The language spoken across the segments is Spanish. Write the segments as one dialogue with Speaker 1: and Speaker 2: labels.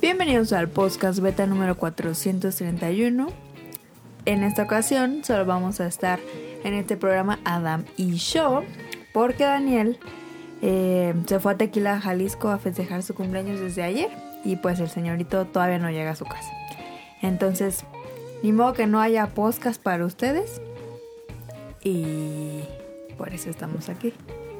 Speaker 1: Bienvenidos al podcast beta número 431. En esta ocasión solo vamos a estar en este programa Adam y yo, porque Daniel eh, se fue a Tequila, Jalisco, a festejar su cumpleaños desde ayer y pues el señorito todavía no llega a su casa. Entonces, ni modo que no haya podcast para ustedes y por eso estamos aquí.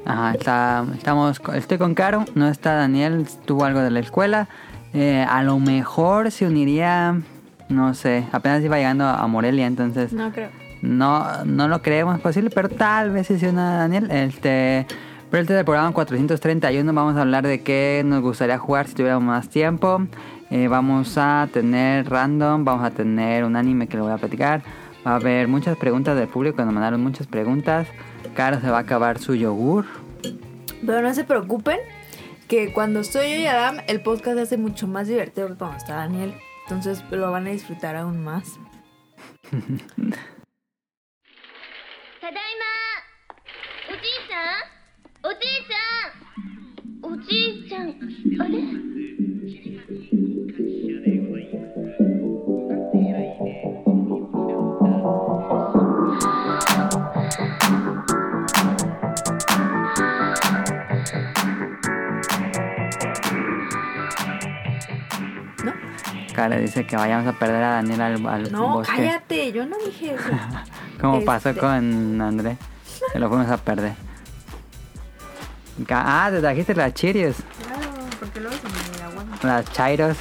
Speaker 2: Ajá, está- estamos, co- estoy con Caro, no está Daniel, tuvo algo de la escuela. Eh, a lo mejor se uniría, no sé, apenas iba llegando a Morelia, entonces
Speaker 1: No creo.
Speaker 2: no, no lo creemos posible, pero tal vez sí se una Daniel. Este, pero este es el programa 431, vamos a hablar de qué nos gustaría jugar si tuviéramos más tiempo. Eh, vamos a tener random, vamos a tener un anime que lo voy a platicar. Va a haber muchas preguntas del público, nos mandaron muchas preguntas. Caro se va a acabar su yogur.
Speaker 1: Pero no se preocupen, que cuando estoy yo y Adam, el podcast se hace mucho más divertido que cuando está Daniel. Entonces lo van a disfrutar aún más.
Speaker 3: ただいまおじいさんおじいさんおじいちゃんあれ
Speaker 1: ¿No?
Speaker 2: Cara dice que vayamos a perder a Daniel al, al
Speaker 1: No,
Speaker 2: bosque.
Speaker 1: cállate, yo no dije eso.
Speaker 2: Como pasó
Speaker 1: Este.
Speaker 2: con Andrés. Se lo fuimos a perder. Ca- Ah, te trajiste las chirios,
Speaker 1: Claro, porque luego se me aguanta.
Speaker 2: las chairos.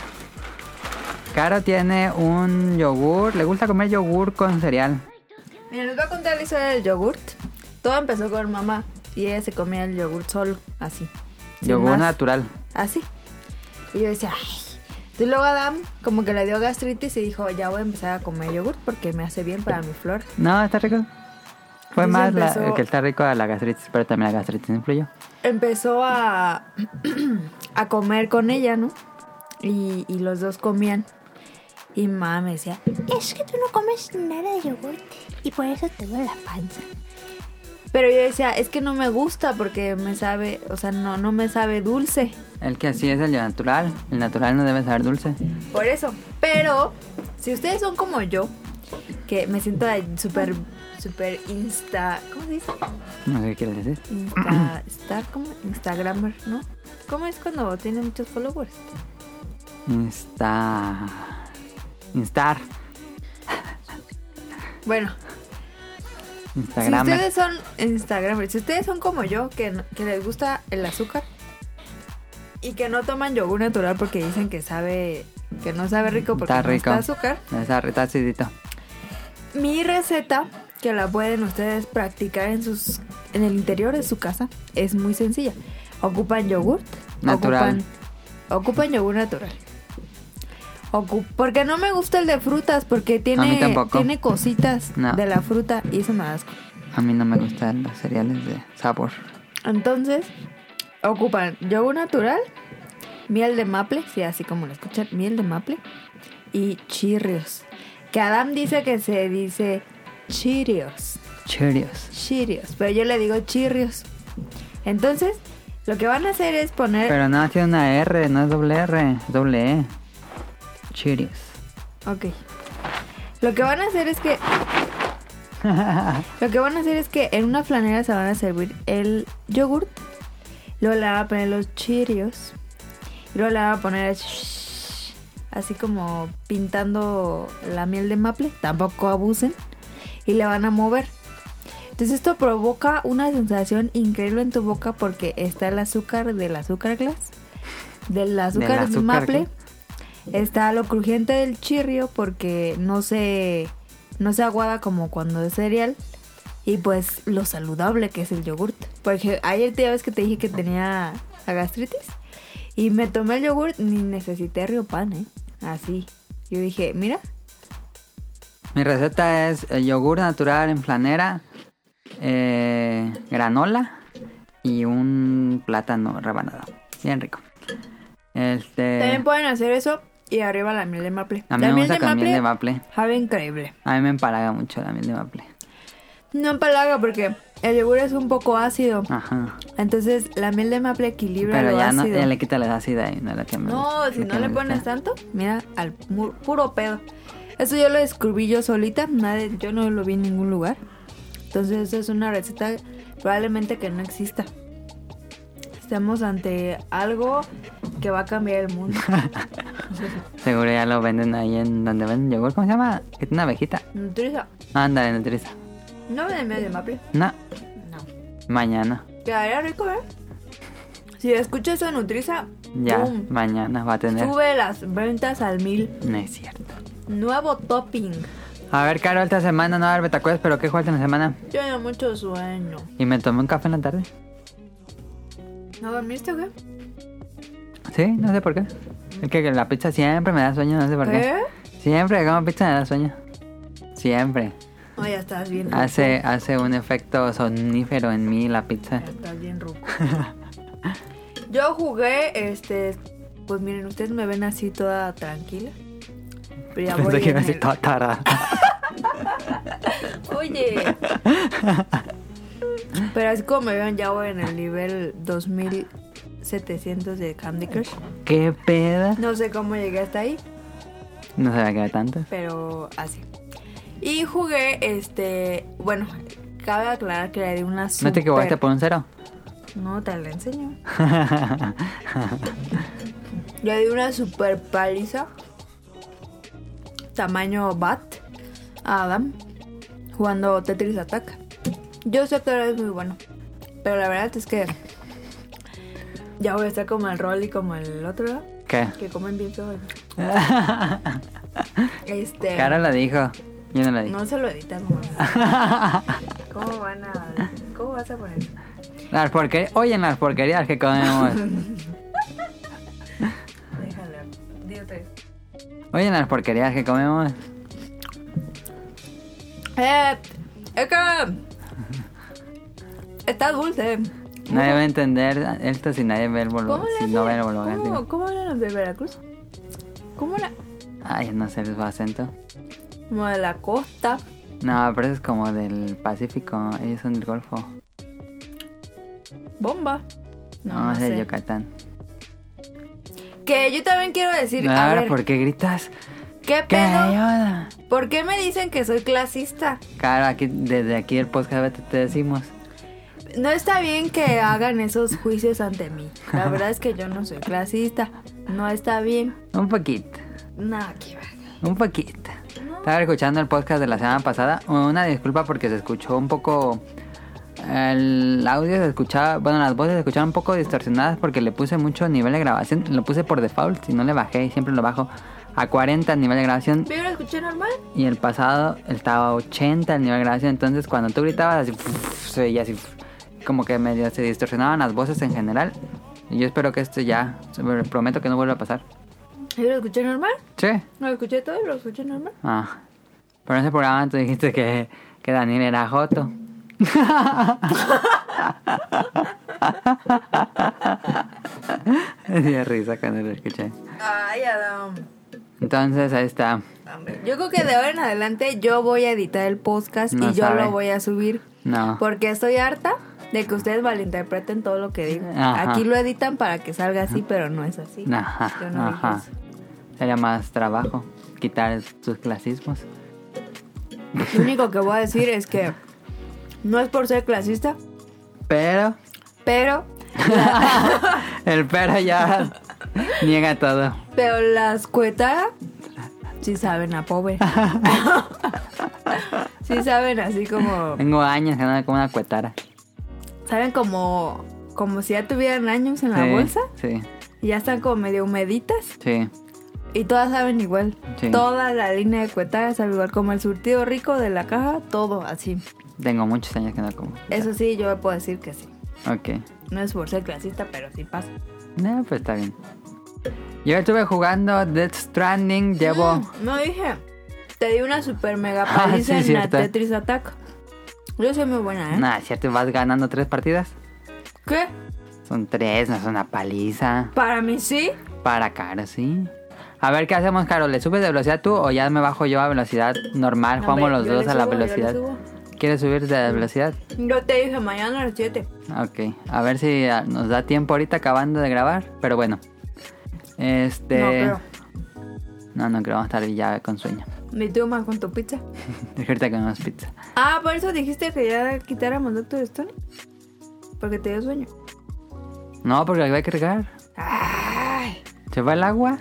Speaker 2: Caro tiene un yogur, le gusta comer yogur con cereal.
Speaker 1: Mira, les voy a contar la historia del yogurt. Todo empezó con mamá y ella se comía el yogurt solo, así. sin
Speaker 2: yogur
Speaker 1: más.
Speaker 2: natural.
Speaker 1: Así. Y yo decía, ay. Entonces luego Adam como que le dio gastritis y dijo, ya voy a empezar a comer yogurt porque me hace bien para mi flor.
Speaker 2: No, está rico. Fue
Speaker 1: Así se
Speaker 2: más la-
Speaker 1: empezó.
Speaker 2: el que está rico a la gastritis, pero también la gastritis influyó.
Speaker 1: empezó a, a comer con ella, ¿no? Y, y los dos comían. Y mamá me decía,
Speaker 4: Es que tú no comes nada de yogurt y por eso te duele la panza.
Speaker 1: pero yo decía, es que no me gusta porque me sabe, o sea, no, no me sabe dulce.
Speaker 2: El que así es el natural. El natural no debe saber dulce.
Speaker 1: Por eso. Pero, si ustedes son como yo, que me siento de súper, súper insta, ¿cómo se dice?
Speaker 2: No sé qué quieres decir.
Speaker 1: Insta, star, ¿cómo? Instagrammer, ¿no? ¿Cómo es cuando tiene muchos followers?
Speaker 2: Insta. Instar.
Speaker 1: Bueno,
Speaker 2: Instagram.
Speaker 1: Si ustedes son Instagram, si ustedes son como yo, que, no- que les gusta el azúcar y que no toman yogur natural porque dicen que sabe, que no sabe rico porque
Speaker 2: Está
Speaker 1: no
Speaker 2: rico.
Speaker 1: está azúcar,
Speaker 2: Está, está acidito.
Speaker 1: mi receta, que la pueden ustedes practicar en sus en el interior de su casa, es muy sencilla. Ocupan yogurt.
Speaker 2: Natural.
Speaker 1: Ocupan, ocupan yogur natural. Ocu- porque no me gusta el de frutas, porque tiene,
Speaker 2: tampoco.
Speaker 1: tiene cositas
Speaker 2: No.
Speaker 1: de la fruta y eso me da asco.
Speaker 2: A mí no me gustan los cereales de sabor.
Speaker 1: Entonces, ocupan yogur natural, miel de maple, sí, así como lo escuchan, miel de maple y chirrios. Que Adam dice que se dice chirios,
Speaker 2: Cheerios.
Speaker 1: chirios, pero yo le digo chirrios. Entonces, lo que van a hacer es poner...
Speaker 2: Pero no tiene una R, no es doble R, es doble E. Cheerios.
Speaker 1: Ok. Lo que van a hacer es que... Lo que van a hacer es que en una flanera se van a servir el yogurt, luego le van a poner los chirios, y luego le van a poner sh- así como pintando la miel de maple, tampoco abusen, y le van a mover. Entonces esto provoca una sensación increíble en tu boca porque está el azúcar del azúcar glass, del azúcar,
Speaker 2: Del azúcar
Speaker 1: maple,
Speaker 2: glass.
Speaker 1: está lo crujiente del chirrio porque no se, no se aguada como cuando es cereal. Y pues lo saludable que es el yogurt. Porque ayer te ya ves que te dije que tenía la gastritis. Y me tomé el yogurt ni necesité riopan, ¿eh? Así. Yo dije, mira,
Speaker 2: Mi receta es eh, yogur natural en flanera, eh, granola y un plátano rebanado. Bien rico. Este.
Speaker 1: también pueden hacer eso y arriba la miel de maple.
Speaker 2: a mí
Speaker 1: la
Speaker 2: me
Speaker 1: miel
Speaker 2: gusta
Speaker 1: de
Speaker 2: con miel
Speaker 1: maple
Speaker 2: de maple.
Speaker 1: sabe increíble.
Speaker 2: A mí me empalaga mucho la miel de maple.
Speaker 1: No empalaga porque El yogur es un poco ácido.
Speaker 2: Ajá.
Speaker 1: Entonces la miel de maple equilibra
Speaker 2: Ah. Pero
Speaker 1: lo
Speaker 2: ya, no,
Speaker 1: ácido.
Speaker 2: ya le quita la ácida y no es la que me
Speaker 1: No,
Speaker 2: gusta,
Speaker 1: si
Speaker 2: la
Speaker 1: no
Speaker 2: que
Speaker 1: le
Speaker 2: me
Speaker 1: pones
Speaker 2: gusta.
Speaker 1: tanto, mira, al mu- puro pedo. Eso yo lo descubrí yo solita, nadie, yo no lo vi en ningún lugar. Entonces eso es una receta probablemente que no exista. Estamos ante algo que va a cambiar el mundo.
Speaker 2: Seguro ya lo venden ahí en donde venden yogur. ¿Cómo se llama? Que tiene una abejita.
Speaker 1: Nutriza,
Speaker 2: Ándale, Nutriza.
Speaker 1: no me miel de maple.
Speaker 2: No,
Speaker 1: No.
Speaker 2: mañana.
Speaker 1: Quedaría rico, ¿verdad? Si escuchas eso, Nutriza,
Speaker 2: Ya,
Speaker 1: ¡pum!
Speaker 2: mañana va a tener.
Speaker 1: sube las ventas al mil.
Speaker 2: No es cierto.
Speaker 1: Nuevo topping.
Speaker 2: A ver, Caro, esta semana no va a haber betacues, pero ¿qué jugaste en la semana?
Speaker 1: Tengo mucho sueño.
Speaker 2: Y me tomé un café en la tarde.
Speaker 1: ¿No dormiste o qué?
Speaker 2: Sí, no sé por qué. Es que la pizza siempre me da sueño, no sé por qué.
Speaker 1: ¿Eh?
Speaker 2: Siempre que como pizza me da sueño. Siempre.
Speaker 1: No, ya estás bien. ruco.
Speaker 2: Hace, hace un efecto sonífero en mí la pizza.
Speaker 1: Ya estás bien ruco. Yo jugué, este. Pues miren, ustedes me ven así toda tranquila. Pero ya voy
Speaker 2: Pensé que
Speaker 1: en
Speaker 2: iba a decir
Speaker 1: el-
Speaker 2: toda tarada.
Speaker 1: Oye. Pero así como me ven, ya voy en el nivel 2700 de Candy Crush.
Speaker 2: ¿Qué peda?
Speaker 1: No sé cómo llegué hasta ahí,
Speaker 2: No sabía que era tanto.
Speaker 1: pero así. Y jugué, este. Bueno, cabe aclarar que le di una super...
Speaker 2: ¿No te equivocaste pues. por un cero?
Speaker 1: No, te la enseño. Le di una super paliza. Tamaño bat. A Adam. Jugando Tetris Attack. Yo sé que ahora es muy bueno. Pero la verdad es que. Ya voy a estar como el rol y como el otro. ¿verdad?
Speaker 2: ¿Qué?
Speaker 1: Que comen bien feo. Este.
Speaker 2: Caro lo dijo. Yo no lo dije.
Speaker 1: No se lo editas, mamá. ¿Cómo van a.? ¿Cómo vas a poner?
Speaker 2: Las porquerías. Oye, las porquerías que comemos.
Speaker 1: Déjalo. Di otra vez.
Speaker 2: Oye, las porquerías que comemos.
Speaker 1: Eh, es que está dulce.
Speaker 2: Nadie va a entender esto si nadie ve el
Speaker 1: ¿Cómo le
Speaker 2: volvo. Si
Speaker 1: hacen?
Speaker 2: no ve el volvo.
Speaker 1: ¿Cómo, cómo eran los de Veracruz? ¿Cómo era?
Speaker 2: Ay, no sé su acento.
Speaker 1: Como de la costa.
Speaker 2: No, pero eso es como del Pacífico. Ellos son del Golfo.
Speaker 1: Bomba. No,
Speaker 2: No,
Speaker 1: no
Speaker 2: es de
Speaker 1: sé.
Speaker 2: Yucatán.
Speaker 1: Que yo también quiero decir, a
Speaker 2: Ahora,
Speaker 1: ver,
Speaker 2: ¿por qué gritas?
Speaker 1: ¿qué
Speaker 2: ¿Qué?
Speaker 1: pedo?
Speaker 2: onda?
Speaker 1: ¿Por qué me dicen que soy clasista?
Speaker 2: Claro, aquí, desde aquí el podcast vete, te decimos.
Speaker 1: No está bien que hagan esos juicios ante mí. La verdad es que yo no soy clasista. No está bien.
Speaker 2: Un poquito.
Speaker 1: Nada que ver.
Speaker 2: Un poquito. Estaba escuchando el podcast de la semana pasada. Una disculpa porque se escuchó un poco. El audio se escuchaba. Bueno, las voces se escuchaban un poco distorsionadas porque le puse mucho nivel de grabación. Lo puse por default, si no le bajé, siempre lo bajo a 40 el nivel de grabación.
Speaker 1: ¿Pero lo escuché normal?
Speaker 2: Y el pasado estaba a 80 el nivel de grabación. Entonces, cuando tú gritabas, así. Se veía así. Como que medio se distorsionaban las voces en general. Y yo espero que esto ya. Prometo que no vuelva a pasar.
Speaker 1: ¿Pero lo escuché normal?
Speaker 2: Sí.
Speaker 1: ¿Lo escuché todo? ¿Lo escuché normal?
Speaker 2: Ah. Pero en ese programa tú dijiste que, que Daniel era Joto. Me dio risa cuando lo escuché.
Speaker 1: Ay, Adam.
Speaker 2: Entonces, ahí está.
Speaker 1: Yo creo que de ahora en adelante yo voy a editar el podcast
Speaker 2: No
Speaker 1: y yo
Speaker 2: sabe. Ah.
Speaker 1: lo voy a subir.
Speaker 2: No.
Speaker 1: Porque estoy harta de que ustedes malinterpreten todo lo que digo.
Speaker 2: Ajá.
Speaker 1: Aquí lo editan para que salga así, pero no es así.
Speaker 2: Ajá,
Speaker 1: Yo no dije
Speaker 2: ajá.
Speaker 1: eso.
Speaker 2: Sería más trabajo quitar tus clasismos.
Speaker 1: Lo único que voy a decir es que no es por ser clasista,
Speaker 2: Pero
Speaker 1: pero,
Speaker 2: el pero ya niega todo.
Speaker 1: pero las cuetaras sí saben a pobre. sí saben así como...
Speaker 2: Tengo años ganando como una cuetara.
Speaker 1: Saben como, como si ya tuvieran años en la
Speaker 2: Sí,
Speaker 1: bolsa.
Speaker 2: Sí,
Speaker 1: Y ya están como medio humeditas.
Speaker 2: sí.
Speaker 1: Y todas saben igual.
Speaker 2: Sí.
Speaker 1: Toda la línea de cuetagas sabe igual. Como el surtido rico de la caja, todo así.
Speaker 2: Tengo muchos años que no como.
Speaker 1: Eso sí, yo puedo decir que sí.
Speaker 2: Ok.
Speaker 1: No es por ser clasista, pero sí pasa.
Speaker 2: No, pues está bien. Yo estuve jugando Death Stranding, llevo...
Speaker 1: Mm, no dije. Te di una super mega
Speaker 2: Ah,
Speaker 1: paliza
Speaker 2: sí,
Speaker 1: en la
Speaker 2: cierto.
Speaker 1: Tetris Attack. Yo soy muy buena, ¿eh?
Speaker 2: Nada, cierto, vas ganando tres partidas.
Speaker 1: ¿Qué?
Speaker 2: Son tres, no es una paliza.
Speaker 1: Para mí sí.
Speaker 2: Para Caro, sí. A ver, ¿qué hacemos, Caro? ¿Le subes de velocidad tú o ya me bajo yo a velocidad normal?
Speaker 1: No,
Speaker 2: Jugamos
Speaker 1: hombre,
Speaker 2: los
Speaker 1: yo
Speaker 2: dos
Speaker 1: le
Speaker 2: a la
Speaker 1: subo, yo le
Speaker 2: velocidad.
Speaker 1: subo.
Speaker 2: ¿Quieres subir la velocidad?
Speaker 1: Yo te dije mañana a las 7.
Speaker 2: Ok, a ver si ah, nos da tiempo ahorita acabando de grabar, pero bueno. Este...
Speaker 1: No creo.
Speaker 2: No, no creo, vamos a estar ya con sueño.
Speaker 1: Me tú más con tu pizza.
Speaker 2: Ahorita comemos pizza.
Speaker 1: Ah, por eso dijiste que ya quitáramos Doctor Stone. Porque te dio sueño.
Speaker 2: No, porque la voy a cargar.
Speaker 1: Ay.
Speaker 2: ¿Se va el agua?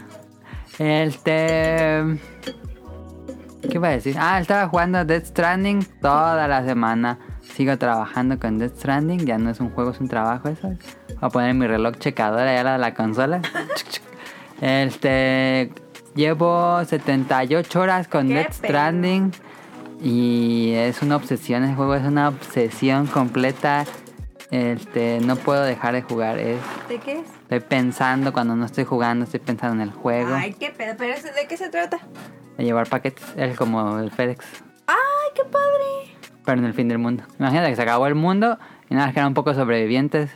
Speaker 2: Este... ¿Qué iba a decir? Ah, estaba jugando Death Stranding toda la semana. Sigo trabajando con Death Stranding. Ya no es un juego, es un trabajo eso. Voy a poner mi reloj checador allá de la consola. Chuc, chuc. Este... Llevo 78 horas con
Speaker 1: Qué
Speaker 2: Death
Speaker 1: pedo.
Speaker 2: Stranding. Y es una obsesión, ese juego es una obsesión completa. Este, no puedo dejar de jugar. Es
Speaker 1: ¿De qué es?
Speaker 2: Estoy pensando cuando no estoy jugando, estoy pensando en el juego.
Speaker 1: Ay, qué pedo. Pero eso- ¿de qué se trata?
Speaker 2: De llevar paquetes. Es como el FedEx,
Speaker 1: Ay, qué padre.
Speaker 2: pero en el fin del mundo. Imagínate que se acabó el mundo y nada más quedaron pocos sobrevivientes.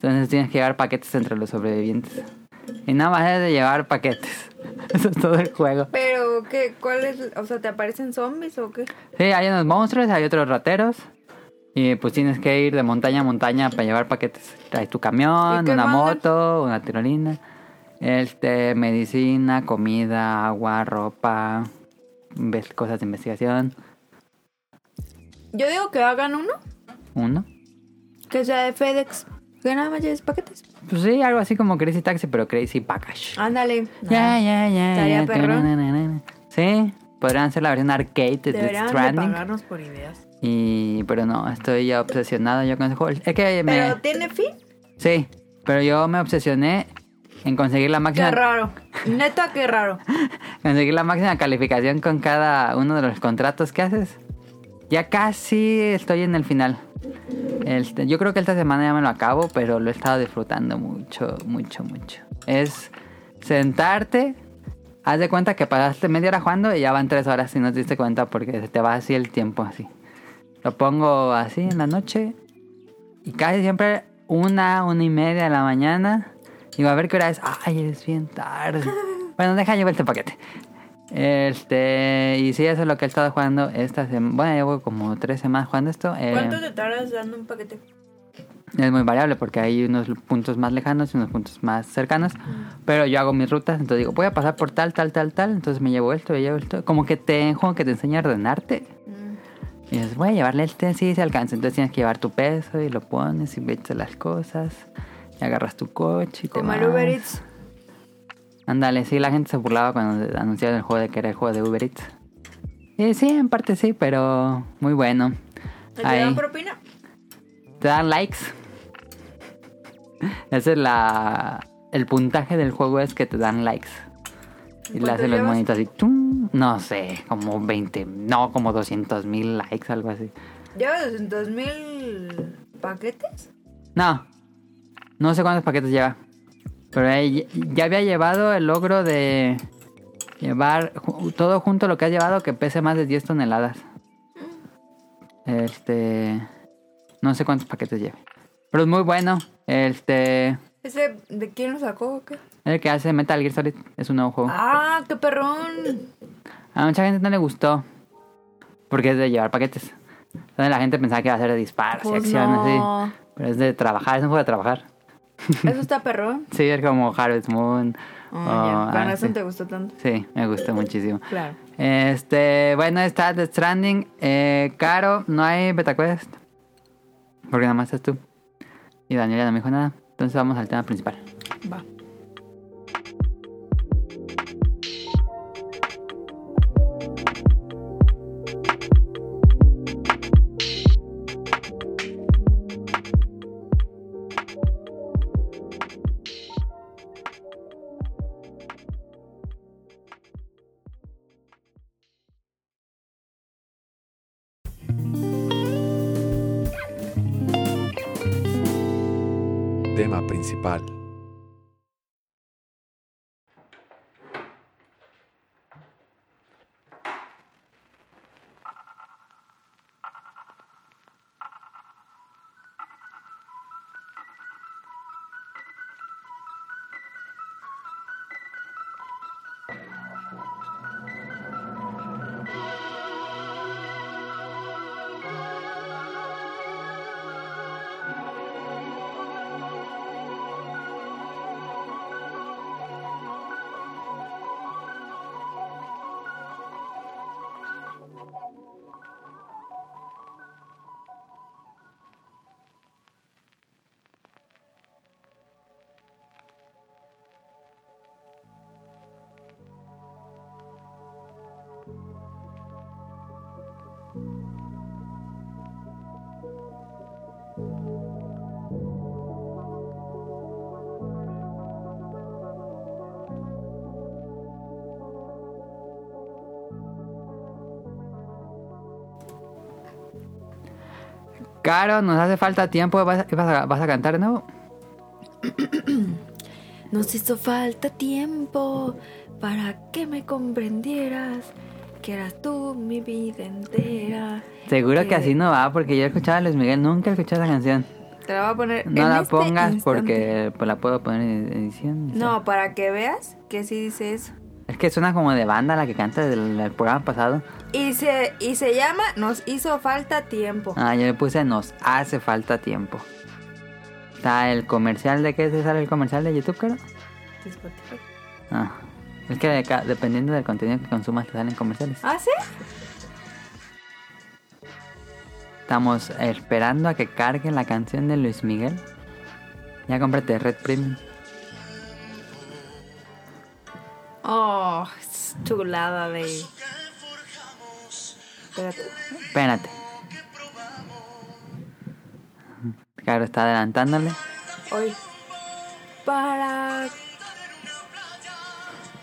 Speaker 2: Entonces tienes que llevar paquetes entre los sobrevivientes. Y nada más es de llevar paquetes. Eso es todo el juego.
Speaker 1: Pero, ¿qué? ¿Cuál es? O sea, ¿te aparecen zombies o qué?
Speaker 2: Sí, hay unos monstruos, hay otros rateros. Y pues tienes que ir de montaña a montaña para llevar paquetes. Traes tu
Speaker 1: ¿Y
Speaker 2: camión,
Speaker 1: qué
Speaker 2: una
Speaker 1: mandas?
Speaker 2: moto, una tirolina. Este, medicina, comida, agua, ropa, inves- cosas de investigación.
Speaker 1: Yo digo que hagan uno
Speaker 2: Uno.
Speaker 1: que sea de FedEx. Que nada más lleves paquetes.
Speaker 2: Pues sí, algo así como Crazy Taxi, pero Crazy Package.
Speaker 1: Ándale.
Speaker 2: Ya, ya, ya.
Speaker 1: Ah, Estaría
Speaker 2: ya,
Speaker 1: perrón.
Speaker 2: tarararara. Sí, podrían ser la versión arcade de Death
Speaker 1: Deberían de
Speaker 2: Stranding.
Speaker 1: pagarnos por ideas.
Speaker 2: Y, pero no, estoy ya obsesionado yo con ese juego. Es que me...
Speaker 1: Pero, ¿tiene fin?
Speaker 2: Sí, pero yo me obsesioné en conseguir la
Speaker 1: Qué
Speaker 2: máxima
Speaker 1: raro. Neta, qué raro.
Speaker 2: Eh. conseguir la máxima calificación con cada uno de los contratos que haces. Ya casi estoy en el final. Este, yo creo que esta semana ya me lo acabo, pero lo he estado disfrutando mucho, mucho, mucho. Es sentarte, haz de cuenta que pasaste media hora jugando y ya van tres horas si no te diste cuenta porque se te va así el tiempo así. Lo pongo así en la noche y casi siempre una, una y media de la mañana. Digo, a ver qué hora es. Ay, es bien tarde. Bueno, deja llevar este paquete. Este, y sí, eso es lo que he estado jugando esta semana. Bueno, llevo como tres semanas jugando esto. Eh,
Speaker 1: ¿Cuánto te tardas dando un paquete?
Speaker 2: es muy variable porque hay unos puntos más lejanos y unos puntos más cercanos. Pero yo hago mis rutas, entonces digo, voy a pasar por tal, tal, tal, tal. Entonces me llevo esto, me llevo esto. Como que te, juego que te enseña a ordenarte.
Speaker 1: Mm.
Speaker 2: Y dices, voy a llevarle este, sí, se alcanza. Entonces tienes que llevar tu peso y lo pones y ves las cosas. Y agarras tu coche y te
Speaker 1: Como
Speaker 2: vas.
Speaker 1: el Uber Eats.
Speaker 2: Ándale, sí, la gente se burlaba cuando anunciaron el juego de que era el juego de Uber Eats. Y sí, en parte sí, pero muy bueno.
Speaker 1: ¿Te
Speaker 2: Ahí.
Speaker 1: dan propina?
Speaker 2: Te dan likes. Ese es la. El puntaje del juego es que te dan likes. Y le
Speaker 1: ¿Cuánto
Speaker 2: hacen los
Speaker 1: llevas?
Speaker 2: monitos así. tum, No sé, como 20, no, como 200 mil likes, algo así.
Speaker 1: ¿Llevas 200 mil paquetes?
Speaker 2: No, no sé cuántos paquetes lleva. Pero ahí ya había llevado el logro de llevar ju- todo junto lo que ha llevado que pese más de 10 toneladas. Este. No sé cuántos paquetes lleva. Pero es muy bueno. Este.
Speaker 1: ¿Ese de quién lo sacó o qué?
Speaker 2: El que hace Metal Gear Solid es un nuevo juego.
Speaker 1: ¡Ah, qué perrón!
Speaker 2: A mucha gente no le gustó. Porque es de llevar paquetes. Entonces la gente pensaba que iba a ser de disparos y
Speaker 1: Pues
Speaker 2: acción
Speaker 1: no.
Speaker 2: así. Pero es de trabajar, es un juego de trabajar.
Speaker 1: Eso está perrón.
Speaker 2: Sí, es como Harvest Moon.
Speaker 1: Ah,
Speaker 2: o-
Speaker 1: ya. Con
Speaker 2: ah,
Speaker 1: razón
Speaker 2: sí.
Speaker 1: te gustó tanto.
Speaker 2: Sí, me gustó muchísimo.
Speaker 1: Claro.
Speaker 2: Este, bueno, está The Stranding. Eh, caro, no hay BetaQuest. Porque nada más estás tú. Y Daniela no me dijo nada. Entonces vamos al tema principal.
Speaker 1: Va.
Speaker 5: Tema principal.
Speaker 2: Caro, nos hace falta tiempo. ¿Vas, vas a, vas a cantar de nuevo?
Speaker 1: Nos hizo falta tiempo para que me comprendieras. Que eras tú mi vida entera.
Speaker 2: Seguro que
Speaker 1: Eh,
Speaker 2: así no va, porque yo escuchaba a Luis Miguel, nunca escuché esa canción.
Speaker 1: Te la voy a poner.
Speaker 2: No
Speaker 1: en
Speaker 2: la
Speaker 1: este
Speaker 2: pongas
Speaker 1: instante.
Speaker 2: porque pues, la puedo poner en edición.
Speaker 1: No, para que veas que sí dice eso.
Speaker 2: Es que suena como de banda la que canta del, del programa pasado.
Speaker 1: Y se, y se llama Nos hizo falta tiempo.
Speaker 2: Ah, yo le puse nos hace falta tiempo. Está el comercial de qué se sale el comercial de YouTube, Caro.
Speaker 1: De Spotify.
Speaker 2: Ah, es que de ca- dependiendo del contenido que consumas te salen comerciales.
Speaker 1: ¿Ah, sí?
Speaker 2: Estamos esperando a que cargue la canción de Luis Miguel. Ya cómprate Red Premium.
Speaker 1: Oh, es chulada de. Espérate.
Speaker 2: Espérate. Caro está adelantándole.
Speaker 1: Hoy. Para.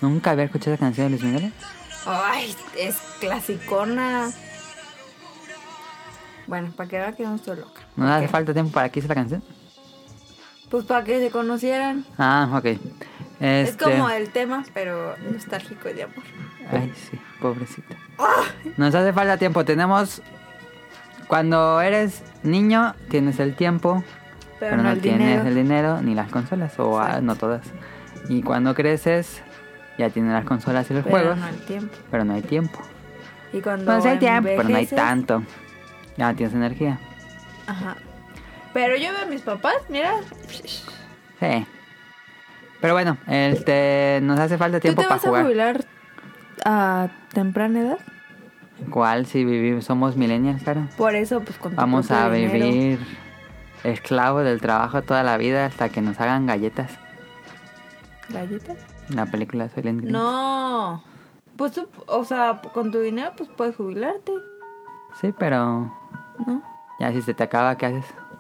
Speaker 2: Nunca había escuchado esa canción de Luis Miguel.
Speaker 1: Ay, es clasicona. Bueno, para que vea que no estoy loca.
Speaker 2: ¿No hace falta tiempo para que hice la canción?
Speaker 1: Pues para que se conocieran.
Speaker 2: Ah, ok.
Speaker 1: Es
Speaker 2: Este-
Speaker 1: como el tema, pero nostálgico y de amor.
Speaker 2: Ay, sí, pobrecita. Nos hace falta tiempo. Tenemos. Cuando eres niño, tienes el tiempo, pero, no,
Speaker 1: el
Speaker 2: tienes
Speaker 1: dinero.
Speaker 2: el dinero ni las consolas, o ah,
Speaker 1: Exacto.
Speaker 2: no todas. Y cuando creces, ya tienes las consolas y los
Speaker 1: Pero
Speaker 2: juegos,
Speaker 1: no el tiempo.
Speaker 2: pero no hay tiempo.
Speaker 1: Y cuando.
Speaker 2: Pues hay tiempo, pero no hay
Speaker 1: envejeces-
Speaker 2: tanto. Ya no tienes energía.
Speaker 1: Ajá. Pero yo veo a mis papás, mira.
Speaker 2: Sí. Pero bueno, este, nos hace falta
Speaker 1: ¿Tú
Speaker 2: tiempo
Speaker 1: te
Speaker 2: para
Speaker 1: vas a
Speaker 2: jugar.
Speaker 1: jubilar a temprana edad?
Speaker 2: ¿Cuál? Si vivimos, somos millennials, claro.
Speaker 1: Por eso, pues con tu
Speaker 2: Vamos
Speaker 1: propio
Speaker 2: a
Speaker 1: dinero.
Speaker 2: vivir esclavos del trabajo toda la vida hasta que nos hagan galletas.
Speaker 1: ¿Galletas?
Speaker 2: La película Soy Green.
Speaker 1: No. Pues tú, o sea, con tu dinero, pues puedes jubilarte,
Speaker 2: Sí, pero
Speaker 1: ¿no?
Speaker 2: ya si se te acaba, ¿qué haces?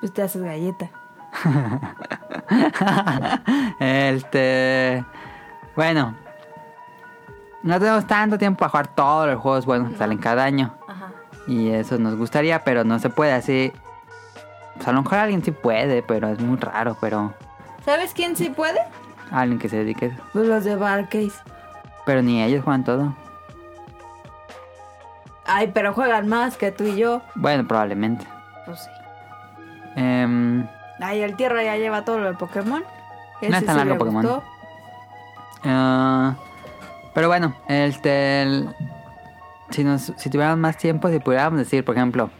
Speaker 1: Pues te haces galleta.
Speaker 2: este. Bueno. No tenemos tanto tiempo para jugar todos los juegos buenos que salen cada año.
Speaker 1: Ajá.
Speaker 2: Y eso nos gustaría, pero no se puede así. Pues a lo mejor alguien sí puede, pero es muy raro. Pero
Speaker 1: ¿Sabes quién sí puede?
Speaker 2: alguien que se dedique a eso.
Speaker 1: Pues los de Barcase.
Speaker 2: Pero ni ellos juegan todo.
Speaker 1: Ay, pero juegan más que tú y yo.
Speaker 2: Bueno, probablemente.
Speaker 1: Pues sí.
Speaker 2: Em,
Speaker 1: Ay, el tierra ya lleva todo lo de Pokémon. Ese
Speaker 2: No es tan
Speaker 1: sí
Speaker 2: largo
Speaker 1: le
Speaker 2: Pokémon.
Speaker 1: gustó.
Speaker 2: Ah, pero bueno, este, el- si, nos, si tuviéramos más tiempo, si pudiéramos decir, por ejemplo,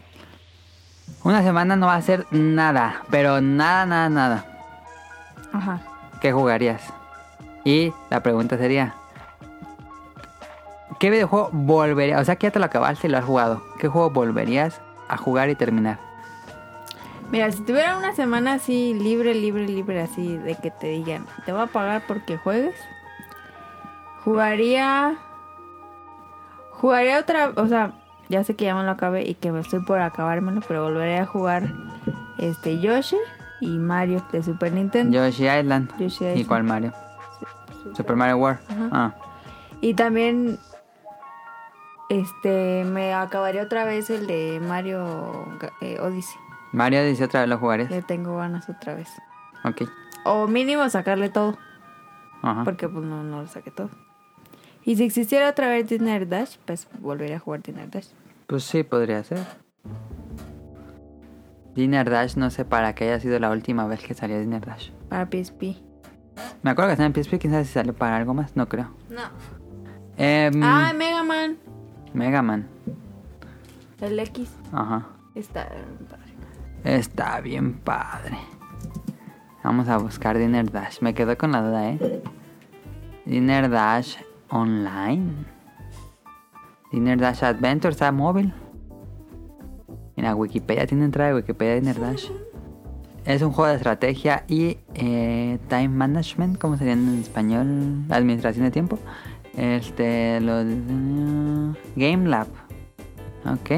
Speaker 2: una semana no va a ser nada, pero nada, nada, nada.
Speaker 1: Ajá.
Speaker 2: ¿Qué jugarías? Y la pregunta sería, ¿qué videojuego volverías? O sea, que ya te lo acabaste y lo has jugado. ¿Qué juego volverías a jugar y terminar?
Speaker 1: Mira, si tuviera una semana así libre, libre, libre, así de que te digan, te voy a pagar porque juegues, jugaría. Jugaría otra. O sea, ya sé que ya me lo acabé y que me estoy por acabármelo, pero volveré a jugar este Yoshi y Mario de Super Nintendo.
Speaker 2: Yoshi Island.
Speaker 1: Yoshi
Speaker 2: ¿Y
Speaker 1: Island.
Speaker 2: cuál Mario? Super Mario World.
Speaker 1: Ajá.
Speaker 2: Ah.
Speaker 1: Y también. Este. Me acabaría otra vez el de Mario eh, Odyssey.
Speaker 2: Mario dice otra vez lo jugarías.
Speaker 1: Le tengo ganas otra vez.
Speaker 2: Ok.
Speaker 1: O mínimo sacarle todo.
Speaker 2: Ajá.
Speaker 1: Porque pues no, no lo saqué todo. Y si existiera otra vez Dinner Dash, pues volvería a jugar Dinner Dash.
Speaker 2: Pues sí, podría ser. Dinner Dash, no sé para qué haya sido la última vez que salió Dinner Dash.
Speaker 1: Para PSP.
Speaker 2: Me acuerdo que estaba en PSP, quién sabe si salió para algo más, no creo.
Speaker 1: No.
Speaker 2: Em,
Speaker 1: Ah, Mega Man.
Speaker 2: Mega Man.
Speaker 1: El X.
Speaker 2: Ajá.
Speaker 1: Está bien padre.
Speaker 2: Está bien padre. Vamos a buscar Dinner Dash. Me quedo con la duda, ¿eh? Dinner Dash Online. Dinner Dash Adventure está móvil. Mira, Wikipedia tiene entrada de Wikipedia Dinner Dash. Es un juego de estrategia y eh, time management, ¿cómo sería en español? Administración de tiempo. Este, lo. Game Lab. Ok,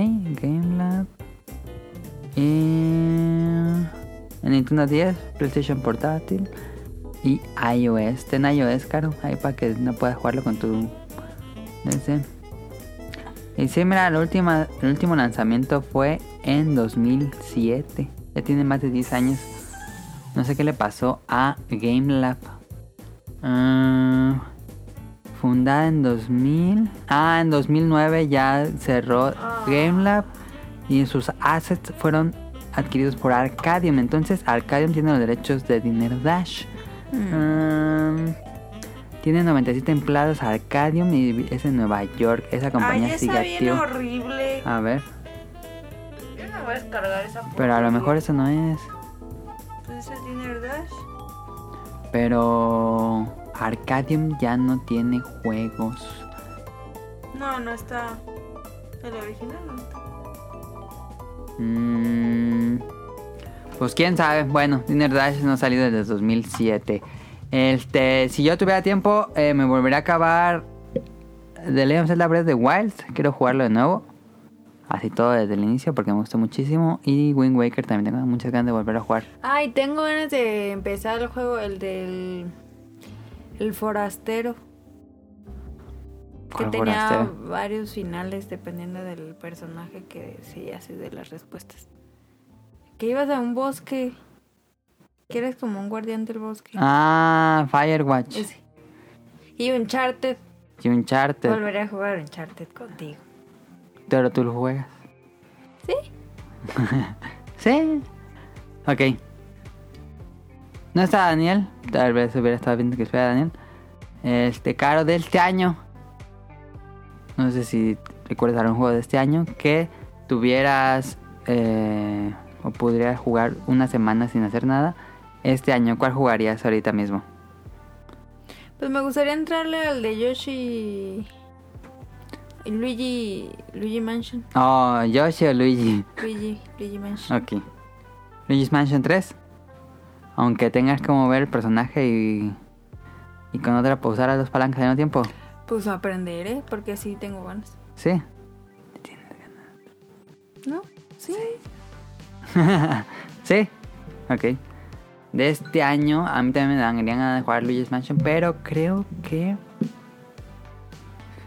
Speaker 2: Game Lab. Y... el Nintendo 10, PlayStation Portátil y iOS. Ten iOS, caro, ahí para que no puedas jugarlo con tu DC. Y sí, mira, la última, el último lanzamiento fue en 2007. Ya tiene más de 10 años. No sé qué le pasó a Game Lab. Ah, fundada en 2000. Ah, en 2009 ya cerró
Speaker 5: Ah.
Speaker 2: Game Lab y sus assets fueron adquiridos por Arcadium. Entonces Arcadium tiene los derechos de Dinner Dash.
Speaker 5: Mm.
Speaker 2: Ah, tiene 97 empleados Arcadium y es en Nueva York. Esa compañía
Speaker 5: Ay,
Speaker 2: sigue
Speaker 5: esa bien
Speaker 2: activa.
Speaker 5: horrible.
Speaker 2: A ver,
Speaker 5: Yo no voy a descargar esa foto.
Speaker 2: pero a lo mejor eso no es.
Speaker 5: Entonces, Dinner Dash.
Speaker 2: Pero Arcadium ya no tiene juegos.
Speaker 5: No, no está. El original no está.
Speaker 2: Mm, pues quién sabe. Bueno, Dinner Dash no ha salido desde 2007. Este, si yo tuviera tiempo, eh, me volvería a acabar The Legend of Zelda Breath of the Wild. Quiero jugarlo de nuevo. Así todo desde el inicio porque me gustó muchísimo. Y Wind Waker también tengo muchas ganas de volver a jugar.
Speaker 1: Ay, tengo ganas de empezar el juego, el del. El forastero. Que
Speaker 2: ¿Cuál
Speaker 1: tenía
Speaker 2: forastero?
Speaker 1: varios finales dependiendo del personaje que decías y de las respuestas. Que ibas a un bosque. Que eres como un guardián del bosque.
Speaker 2: Ah, Firewatch.
Speaker 1: Ese. Y Uncharted.
Speaker 2: Y Uncharted.
Speaker 1: Volveré a jugar Uncharted contigo.
Speaker 2: Pero tú lo juegas.
Speaker 1: ¿Sí?
Speaker 2: Sí. Ok. No está Daniel. Tal vez hubiera estado viendo que estuviera Daniel. Este caro de este año. No sé si recuerdas algún juego de este año que tuvieras eh, o pudieras jugar una semana sin hacer nada. Este año, ¿cuál jugarías ahorita mismo?
Speaker 1: Pues me gustaría entrarle al de Yoshi. y Luigi. Luigi Mansion.
Speaker 2: Oh, Yoshi o Luigi.
Speaker 1: Luigi, Luigi Mansion.
Speaker 2: Ok. Luigi's Mansion 3. Aunque tengas que mover el personaje y, y con otra pausar a dos palancas al mismo tiempo.
Speaker 1: Pues aprender, ¿eh? Porque sí tengo ganas.
Speaker 2: Sí.
Speaker 1: ¿No? Sí.
Speaker 2: sí. Ok. De este año, a mí también me dan querían ganas de jugar Luigi's Mansion, pero creo que.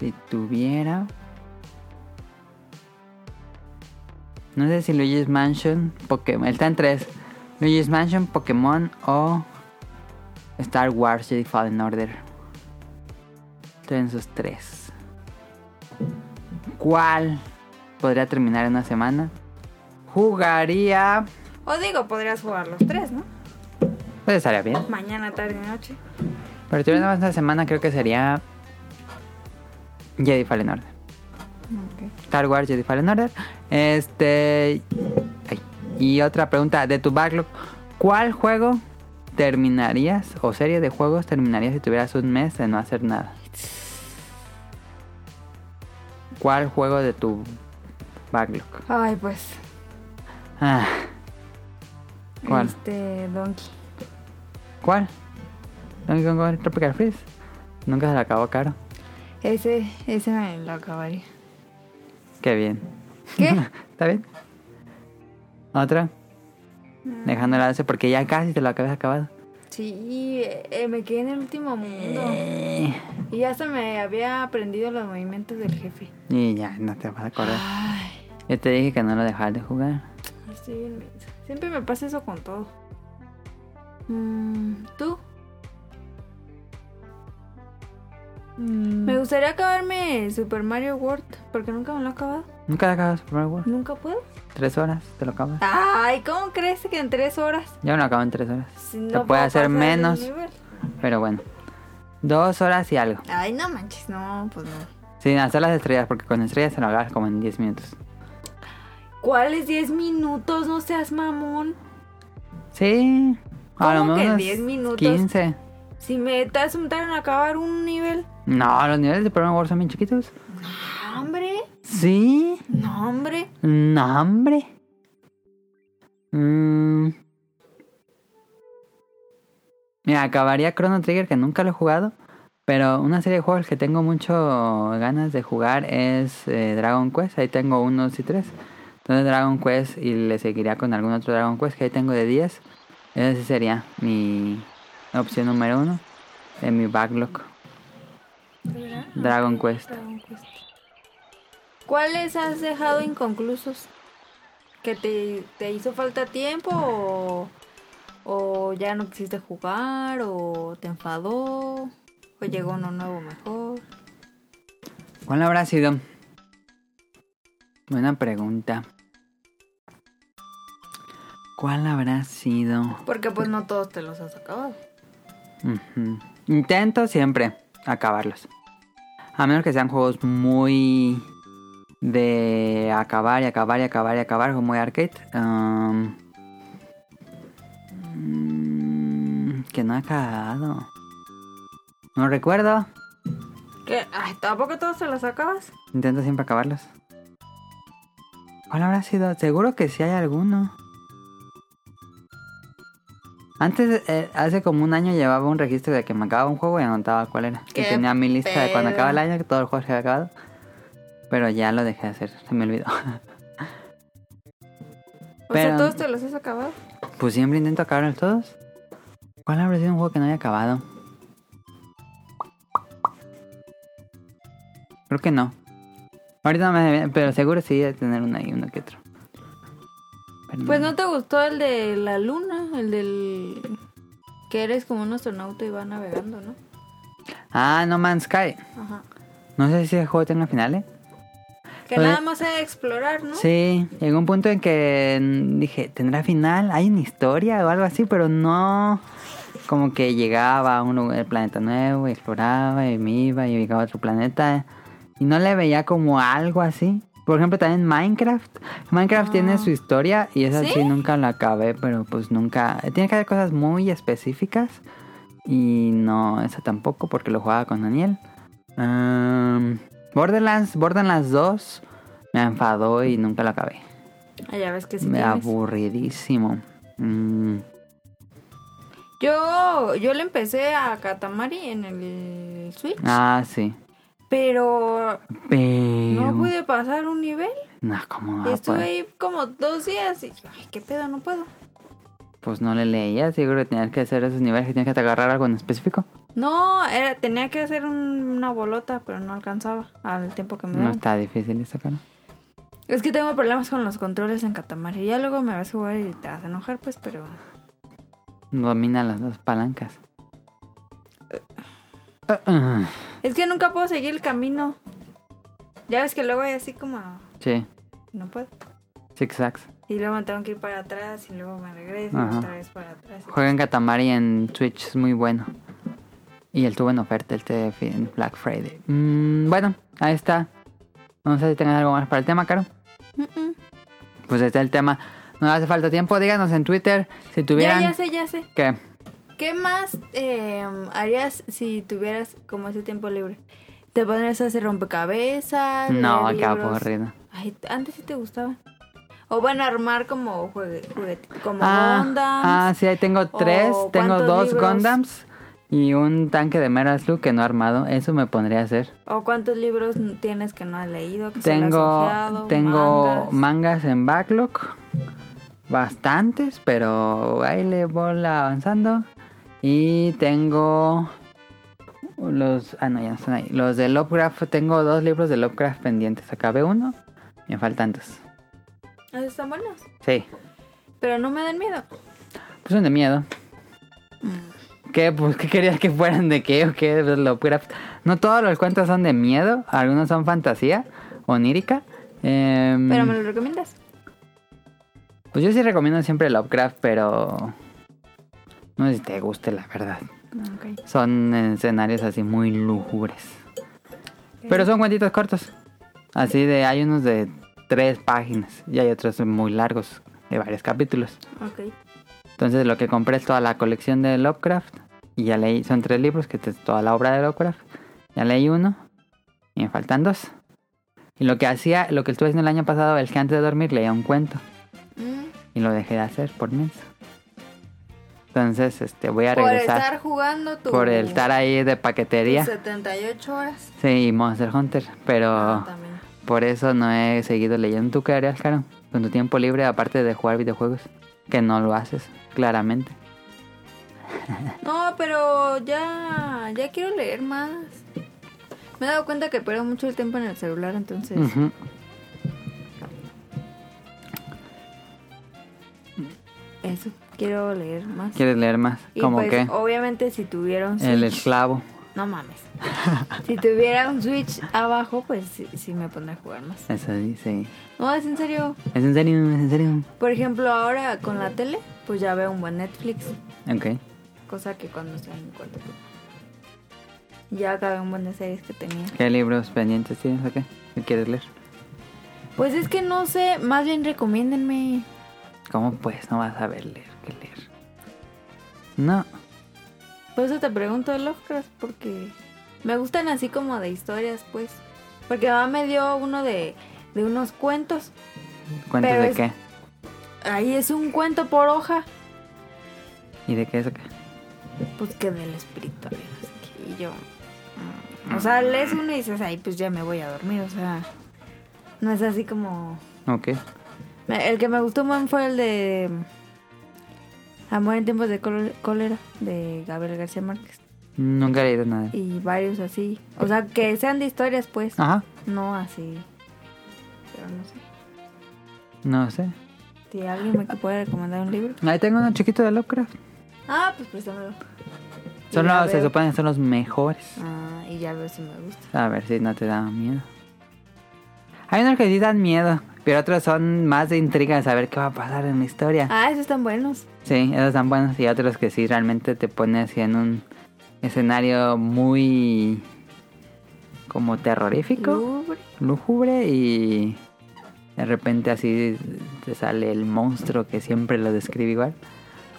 Speaker 2: Si tuviera. No sé si Luigi's Mansion, Pokémon. Está en tres: Luigi's Mansion, Pokémon o. Star Wars Jedi Fallen Order. Estoy en esos tres. ¿Cuál podría terminar en una semana? Jugaría.
Speaker 1: O digo, podrías jugar los tres, ¿no?
Speaker 2: Pues estaría bien.
Speaker 1: Mañana, tarde, noche.
Speaker 2: Pero si tuviera nada más una semana, creo que sería. Jedi Fallen Order. Star Wars Jedi Fallen Order. Este. ay, Y otra pregunta de tu backlog: ¿Cuál juego terminarías o serie de juegos terminarías si tuvieras un mes de no hacer nada? ¿Cuál juego de tu backlog?
Speaker 1: Ay, pues.
Speaker 2: Ah, ¿Cuál?
Speaker 1: Este, Donkey.
Speaker 2: ¿Cuál? Donkey Kong Tropical Freeze. Nunca se la acabó caro.
Speaker 1: Ese, ese me lo acabaría.
Speaker 2: Qué bien.
Speaker 1: ¿Qué?
Speaker 2: ¿Está bien? ¿Otra? Dejando la ese porque ya casi te lo acabas acabado.
Speaker 1: Sí, eh, me quedé en el último mundo.
Speaker 2: Eh,
Speaker 1: Y ya se me había aprendido los movimientos del jefe.
Speaker 2: Y ya, no te vas a acordar.
Speaker 1: Ay,
Speaker 2: Yo te dije que no lo dejaras de jugar.
Speaker 1: estoy bien mensa. Siempre me pasa eso con todo. Mm, ¿Tú? Me gustaría acabarme Super Mario World, porque nunca me lo he acabado.
Speaker 2: Nunca lo acabas por World.
Speaker 1: Nunca puedo.
Speaker 2: Tres horas, te lo acabas.
Speaker 1: Ay, ¿cómo crees que en tres horas?
Speaker 2: Yo me lo acabo en tres horas.
Speaker 1: Si
Speaker 2: Se
Speaker 1: no
Speaker 2: puede
Speaker 1: puedo
Speaker 2: hacer
Speaker 1: pasar el
Speaker 2: menos.
Speaker 1: nivel?
Speaker 2: Pero bueno. Dos horas y algo.
Speaker 1: Ay, no manches, no, pues no.
Speaker 2: Sin hacer las estrellas, porque con estrellas se lo acabas como en 10 minutos.
Speaker 1: ¿Cuáles 10 minutos? No seas mamón.
Speaker 2: Sí. A lo
Speaker 1: ¿Cómo que
Speaker 2: menos
Speaker 1: 10 minutos?
Speaker 2: 15.
Speaker 1: Si me estás juntaron a acabar un nivel.
Speaker 2: No, los niveles de Super Mario World son bien chiquitos.
Speaker 1: Ah, Hombre,
Speaker 2: Sí.
Speaker 1: no, hombre.
Speaker 2: No, hombre. Mm. Mira, acabaría Chrono Trigger, que nunca lo he jugado. Pero una serie de juegos que tengo mucho ganas de jugar es eh, Dragon Quest. Ahí tengo unos y tres. Entonces Dragon Quest y le seguiría con algún otro Dragon Quest que ahí tengo de 10. Esa sí sería mi opción número uno en mi backlog. Dragon Quest.
Speaker 1: ¿Cuáles has dejado inconclusos? ¿Que te, te hizo falta tiempo o, o ya no quisiste jugar o te enfadó o llegó uno nuevo mejor?
Speaker 2: ¿Cuál habrá sido? Buena pregunta. ¿Cuál habrá sido?
Speaker 1: Porque pues no todos te los has acabado.
Speaker 2: Ujú. Intento siempre acabarlos. A menos que sean juegos muy de acabar y acabar y acabar y acabar, como muy arcade. um, Am, mm, que no he acabado. No recuerdo.
Speaker 1: ¿Qué? Ay, ¿Tampoco todos te los acabas?
Speaker 2: Intento siempre acabarlos. ¿Cuál habrá sido? Seguro que sí hay alguno. Antes, eh, hace como un año llevaba un registro de que me acababa un juego y anotaba cuál era. Y
Speaker 1: ¡Qué
Speaker 2: tenía mi lista de cuando
Speaker 1: pedo!
Speaker 2: acaba el año, que todos los juegos que había acabado. Pero ya lo dejé de hacer, se me olvidó.
Speaker 1: O sea,
Speaker 2: Pero-
Speaker 1: todos te los has acabado.
Speaker 2: Pues siempre intento acabarlos todos. ¿Cuál habrá sido un juego que no haya acabado? Creo que no. Ahorita no me viene, pero seguro sí de tener uno ahí, uno que otro. Pero
Speaker 1: Pues no te gustó el de la luna, el del... Que eres como un astronauta y vas navegando, ¿no?
Speaker 2: Ah, No Man's Sky.
Speaker 1: Ajá.
Speaker 2: No sé si ese juego tenga finales.
Speaker 1: Que
Speaker 2: Pues-
Speaker 1: nada más es explorar, ¿no?
Speaker 2: Sí, llegó un punto en que mm, dije, ¿tendrá final? ¿Hay una historia o algo así? Pero no. Como que llegaba a un lugar, planeta nuevo, y exploraba y me iba y llegaba a otro planeta. Y no le veía como algo así. Por ejemplo, también Minecraft. Minecraft tiene su historia y esa ¿Sí?
Speaker 1: ¿Sí?
Speaker 2: nunca la acabé, pero pues nunca. Tiene que haber cosas muy específicas. Y no, esa tampoco, porque lo jugaba con Daniel. Am, Borderlands, Borderlands 2 me enfadó y nunca lo acabé.
Speaker 1: Ah, ya ves que sí
Speaker 2: me
Speaker 1: tienes.
Speaker 2: aburridísimo. Mm,
Speaker 1: Yo, yo le empecé a Katamari en el Switch,
Speaker 2: ah, sí.
Speaker 1: pero
Speaker 2: Pero.
Speaker 1: no pude pasar un nivel.
Speaker 2: No, ¿cómo
Speaker 1: y
Speaker 2: va a
Speaker 1: estuve
Speaker 2: poder?
Speaker 1: ahí como dos días y ay, qué pedo, no puedo.
Speaker 2: Pues no le leía, seguro que tenías que hacer esos niveles que tienes que te agarrar algo en específico.
Speaker 1: No, era, tenía que hacer un- una bolota, pero no alcanzaba al tiempo que me
Speaker 2: No
Speaker 1: daban.
Speaker 2: está difícil eso, cara.
Speaker 1: Es que tengo problemas con los controles en Katamari. Ya luego me vas a jugar y te vas a enojar, pues, pero
Speaker 2: Domina las dos palancas. Ah, ah,
Speaker 1: es que nunca puedo seguir el camino. Ya ves que luego hay así como
Speaker 2: Sí,
Speaker 1: no puedo.
Speaker 2: zigzags.
Speaker 1: Y luego me tengo que ir para atrás y luego me regreso
Speaker 2: Ajá.
Speaker 1: y otra vez para atrás.
Speaker 2: Juega en Katamari en Twitch, es muy bueno. Y él tuvo en oferta este fin- Black Friday. Mm, bueno, ahí está. No sé si tengas algo más para el tema, Caro.
Speaker 1: Mm, mm.
Speaker 2: Pues este es el tema. No hace falta tiempo. Díganos en Twitter si tuvieran.
Speaker 1: Ya, ya sé, ya sé.
Speaker 2: ¿Qué?
Speaker 1: ¿Qué más eh, harías si tuvieras como ese tiempo libre? ¿Te pondrías a hacer rompecabezas?
Speaker 2: No,
Speaker 1: leer
Speaker 2: qué
Speaker 1: libros?
Speaker 2: aburrido.
Speaker 1: Ay, antes sí te gustaban. O van a armar como juegue- juguete- como
Speaker 2: Ah,
Speaker 1: Gundams.
Speaker 2: ah, sí, ahí tengo
Speaker 1: ¿O
Speaker 2: tres. Tengo
Speaker 1: cuántos
Speaker 2: dos
Speaker 1: libros?
Speaker 2: Gundams y un tanque de Meraslu que no he armado. Eso me pondría a hacer.
Speaker 1: ¿O cuántos libros tienes que no has leído? Que solo has
Speaker 2: Tengo,
Speaker 1: ojeado?
Speaker 2: tengo mangas.
Speaker 1: Mangas.
Speaker 2: en backlog. Bastantes, pero ahí le voy avanzando. Y tengo los. Ah, no, ya no están ahí. Los de Lovecraft. Tengo dos libros de Lovecraft pendientes. Acabé uno. Me faltan dos.
Speaker 1: Ah, Están buenos,
Speaker 2: Sí.
Speaker 1: pero no me dan miedo.
Speaker 2: Pues son de miedo.
Speaker 1: Mm.
Speaker 2: ¿Qué? Pues, ¿Qué querías que fueran de qué o qué? Pues, Lovecraft. No todos los cuentos son de miedo. Algunos son fantasía onírica. Em,
Speaker 1: ¿Pero me lo recomiendas?
Speaker 2: Pues yo sí recomiendo siempre Lovecraft, pero no sé si te guste, la verdad.
Speaker 1: Ok.
Speaker 2: Son escenarios así muy lúgubres. Pero son cuentitos cortos. Así de, hay unos de tres páginas y hay otros muy largos, de varios capítulos.
Speaker 1: Ok.
Speaker 2: Entonces lo que compré es toda la colección de Lovecraft y ya leí, son tres libros, que es toda la obra de Lovecraft. Ya leí uno y me faltan dos. Y lo que hacía, lo que estuve haciendo el año pasado, el que antes de dormir leía un cuento
Speaker 1: Mm,
Speaker 2: y lo dejé de hacer por mí. Entonces, este, voy a
Speaker 1: Por
Speaker 2: regresar
Speaker 1: estar jugando tu.
Speaker 2: por el estar ahí de paquetería.
Speaker 1: tus 78 horas.
Speaker 2: Sí, Monster Hunter, pero
Speaker 1: Ah, también.
Speaker 2: por eso no he seguido leyendo. ¿Tú qué harías, Caro? Con tu tiempo libre, aparte de jugar videojuegos, que no lo haces, claramente.
Speaker 1: No, pero ya. Ya quiero leer más. Me he dado cuenta que pierdo mucho el tiempo en el celular, entonces.
Speaker 2: Ujú.
Speaker 1: Eso. Quiero leer más.
Speaker 2: ¿Quieres leer más?
Speaker 1: Y
Speaker 2: ¿Cómo
Speaker 1: pues,
Speaker 2: qué?
Speaker 1: obviamente, si tuviera un
Speaker 2: El
Speaker 1: Switch-
Speaker 2: esclavo.
Speaker 1: No mames. si tuviera un Switch abajo, pues sí, sí me pondré a jugar más.
Speaker 2: Eso sí, sí.
Speaker 1: No, es en serio.
Speaker 2: ¿Es en serio? ¿Es en serio?
Speaker 1: Por ejemplo, ahora con la tele, pues ya veo un buen Netflix.
Speaker 2: Ok.
Speaker 1: Cosa que cuando estoy en mi cuarto. pues, Ya acabé un buen de series que tenía.
Speaker 2: ¿Qué libros pendientes tienes o qué? ¿Qué quieres leer?
Speaker 1: Pues es que no sé, más bien recomiéndenme.
Speaker 2: ¿Cómo pues no vas a saber leer? ¿Qué leer? No.
Speaker 1: Por eso te pregunto de Lovecraft, porque me gustan así como de historias, pues. Porque mamá me dio uno de, de unos cuentos.
Speaker 2: ¿Cuentos
Speaker 1: Pero
Speaker 2: de
Speaker 1: es-
Speaker 2: qué?
Speaker 1: Ahí es un cuento por hoja.
Speaker 2: ¿Y de qué es o qué?
Speaker 1: Pues que del espíritu. amigo, así que- Y yo. mm, O sea, lees uno y dices, ahí pues ya me voy a dormir. O sea, no es así como.
Speaker 2: Ok.
Speaker 1: Me- El que me gustó más fue el de mm, Amor en tiempos de col- cólera de Gabriel García Márquez
Speaker 2: Nunca he leído nada.
Speaker 1: y varios así. O sea, que sean de historias pues,
Speaker 2: Ajá.
Speaker 1: no así. Pero no sé.
Speaker 2: No sé.
Speaker 1: Si alguien me que puede recomendar un libro.
Speaker 2: Ahí tengo uno chiquito de Lovecraft.
Speaker 1: Ah, pues préstamelo. Y
Speaker 2: Son
Speaker 1: ya
Speaker 2: los, se
Speaker 1: veo-
Speaker 2: supone que son los mejores.
Speaker 1: Ah, y ya veo si me gusta.
Speaker 2: A ver si no te da miedo. Hay unos que sí dan miedo, pero otros son más de intriga de saber qué va a pasar en la historia.
Speaker 1: Ah, esos están buenos.
Speaker 2: Sí, esos están buenos y otros que sí realmente te pones en un escenario muy como terrorífico,
Speaker 1: Lubre.
Speaker 2: lúgubre y de repente así te sale el monstruo que siempre lo describe igual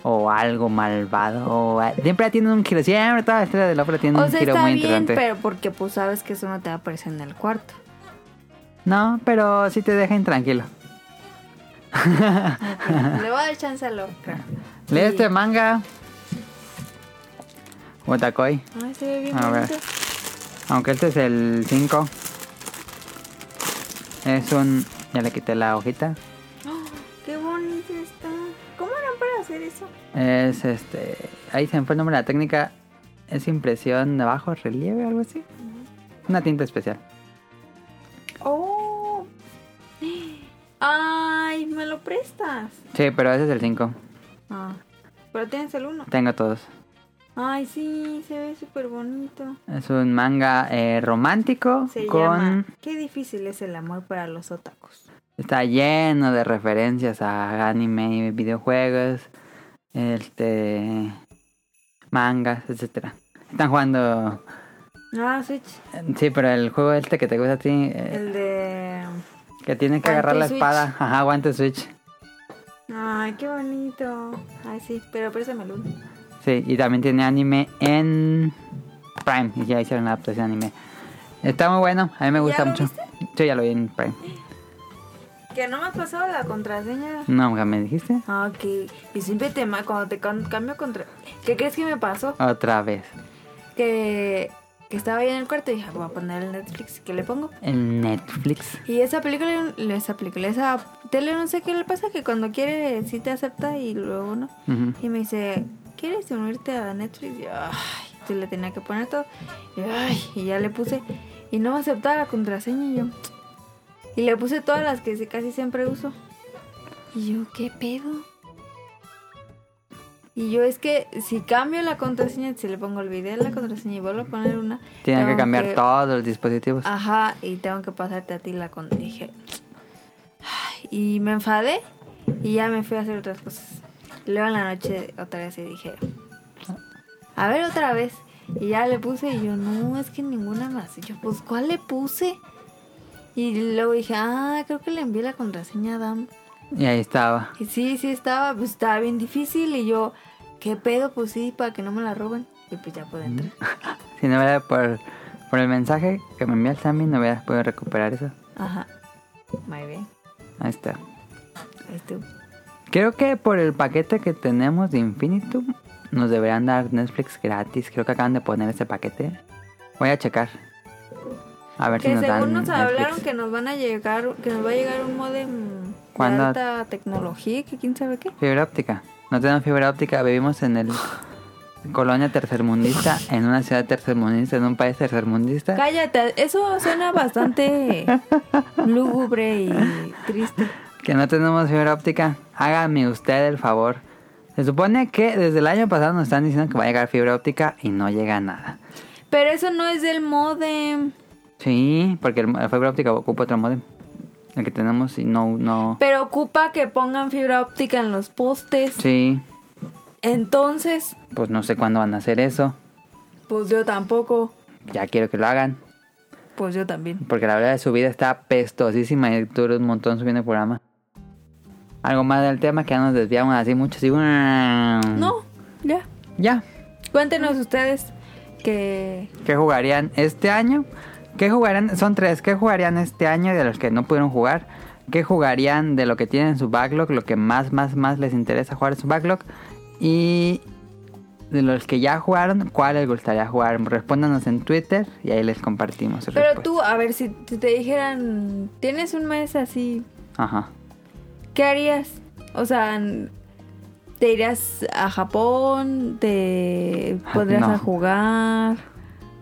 Speaker 2: o algo malvado o a- siempre tiene un giro, siempre toda la historia de la obra tiene
Speaker 1: O
Speaker 2: un
Speaker 1: sea,
Speaker 2: giro
Speaker 1: está
Speaker 2: muy
Speaker 1: bien,
Speaker 2: interesante.
Speaker 1: pero porque pues sabes que eso no te va a aparecer en el cuarto.
Speaker 2: No, pero sí te deja intranquilo.
Speaker 1: Le voy a dar chance a Lovecraft.
Speaker 2: Lee este manga. Otakoi.
Speaker 1: Ay, se ve bien
Speaker 2: A ver.
Speaker 1: bonito.
Speaker 2: Aunque este es el 5. Es un... Ya le quité la hojita.
Speaker 1: ¡Oh! Qué bonito está. ¿Cómo eran para hacer eso?
Speaker 2: Es este... Ahí se me fue el nombre de la técnica. Es impresión de bajo relieve o algo así. Una tinta especial.
Speaker 1: Oh. Ay, me lo prestas.
Speaker 2: Sí, pero ese es el 5.
Speaker 1: Ah. Pero tienes el uno.
Speaker 2: Tengo todos.
Speaker 1: Ay, sí, se ve súper bonito.
Speaker 2: Es un manga eh, romántico
Speaker 1: Se
Speaker 2: con...
Speaker 1: llama Qué difícil es el amor para los otakus.
Speaker 2: Está lleno de referencias a anime, videojuegos, este mangas, etcétera. Están jugando.
Speaker 1: Ah, Switch.
Speaker 2: Sí, pero el juego este que te gusta a ti, eh,
Speaker 1: El de.
Speaker 2: que tienes que
Speaker 1: Guante
Speaker 2: agarrar la
Speaker 1: Switch.
Speaker 2: espada. Ajá, guante Switch.
Speaker 1: Ay, qué bonito. Ay, sí, pero préstame el uno.
Speaker 2: Sí, y también tiene anime en Prime. Y ya hicieron la adaptación anime. Está muy bueno, a mí me gusta
Speaker 1: lo
Speaker 2: mucho. Yo ya lo vi en Prime.
Speaker 1: Que no me has pasado la contraseña.
Speaker 2: No, ya me dijiste.
Speaker 1: Ah, ok. Y siempre te ma- cuando te can- cambio contra. ¿Qué crees que me pasó?
Speaker 2: Otra vez.
Speaker 1: Que, que estaba ahí en el cuarto y dije, voy a poner el Netflix. ¿Qué le pongo?
Speaker 2: En Netflix.
Speaker 1: Y esa película, esa película, esa tele, no sé qué le pasa, que cuando quiere sí te acepta y luego no.
Speaker 2: Ujú.
Speaker 1: Y me dice, ¿quieres unirte a Netflix? Y yo, ay, te le tenía que poner todo. Y, yo, ay, y ya le puse. Y no me aceptaba la contraseña y yo. Y le puse todas las que casi siempre uso. Y yo, ¿qué pedo? Y yo es que si cambio la contraseña, si le pongo olvidé la contraseña y vuelvo a poner una.
Speaker 2: Tienen que
Speaker 1: tengo
Speaker 2: cambiar todos los dispositivos.
Speaker 1: Ajá, y tengo que pasarte a ti la con dije. "Ay", Y me enfadé y ya me fui a hacer otras cosas. Luego en la noche otra vez y dije, a ver otra vez. Y ya le puse y yo, no, es que ninguna más. Y yo, pues, ¿cuál le puse? Y luego dije, ah, creo que le envié la contraseña a Adam.
Speaker 2: Y ahí estaba.
Speaker 1: Y sí, sí estaba, pues estaba bien difícil. Y yo, ¿qué pedo? Pues sí, para que no me la roben. Y pues ya pude entrar.
Speaker 2: Si no hubiera por, por el mensaje que me envía el Sammy, no hubieras podido recuperar eso.
Speaker 1: Ajá. Muy bien.
Speaker 2: Ahí está.
Speaker 1: Ahí estuvo.
Speaker 2: Creo que por el paquete que tenemos de Infinitum, nos deberían dar Netflix gratis. Creo que acaban de poner ese paquete. Voy a checar. A ver si
Speaker 1: Que
Speaker 2: nos dan
Speaker 1: según nos hablaron
Speaker 2: Netflix.
Speaker 1: que nos van a llegar, que nos va a llegar un modem
Speaker 2: ¿Cuándo?
Speaker 1: de alta tecnología, que quién sabe qué.
Speaker 2: Fibra óptica. No tenemos fibra óptica. Vivimos en el colonia tercermundista, en una ciudad tercermundista, en un país tercermundista.
Speaker 1: Cállate, eso suena bastante lúgubre y triste.
Speaker 2: Que no tenemos fibra óptica. Hágame usted el favor. Se supone que desde el año pasado nos están diciendo que va a llegar fibra óptica y no llega nada.
Speaker 1: Pero eso no es del modem.
Speaker 2: Sí, porque el- la fibra óptica ocupa otro modem. El que tenemos y no... no...
Speaker 1: Pero ocupa que pongan fibra óptica en los postes.
Speaker 2: Sí,
Speaker 1: Entonces,
Speaker 2: pues no sé cuándo van a hacer eso.
Speaker 1: pues yo tampoco.
Speaker 2: Ya quiero que lo hagan.
Speaker 1: Pues yo también.
Speaker 2: Porque la verdad de su vida está pestosísima y dura un montón subiendo el programa. Algo más del tema que ya nos desviamos así mucho. Así... No.
Speaker 1: No, ya.
Speaker 2: Ya. Mm.
Speaker 1: Cuéntenos ustedes que
Speaker 2: ¿Qué jugarían este año? ¿Qué jugarían? Son tres. ¿Qué jugarían este año de los que no pudieron jugar? ¿Qué jugarían de lo que tienen en su backlog? Lo que más, más, más les interesa jugar en su backlog. Y de los que ya jugaron, ¿cuál les gustaría jugar? Respóndanos en Twitter y ahí les compartimos. su
Speaker 1: Pero
Speaker 2: respuesta.
Speaker 1: tú, a ver, si si te dijeran, tienes un mes así,
Speaker 2: Ajá.
Speaker 1: ¿qué harías? O sea, n- ¿te irías a Japón? ¿Te
Speaker 2: Ah,
Speaker 1: pondrías
Speaker 2: no.
Speaker 1: a jugar?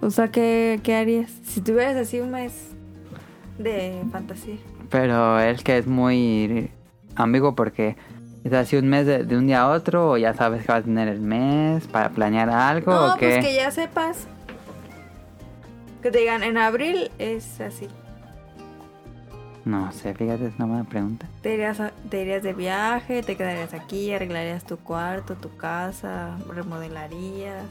Speaker 1: O sea, ¿qué, ¿qué harías? Si tuvieras así un mes de fantasía.
Speaker 2: Pero es que es muy ambiguo porque es así un mes de, de un día a otro o ya sabes que vas a tener el mes para planear algo
Speaker 1: No,
Speaker 2: o qué.
Speaker 1: pues que ya sepas. Que te digan, en abril es así.
Speaker 2: No sé, fíjate, es una buena pregunta.
Speaker 1: Te irías, a- te irías de viaje, te quedarías aquí, arreglarías tu cuarto, tu casa, remodelarías,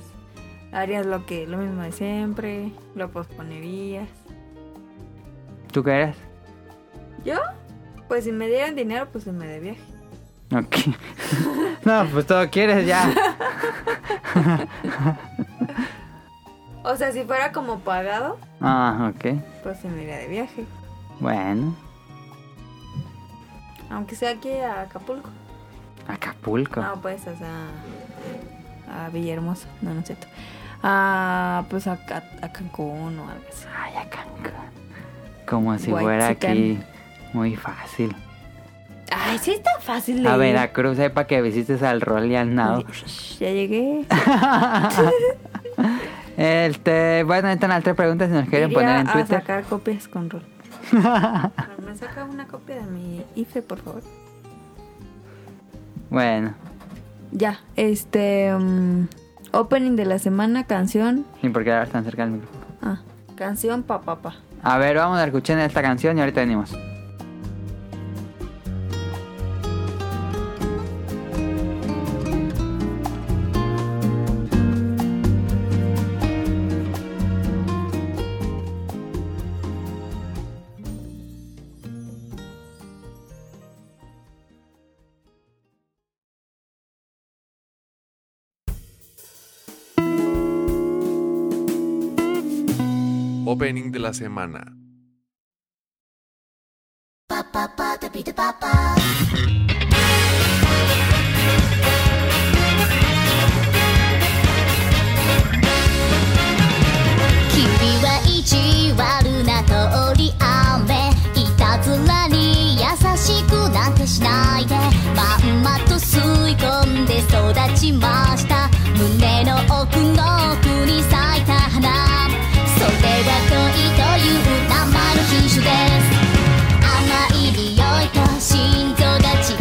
Speaker 1: harías lo que lo mismo de siempre, lo posponerías.
Speaker 2: ¿Tú qué eres?
Speaker 1: ¿Yo? Pues si me dieran dinero, pues me de viaje.
Speaker 2: Ok. no, pues todo quieres ya.
Speaker 1: O sea, si fuera como pagado,
Speaker 2: Ah, ok.
Speaker 1: pues si me iría de viaje.
Speaker 2: Bueno,
Speaker 1: Aunque sea aquí a Acapulco.
Speaker 2: Acapulco.
Speaker 1: No, pues, o sea, a Villahermosa, no, no es cierto. A, pues a, Ca- a Cancún o algo así.
Speaker 2: Ay, a Cancún. Como si
Speaker 1: Guay,
Speaker 2: fuera
Speaker 1: chican.
Speaker 2: aquí. Muy fácil.
Speaker 1: Ay, sí está fácil de
Speaker 2: A
Speaker 1: ir.
Speaker 2: Veracruz, sepa que visites al rol y al nado.
Speaker 1: Ya llegué.
Speaker 2: Este, bueno, ahí están las tres preguntas si nos quieren
Speaker 1: Iría
Speaker 2: poner en
Speaker 1: a
Speaker 2: Twitter.
Speaker 1: sacar copias con rol. ¿Me saca una copia de mi IFE, por favor?
Speaker 2: Bueno,
Speaker 1: Ya, este... mm, opening de la semana, canción...
Speaker 2: ni por qué hablar tan cerca del micrófono.
Speaker 1: Ah, canción pa pa pa.
Speaker 2: A ver, vamos a escuchar esta canción y ahorita venimos.
Speaker 6: Opening de la semana.
Speaker 7: 「君は意地悪な通り雨」「いたずらに優しくなんてしないで」「まんまと吸い込んで育ちました」「胸の奥の奥に咲いた花」「それは恋という名前の品種です」甘い匂いと心臓が近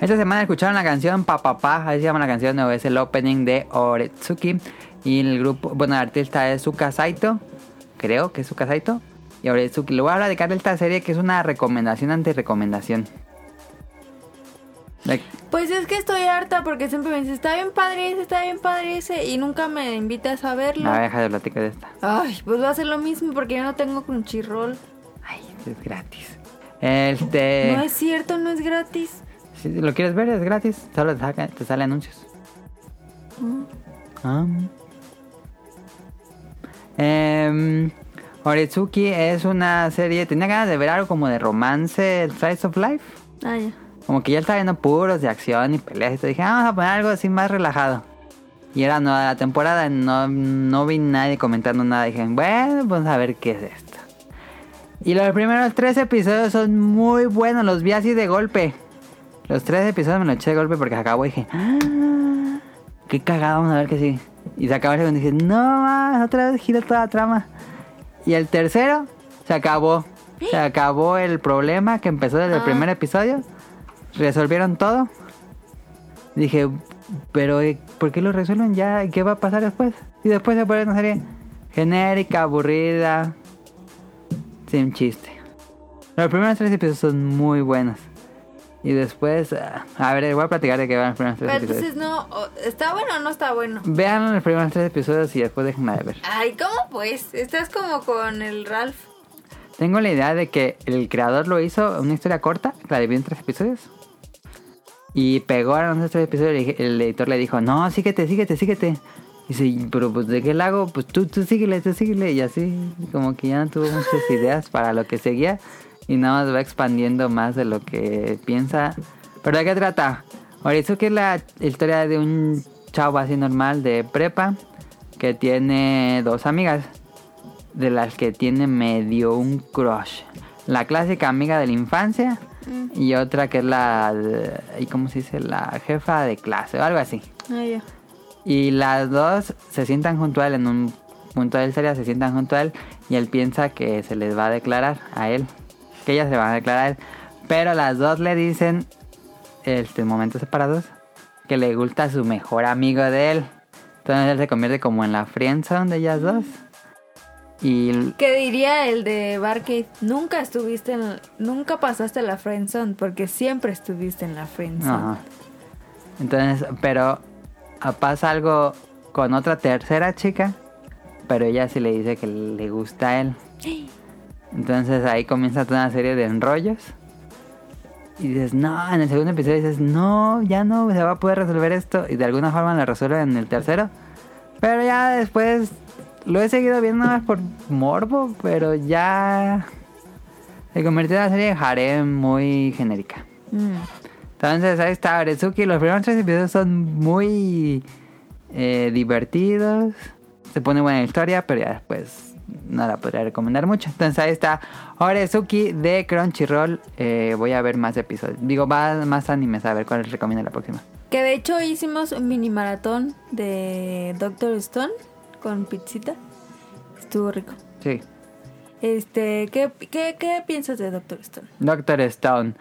Speaker 2: Esta semana escucharon la canción Papapá, así se llama la canción, o es el opening de Oretsuki. Y el grupo, bueno, el artista es Suka Saito, creo que es Suka Saito. Y Oretsuki, le voy a platicar de esta serie que es una recomendación ante recomendación. Like,
Speaker 1: Pues es que estoy harta porque siempre me dice, está bien padre ese, está bien padre ese, y nunca me invitas a verlo.
Speaker 2: a ver, deja de platicar de esta.
Speaker 1: Ay, pues va a ser lo mismo porque yo no tengo Crunchyroll.
Speaker 2: Ay, es gratis. Este.
Speaker 1: No es cierto, no es gratis.
Speaker 2: Si lo quieres ver, es gratis. Solo te, saca- te sale anuncios. Ah. Em, Oretsuki es una serie. Tenía ganas de ver algo como de romance, el Slice of Life.
Speaker 1: Ah, ya.
Speaker 2: Como que ya estaba viendo puros de acción y peleas. Y todo. dije, "Ah, vamos a poner algo así más relajado. Y era nueva la temporada. No, no vi nadie comentando nada. Dije, bueno, vamos a ver qué es esto. Y los primeros tres episodios son muy buenos. Los vi así de golpe. Los tres episodios me los eché de golpe porque se acabó. Y dije, "Ah, qué cagada, vamos a ver qué sigue. Y se acabó el segundo. Y dije, no más, otra vez gira toda la trama. Y el tercero, se acabó. Se acabó el problema que empezó desde el primer episodio. Resolvieron todo. Dije, pero eh, ¿por qué lo resuelven ya? ¿Qué va a pasar después? Y después se pone una serie genérica, aburrida, sin chiste. Los primeros tres episodios son muy buenos. Y después, ah, a ver, voy a platicar de qué van los primeros tres
Speaker 1: Pero
Speaker 2: episodios.
Speaker 1: entonces no, o- ¿está bueno o no está bueno?
Speaker 2: Vean los primeros tres episodios y después déjenme de ver.
Speaker 1: Ay, ¿cómo pues? Estás como con el Ralph.
Speaker 2: Tengo la idea de que el creador lo hizo una historia corta, la dividió en tres episodios. Y pegó a los tres episodios y le dije- el editor le dijo, no, síguete, síguete, síguete. Y dice, pero pues de qué la hago, pues tú, tú síguele, tú síguele. Y así, como que ya no tuvo muchas ideas para lo que seguía. Y nada más va expandiendo más de lo que piensa. ¿Pero de qué trata? Orizuki es la historia de un chavo así normal de prepa que tiene dos amigas de las que tiene medio un crush. La clásica amiga de la infancia y otra que es la... ¿Y cómo se dice? La jefa de clase o algo así.
Speaker 1: Ah, ya.
Speaker 2: Y las dos se sientan junto a él en un punto del serie, se sientan junto a él y él piensa que se les va a declarar a él, que ellas se van a declarar a él. Pero las dos le dicen, este, en momentos separados, que le gusta su mejor amigo de él. Entonces él se convierte como en la friendzone de ellas dos. Y
Speaker 1: ¿Qué diría el de Barcade? Nunca estuviste en... Nunca pasaste la friendzone porque siempre estuviste en la friendzone.
Speaker 2: Ajá. Entonces, pero ah, pasa algo con otra tercera chica, pero ella sí le dice que le gusta a él. Entonces ahí comienza toda una serie de enrollos. Y dices, no, en el segundo episodio dices, no, ya no se va a poder resolver esto. Y de alguna forma lo resuelven en el tercero. Pero ya después lo he seguido viendo nada más por morbo, pero ya se convirtió en una serie de harem muy genérica.
Speaker 1: Mm.
Speaker 2: Entonces ahí está Orezuki. Los primeros tres episodios son muy eh, divertidos. Se pone buena la historia, pero ya después no la podría recomendar mucho. Entonces ahí está Orezuki de Crunchyroll. Eh, voy a ver más episodios. Digo, va más animes a ver cuál les recomiendo la próxima.
Speaker 1: Que de hecho hicimos un mini maratón de Doctor Stone con pizzita. Estuvo rico.
Speaker 2: Sí.
Speaker 1: Este, ¿qué, qué, qué piensas de Doctor Stone?
Speaker 2: Doctor Stone.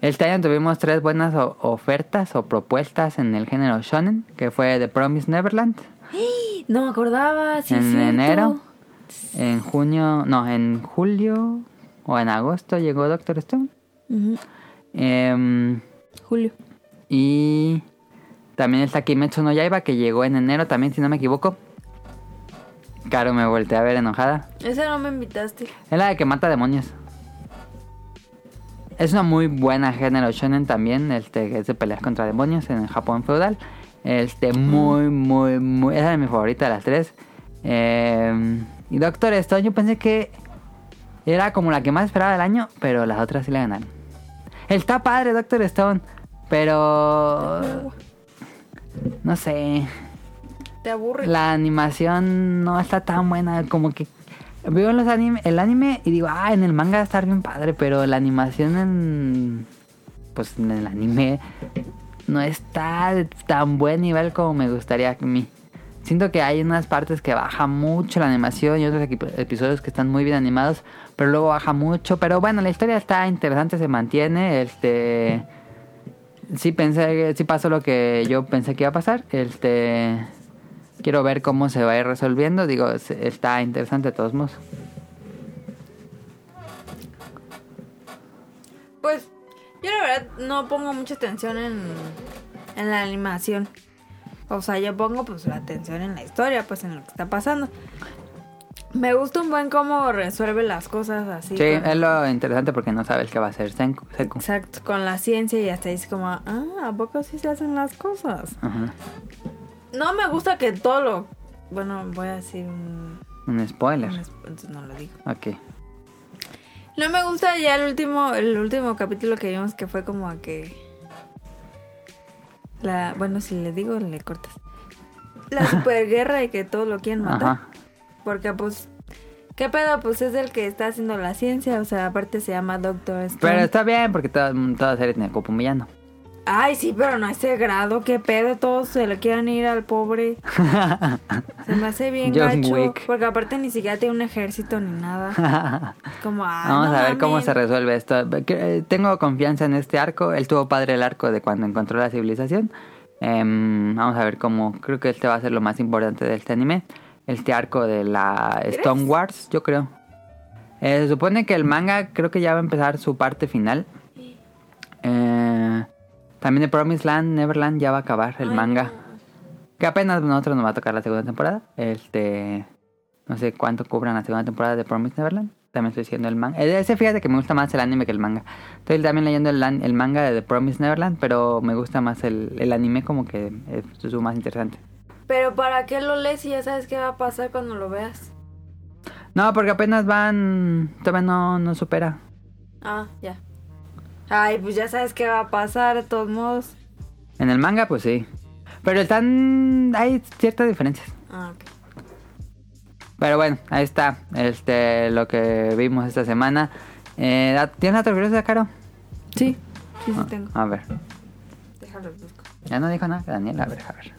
Speaker 2: Este año tuvimos tres buenas o- ofertas o propuestas en el género shonen, que fue The Promise Neverland,
Speaker 1: No me acordaba, sí,
Speaker 2: en
Speaker 1: es cierto.
Speaker 2: enero, en junio, no, en julio o en agosto llegó Doctor Stone.
Speaker 1: Ujú,
Speaker 2: Em,
Speaker 1: Julio.
Speaker 2: y también está Kimetsu no Yaiba que llegó en enero también, si no me equivoco. Caro me volteé a ver enojada.
Speaker 1: Esa no me invitaste.
Speaker 2: Es la de que mata demonios. Es una muy buena género shonen también, este que es de peleas contra demonios en el Japón feudal. Este, muy, muy, muy... Esa es mi favorita de las tres. Em, y Doctor Stone, yo pensé que era como la que más esperaba del año, pero las otras sí la ganaron. Está padre Doctor Stone, pero... No sé.
Speaker 1: Te aburre.
Speaker 2: La animación no está tan buena, como que veo los anime, el anime y digo, ah, en el manga va a estar bien padre, pero la animación en pues en el anime no está de tan buen nivel como me gustaría a mí. Siento que hay unas partes que baja mucho la animación y otros equi- episodios que están muy bien animados, pero luego baja mucho. Pero bueno, la historia está interesante, se mantiene. Este sí pensé, que- sí pasó lo que yo pensé que iba a pasar. Este, quiero ver cómo se va a ir resolviendo. Digo, es- está interesante de todos modos.
Speaker 1: Pues yo la verdad no pongo mucha atención en, en la animación. O sea, yo pongo pues la atención en la historia, pues en lo que está pasando. Me gusta un buen cómo resuelve las cosas así.
Speaker 2: Sí,
Speaker 1: con-
Speaker 2: es lo interesante porque no sabes qué va a hacer Senku. Senku.
Speaker 1: Exacto, con la ciencia y hasta dices como, ah, ¿a poco sí se hacen las cosas?
Speaker 2: Ajá.
Speaker 1: No me gusta que todo lo... Bueno, voy a decir un...
Speaker 2: Un spoiler.
Speaker 1: un- Entonces no lo digo.
Speaker 2: Ok.
Speaker 1: No me gusta ya el último, el último capítulo que vimos que fue como a que. La, bueno, si le digo, le cortas. La superguerra y que todos lo quieren matar.
Speaker 2: Ajá.
Speaker 1: Porque pues. ¿Qué pedo? Pues es el que está haciendo la ciencia. O sea, aparte se llama Doctor Stone.
Speaker 2: Pero está bien porque toda, toda serie tiene copo humillando.
Speaker 1: Ay, sí, pero no a ese grado. ¿Qué pedo? Todos se le quieren ir al pobre. Se me hace bien
Speaker 2: John
Speaker 1: gacho.
Speaker 2: Wick.
Speaker 1: Porque aparte ni siquiera tiene un ejército ni nada. Como, ah,
Speaker 2: Vamos
Speaker 1: no
Speaker 2: a ver cómo
Speaker 1: mamen.
Speaker 2: se resuelve esto. Que- eh, Tengo confianza en este arco. Él tuvo padre el arco de cuando encontró la civilización. Em, vamos a ver cómo. Creo que este va a ser lo más importante de este anime. Este arco de la Stone Wars, yo creo. Eh, se supone que el manga creo que ya va a empezar su parte final. Eh, también de Promised Land, Neverland ya va a acabar el manga. Que apenas nosotros nos va a tocar la segunda temporada. Este. No sé cuánto cubran la segunda temporada de Promise Neverland. También estoy diciendo el manga. Eh, Ese fíjate que me gusta más el anime que el manga. Estoy también leyendo el, an- el manga de The Promise Neverland, pero me gusta más el, el anime como que es es lo más interesante.
Speaker 1: Pero ¿para qué lo lees si ya sabes qué va a pasar cuando lo veas?
Speaker 2: No, porque apenas van... Todavía no, no supera.
Speaker 1: Ah, ya. Ay, pues ya sabes qué va a pasar de todos modos.
Speaker 2: En el manga, pues sí. Pero están... Hay ciertas diferencias.
Speaker 1: Ah, ok.
Speaker 2: Pero bueno, ahí está. Este, lo que vimos esta semana. Eh, ¿Tienes otra curiosidad, Caro?
Speaker 1: Sí, sí,
Speaker 2: Ah.
Speaker 1: sí tengo.
Speaker 2: A ver.
Speaker 1: Déjalo, busco.
Speaker 2: Ya no dijo nada, Daniel. A ver, a ver.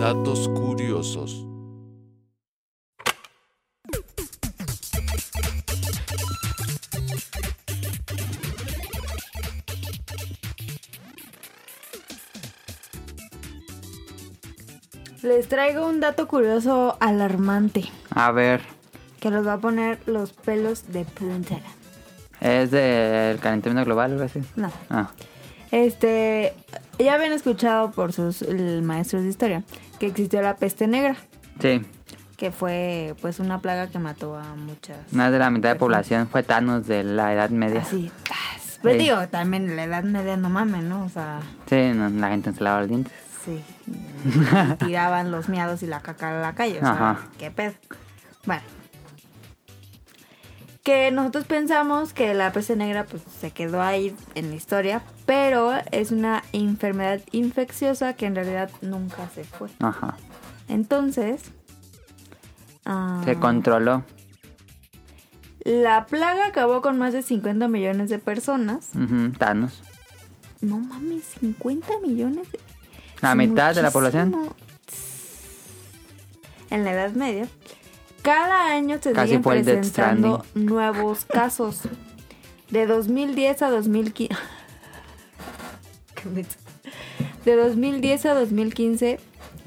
Speaker 6: Datos curiosos.
Speaker 1: Les traigo un dato curioso alarmante
Speaker 2: A ver.
Speaker 1: que los va a poner los pelos de punta.
Speaker 2: ¿Es del calentamiento global o algo así?
Speaker 1: No.
Speaker 2: Ah.
Speaker 1: Este, ya habían escuchado por sus el- maestros de historia que existió la peste negra,
Speaker 2: Sí.
Speaker 1: que fue pues una plaga que mató a muchas.
Speaker 2: Más de la mitad de población fue Thanos de la Edad Media.
Speaker 1: Así. tas. Pues
Speaker 2: Sí.
Speaker 1: digo, también la edad media no mames, ¿no? O sea,
Speaker 2: Sí, no, la gente se lavaba los dientes.
Speaker 1: Sí. Tiraban los miados y la caca a la calle. O sea,
Speaker 2: Ajá.
Speaker 1: qué pedo. Bueno. Que nosotros pensamos que la peste negra pues se quedó ahí en la historia, pero es una enfermedad infecciosa que en realidad nunca se fue.
Speaker 2: Ajá.
Speaker 1: Entonces, ah,
Speaker 2: Se controló.
Speaker 1: la plaga acabó con más de 50 millones de personas.
Speaker 2: Ujú, Thanos.
Speaker 1: No mames, 50 millones. de-
Speaker 2: La
Speaker 1: Es
Speaker 2: mitad de la población.
Speaker 1: muchísimo. En la Edad Media. Cada año se
Speaker 2: Casi
Speaker 1: siguen
Speaker 2: fue el Death
Speaker 1: presentando nuevos casos. De 2010 a 2015. Qué menso. De 2010 a 2015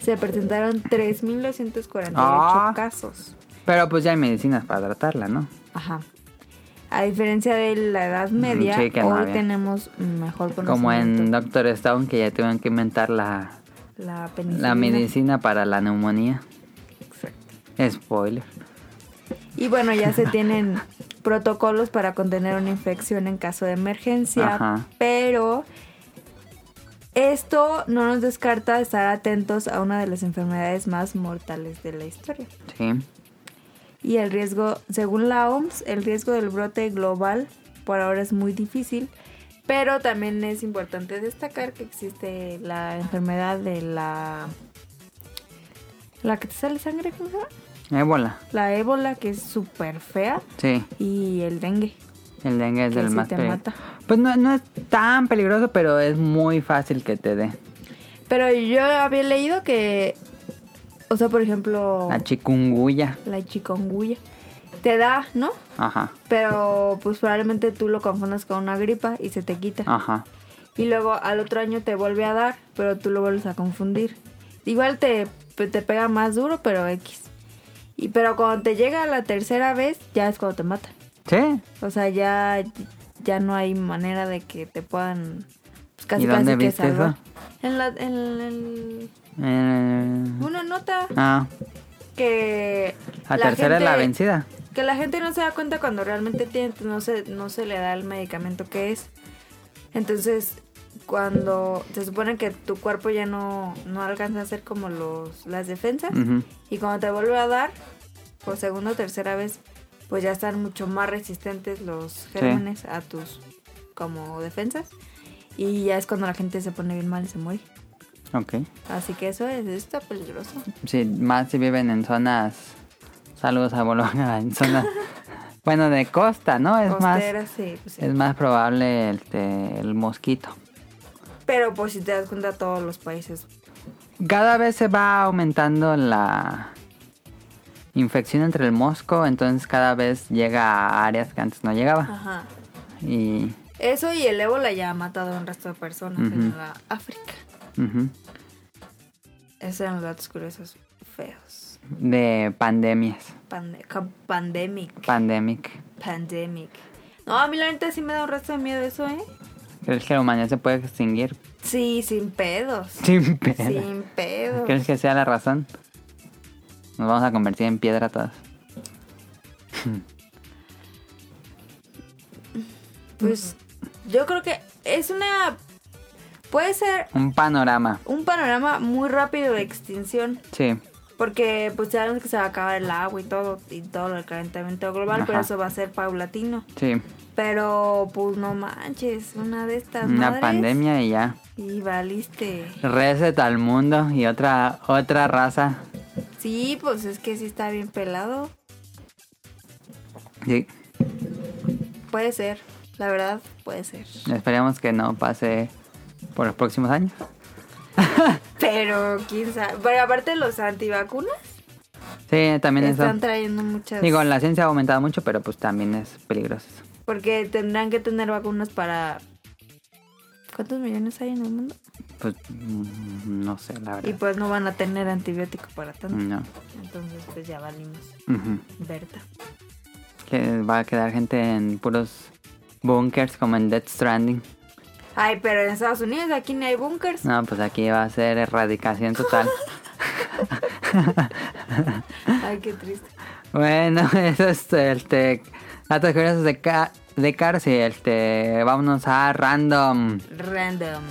Speaker 1: se presentaron 3.248
Speaker 2: Ah.
Speaker 1: casos.
Speaker 2: Pero pues ya hay medicinas para tratarla, ¿no?
Speaker 1: Ajá. A diferencia de la Edad Media,
Speaker 2: sí, que no
Speaker 1: hoy
Speaker 2: había.
Speaker 1: tenemos mejor conocimiento.
Speaker 2: Como en Doctor Stone, que ya tuvieron que inventar la,
Speaker 1: la,
Speaker 2: la
Speaker 1: penicilina.
Speaker 2: medicina para la neumonía. Spoiler.
Speaker 1: Y bueno, ya se tienen protocolos para contener una infección en caso de emergencia,
Speaker 2: Ajá.
Speaker 1: pero esto no nos descarta estar atentos a una de las enfermedades más mortales de la historia.
Speaker 2: Sí.
Speaker 1: Y el riesgo, según la OMS, el riesgo del brote global por ahora es muy difícil, Pero también es importante destacar que existe la enfermedad de la... La que te sale sangre, ¿cómo se llama?
Speaker 2: Ébola.
Speaker 1: La ébola, que es súper fea.
Speaker 2: Eh, Sí.
Speaker 1: Y el dengue.
Speaker 2: El dengue es
Speaker 1: Que
Speaker 2: el
Speaker 1: sí
Speaker 2: más
Speaker 1: te
Speaker 2: peligroso.
Speaker 1: mata.
Speaker 2: Pues no, no es tan peligroso, pero es muy fácil que te dé.
Speaker 1: Pero yo había leído que... O sea, por ejemplo...
Speaker 2: La chikungunya.
Speaker 1: La chikungunya. Te da, ¿no?
Speaker 2: Ajá,
Speaker 1: Pero pues probablemente tú lo confundas con una gripa y se te quita.
Speaker 2: ajá.
Speaker 1: Y luego al otro año te vuelve a dar, pero tú lo vuelves a confundir. Igual te, pues, te pega más duro, pero X. Y pero cuando te llega la tercera vez, ya es cuando te mata.
Speaker 2: Sí.
Speaker 1: O sea, ya, ya no hay manera de que te puedan pues, casi
Speaker 2: ¿Y dónde
Speaker 1: casi que
Speaker 2: viste
Speaker 1: salvar.
Speaker 2: eso?
Speaker 1: En la, en, en-
Speaker 2: Eh,
Speaker 1: una nota
Speaker 2: ah,
Speaker 1: que
Speaker 2: la, tercera es la
Speaker 1: gente-
Speaker 2: vencida.
Speaker 1: que la gente no se da cuenta cuando realmente tiene, no se, no se le da el medicamento que es. Entonces, cuando se supone que tu cuerpo ya no, no alcanza a hacer como los, las defensas,
Speaker 2: Ujú.
Speaker 1: y cuando te vuelve a dar, por segunda o tercera vez, pues ya están mucho más resistentes los gérmenes a tus como defensas. Y ya es cuando la gente se pone bien mal y se muere.
Speaker 2: Ok.
Speaker 1: Así que eso es, está peligroso.
Speaker 2: Sí, más si viven en zonas. Saludos a Bolonia, en zonas. bueno, de costa, ¿no? Es
Speaker 1: Costeras, sí, pues
Speaker 2: más.
Speaker 1: sí.
Speaker 2: Es más probable este, el mosquito.
Speaker 1: Pero pues si te das cuenta, todos los países
Speaker 2: Cada vez se va aumentando la infección entre el mosco, entonces cada vez llega a áreas que antes no llegaba.
Speaker 1: Ajá.
Speaker 2: Y.
Speaker 1: Eso y el ébola ya ha matado a un resto de personas en la África.
Speaker 2: ujú,
Speaker 1: Esos eran los datos curiosos feos.
Speaker 2: de pandemias.
Speaker 1: Pande- cam- pandemic.
Speaker 2: Pandemic.
Speaker 1: pandemic. No, a mí la neta sí me da un resto de miedo eso, ¿eh?
Speaker 2: ¿Crees que la humanidad se puede extinguir?
Speaker 1: Sí, sin pedos.
Speaker 2: Sin pena.
Speaker 1: Sin pedos.
Speaker 2: ¿Crees que sea la razón? Nos vamos a convertir en piedra todas.
Speaker 1: Pues yo creo que es una... Puede ser
Speaker 2: Un panorama.
Speaker 1: un panorama muy rápido de extinción.
Speaker 2: Sí.
Speaker 1: Porque pues sabemos que se va a acabar el agua y todo, y todo el calentamiento global, pero
Speaker 2: Ajá.
Speaker 1: eso va a ser paulatino.
Speaker 2: Sí,
Speaker 1: Pero pues no manches, una de estas
Speaker 2: una
Speaker 1: madres
Speaker 2: pandemia y ya.
Speaker 1: y valiste.
Speaker 2: Reset al mundo y otra otra raza.
Speaker 1: Sí, pues es que sí está bien pelado.
Speaker 2: Sí,
Speaker 1: Puede ser, la verdad, puede ser.
Speaker 2: esperemos que no pase por los próximos años.
Speaker 1: Pero quién sabe. Pero aparte los antivacunas
Speaker 2: Sí, también eso.
Speaker 1: están trayendo muchas
Speaker 2: Digo, la ciencia ha aumentado mucho, pero pues también es peligroso. eso.
Speaker 1: porque tendrán que tener vacunas para ¿Cuántos millones hay en el mundo?
Speaker 2: Pues mm, no sé, la
Speaker 1: Y
Speaker 2: verdad. Mm,
Speaker 1: pues no van a tener antibiótico para tanto.
Speaker 2: No.
Speaker 1: Entonces pues ya valimos.
Speaker 2: Ujú.
Speaker 1: Berta.
Speaker 2: Que va a quedar gente en puros bunkers como en Death Stranding.
Speaker 1: Ay, pero en Estados Unidos aquí no hay bunkers.
Speaker 2: No, pues aquí va a ser erradicación total.
Speaker 1: Ay, qué triste.
Speaker 2: Bueno, eso es este. Datos curiosos de, ca de Cars y este. Vámonos a random.
Speaker 1: Random.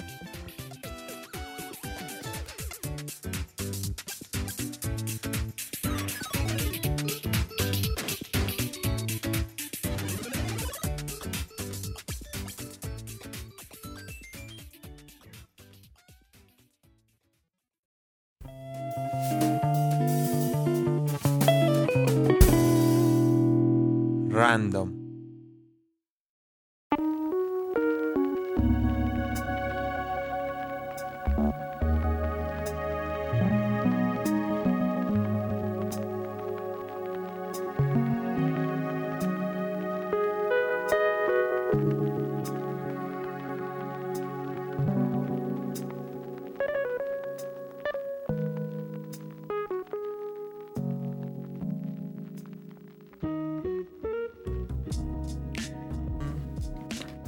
Speaker 8: Random.